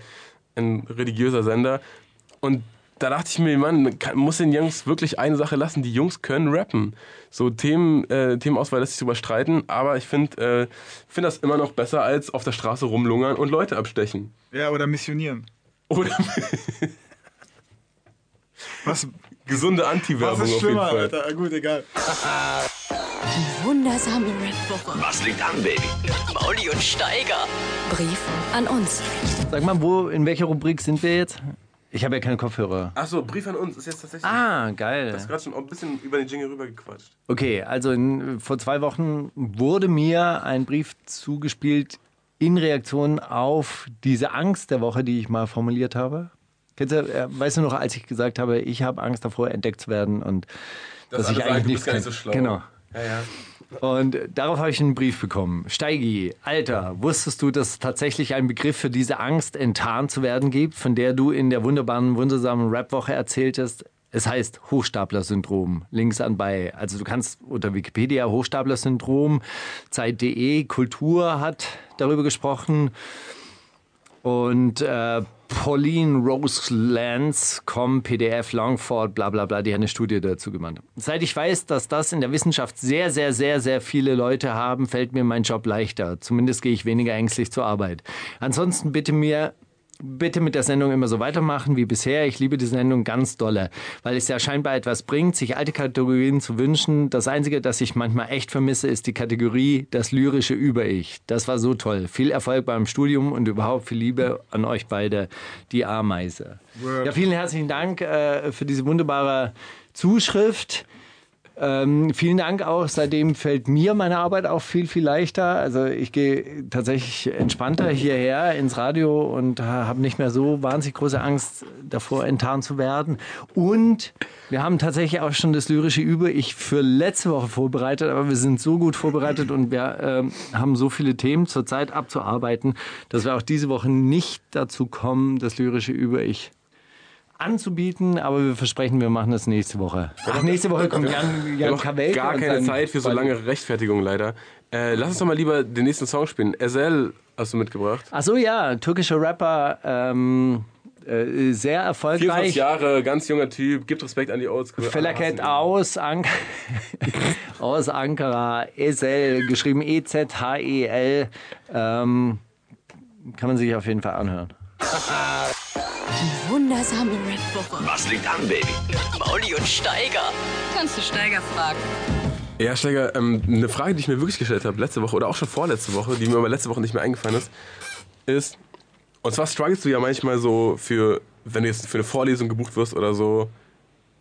Speaker 6: ein religiöser Sender. Und da dachte ich mir, Mann, man kann, muss den Jungs wirklich eine Sache lassen, die Jungs können rappen. So Themen, äh, Themenauswahl lässt sich drüber streiten, aber ich finde äh, find das immer noch besser, als auf der Straße rumlungern und Leute abstechen.
Speaker 1: Ja, oder missionieren.
Speaker 6: Oder
Speaker 1: Was,
Speaker 6: gesunde
Speaker 1: was
Speaker 6: Anti-Werbung
Speaker 1: ist
Speaker 6: auf jeden
Speaker 1: schlimmer,
Speaker 6: Fall.
Speaker 1: Alter? Ah, Gut, egal.
Speaker 3: Wundersame Red Woche.
Speaker 4: Was liegt an, Baby?
Speaker 3: Mauli und Steiger. Brief an uns.
Speaker 7: Sag mal, wo, in welcher Rubrik sind wir jetzt? Ich habe ja keine Kopfhörer.
Speaker 6: Achso, Brief an uns ist jetzt tatsächlich.
Speaker 7: Ah, geil.
Speaker 6: Gerade schon ein bisschen über den Jingle rübergequatscht.
Speaker 7: Okay, also in, vor zwei Wochen wurde mir ein Brief zugespielt in Reaktion auf diese Angst der Woche, die ich mal formuliert habe. Kennst du, äh, weißt du noch, als ich gesagt habe, ich habe Angst davor, entdeckt zu werden und dass ich
Speaker 6: alle sagen,
Speaker 7: eigentlich nichts
Speaker 6: du bist gar
Speaker 7: kann.
Speaker 6: nicht so schlau.
Speaker 7: Genau.
Speaker 6: Ja, ja.
Speaker 7: Und äh, darauf habe ich einen Brief bekommen. Steigi, Alter, wusstest du, dass es tatsächlich einen Begriff für diese Angst, enttarnt zu werden gibt, von der du in der wunderbaren, wundersamen Rap-Woche erzähltest? Es heißt Hochstapler-Syndrom, links anbei. Also du kannst unter Wikipedia Hochstapler-Syndrom, Zeit.de, Kultur hat darüber gesprochen. Und äh, Pauline Rose Lance, Com, PDF, Longford, bla bla bla, die hat eine Studie dazu gemacht. Seit ich weiß, dass das in der Wissenschaft sehr, sehr, sehr, sehr viele Leute haben, fällt mir mein Job leichter. Zumindest gehe ich weniger ängstlich zur Arbeit. Ansonsten bitte mir bitte mit der Sendung immer so weitermachen wie bisher. Ich liebe die Sendung ganz dolle, weil es ja scheinbar etwas bringt, sich alte Kategorien zu wünschen. Das Einzige, das ich manchmal echt vermisse, ist die Kategorie das lyrische Über-Ich. Das war so toll. Viel Erfolg beim Studium und überhaupt viel Liebe an euch beide, die Ameise. Ja, vielen herzlichen Dank äh, für diese wunderbare Zuschrift. Ähm, vielen Dank auch. Seitdem fällt mir meine Arbeit auch viel, viel leichter. Also ich gehe tatsächlich entspannter hierher ins Radio und ha- habe nicht mehr so wahnsinnig große Angst davor, enttarnt zu werden. Und wir haben tatsächlich auch schon das lyrische Über ich für letzte Woche vorbereitet, aber wir sind so gut vorbereitet und wir ähm, haben so viele Themen zurzeit abzuarbeiten, dass wir auch diese Woche nicht dazu kommen, das lyrische Über ich anzubieten, aber wir versprechen, wir machen das nächste Woche. Ach, nächste Woche kommt Jan,
Speaker 6: Wir
Speaker 7: Jan
Speaker 6: haben
Speaker 7: Kawelke.
Speaker 6: gar
Speaker 7: und
Speaker 6: keine
Speaker 7: sein-
Speaker 6: Zeit für so lange Rechtfertigung leider. Äh, lass uns doch mal lieber den nächsten Song spielen. SL hast du mitgebracht.
Speaker 7: Ach so, ja, türkischer Rapper, ähm, äh, sehr
Speaker 6: 24
Speaker 7: erfolgreich.
Speaker 6: Jahre, ganz junger Typ, gibt Respekt an die Oldschool.
Speaker 7: Felaket
Speaker 6: Ah,
Speaker 7: aus, Ank aus Ankara, Esel, geschrieben E E-Z-H-E-L. Ähm, kann man sich auf jeden Fall anhören.
Speaker 15: Die wundersame Red Booker.
Speaker 14: Was liegt an, Baby?
Speaker 15: Mit Mauli und Steiger.
Speaker 3: Kannst du Steiger fragen?
Speaker 6: Ja, Steiger, ähm, eine Frage, die ich mir wirklich gestellt habe letzte Woche oder auch schon vorletzte Woche, die mir aber letzte Woche nicht mehr eingefallen ist, ist, und zwar strugglest du ja manchmal so für, wenn du jetzt für eine Vorlesung gebucht wirst oder so,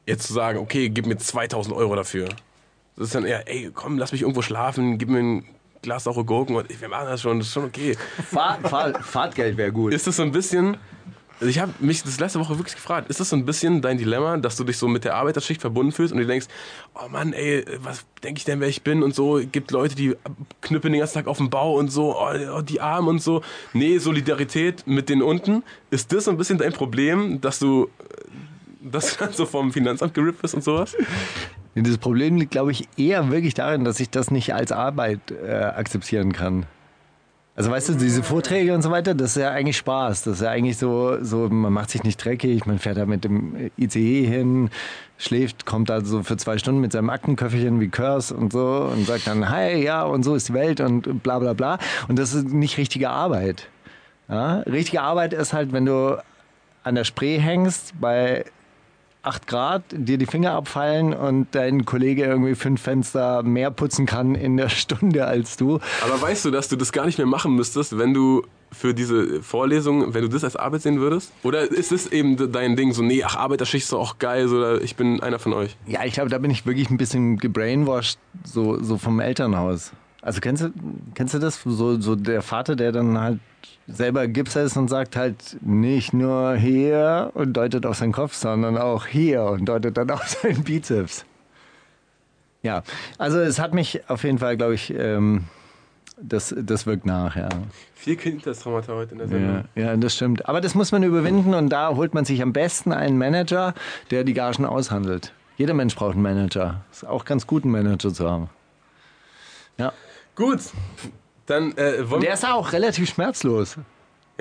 Speaker 6: jetzt zu sagen, okay, gib mir 2000 Euro dafür. Das ist dann eher, ey, komm, lass mich irgendwo schlafen, gib mir ein Glas saure Gurken und ich- wir machen das schon, das ist schon okay.
Speaker 7: Fahr, Fahr, Fahrtgeld wäre gut.
Speaker 6: Ist das so ein bisschen, also ich habe mich das letzte Woche wirklich gefragt, ist das so ein bisschen dein Dilemma, dass du dich so mit der Arbeiterschicht verbunden fühlst und du denkst, oh Mann, ey, was denke ich denn, wer ich bin und so, gibt Leute, die knüppeln den ganzen Tag auf dem Bau und so, oh, oh, die Armen und so. Nee, Solidarität mit den unten. Ist das so ein bisschen dein Problem, dass du, äh, dass du dann so vom Finanzamt gerippt bist und sowas?
Speaker 7: Nee, Das Problem liegt, glaube ich, eher wirklich darin, dass ich das nicht als Arbeit äh, akzeptieren kann. Also weißt du, diese Vorträge und so weiter, das ist ja eigentlich Spaß. Das ist ja eigentlich so, so man macht sich nicht dreckig, man fährt da mit dem ICE hin, schläft, kommt da so für zwei Stunden mit seinem Aktenköfferchen wie Curse und so und sagt dann, hi, ja, und so ist die Welt und bla bla bla. Und das ist nicht richtige Arbeit. Ja? Richtige Arbeit ist halt, wenn du an der Spree hängst bei 8 Grad, dir die Finger abfallen und dein Kollege irgendwie fünf Fenster mehr putzen kann in der Stunde als du.
Speaker 6: Aber weißt du, dass du das gar nicht mehr machen müsstest, wenn du für diese Vorlesung, wenn du das als Arbeit sehen würdest? Oder ist es eben dein Ding so, nee, ach, Arbeiterschicht ist doch auch geil, so, oder ich bin einer von euch?
Speaker 7: Ja, ich glaube, da bin ich wirklich ein bisschen gebrainwashed, so, so vom Elternhaus. Also kennst du, kennst du das? So, so der Vater, der dann halt selber Gipser ist und sagt halt nicht nur hier und deutet auf seinen Kopf, sondern auch hier und deutet dann auf seinen Bizeps. Ja, also es hat mich auf jeden Fall, glaube ich, ähm, das, das wirkt nach, ja.
Speaker 6: Viel Kindheitstraumata heute in der Sendung.
Speaker 7: Ja, ja, das stimmt. Aber das muss man überwinden und da holt man sich am besten einen Manager, der die Gagen aushandelt. Jeder Mensch braucht einen Manager. Ist auch ganz gut, einen Manager zu haben. Ja.
Speaker 6: Gut. Dann äh, wollen
Speaker 7: Der ist auch relativ schmerzlos.
Speaker 6: wir.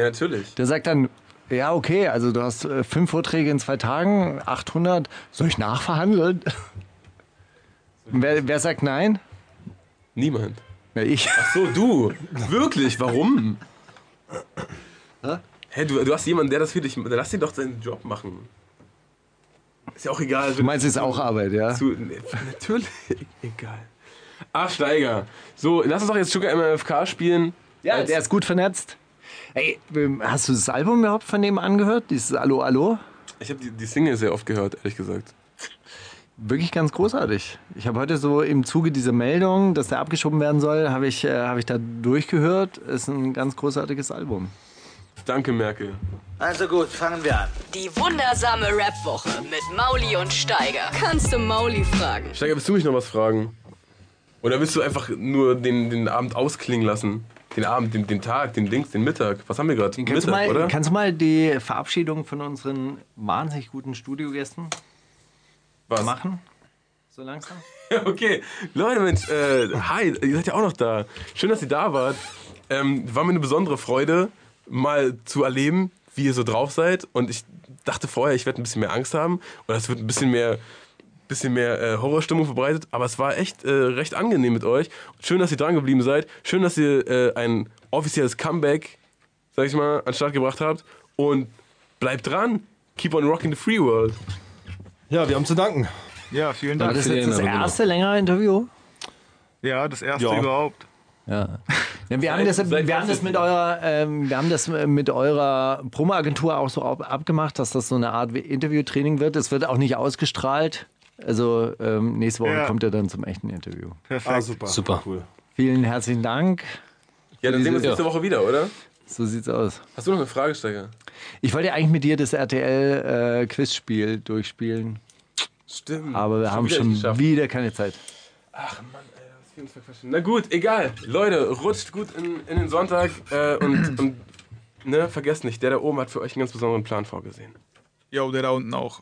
Speaker 6: Ja, natürlich.
Speaker 7: Der sagt dann, ja, okay, also du hast äh, fünf Vorträge in zwei Tagen, 800, soll ich nachverhandeln? Und Wer, wer sagt nein?
Speaker 6: Niemand.
Speaker 7: Na, ich.
Speaker 6: Ach so, du. Wirklich? Warum? Hä, du, du hast jemanden, der das für dich. Dann lass ihn doch seinen Job machen. Ist ja auch egal.
Speaker 7: Du meinst, es ist auch Arbeit, ja?
Speaker 6: Zu, nee, natürlich. Egal. Ach, Steiger. So, lass uns doch jetzt Sugar MFK spielen.
Speaker 7: Ja, der ist gut vernetzt. Ey, ähm, hast du das Album überhaupt von dem angehört? Dieses Allo, Allo?
Speaker 6: Ich habe die, die Single sehr oft gehört, ehrlich gesagt.
Speaker 7: Wirklich ganz großartig. Ich habe heute so im Zuge dieser Meldung, dass der abgeschoben werden soll, habe ich, äh, habe ich da durchgehört. Ist ein ganz großartiges Album.
Speaker 6: Danke, Merkel.
Speaker 14: Also gut, fangen wir an.
Speaker 3: Die wundersame Rap-Woche mit Mauli und Steiger. Kannst du Mauli fragen?
Speaker 6: Steiger, willst du mich noch was fragen? Oder willst du einfach nur den, den Abend ausklingen lassen? Den Abend, den, den Tag, den Dings, den Mittag. Was haben wir gerade?
Speaker 7: Kannst,
Speaker 6: Mittag,
Speaker 7: du mal,
Speaker 6: oder?
Speaker 7: kannst du mal die Verabschiedung von unseren wahnsinnig guten Studiogästen
Speaker 6: Was?
Speaker 7: machen? So langsam?
Speaker 6: Okay, Leute, Mensch, äh, hi, ihr seid ja auch noch da. Schön, dass ihr da wart. Ähm, war mir eine besondere Freude, mal zu erleben, wie ihr so drauf seid. Und ich dachte vorher, ich werde ein bisschen mehr Angst haben oder es wird ein bisschen mehr, bisschen mehr äh, Horrorstimmung verbreitet. Aber es war echt äh, recht angenehm mit euch. Schön, dass ihr dran geblieben seid. Schön, dass ihr äh, ein offizielles Comeback, sag ich mal, an den Start gebracht habt. Und bleibt dran. Keep on rocking the free world.
Speaker 13: Ja, wir haben zu danken.
Speaker 1: Ja, vielen
Speaker 7: War
Speaker 1: Dank.
Speaker 7: das jetzt das erste längere Interview?
Speaker 1: Ja, das erste
Speaker 7: Ja.
Speaker 1: überhaupt.
Speaker 7: Ja. Ja, wir, haben das, wir, haben das mit eurer, ähm, wir haben das mit eurer Promo-Agentur auch so ab, abgemacht, dass das so eine Art wie Interviewtraining wird. Es wird auch nicht ausgestrahlt. Also ähm, nächste Woche
Speaker 1: Ja.
Speaker 7: kommt er dann zum echten Interview.
Speaker 1: Perfekt. Ah, super.
Speaker 9: Super.
Speaker 13: Cool.
Speaker 7: Vielen herzlichen Dank.
Speaker 6: Ja, dann sehen wir uns
Speaker 7: Ja.
Speaker 6: nächste Woche wieder, oder?
Speaker 7: So sieht's aus.
Speaker 6: Hast du noch eine Frage, Steiger?
Speaker 7: Ich wollte eigentlich mit dir das RTL-Quizspiel äh, durchspielen,
Speaker 6: Stimmt.
Speaker 7: aber wir haben
Speaker 6: wieder
Speaker 7: schon
Speaker 6: nicht geschafft.
Speaker 7: wieder keine Zeit.
Speaker 6: Na gut, egal. Leute, rutscht gut in, in den Sonntag äh, und, und ne, vergesst nicht, der da oben hat für euch einen ganz besonderen Plan vorgesehen.
Speaker 1: Jo, der da unten auch.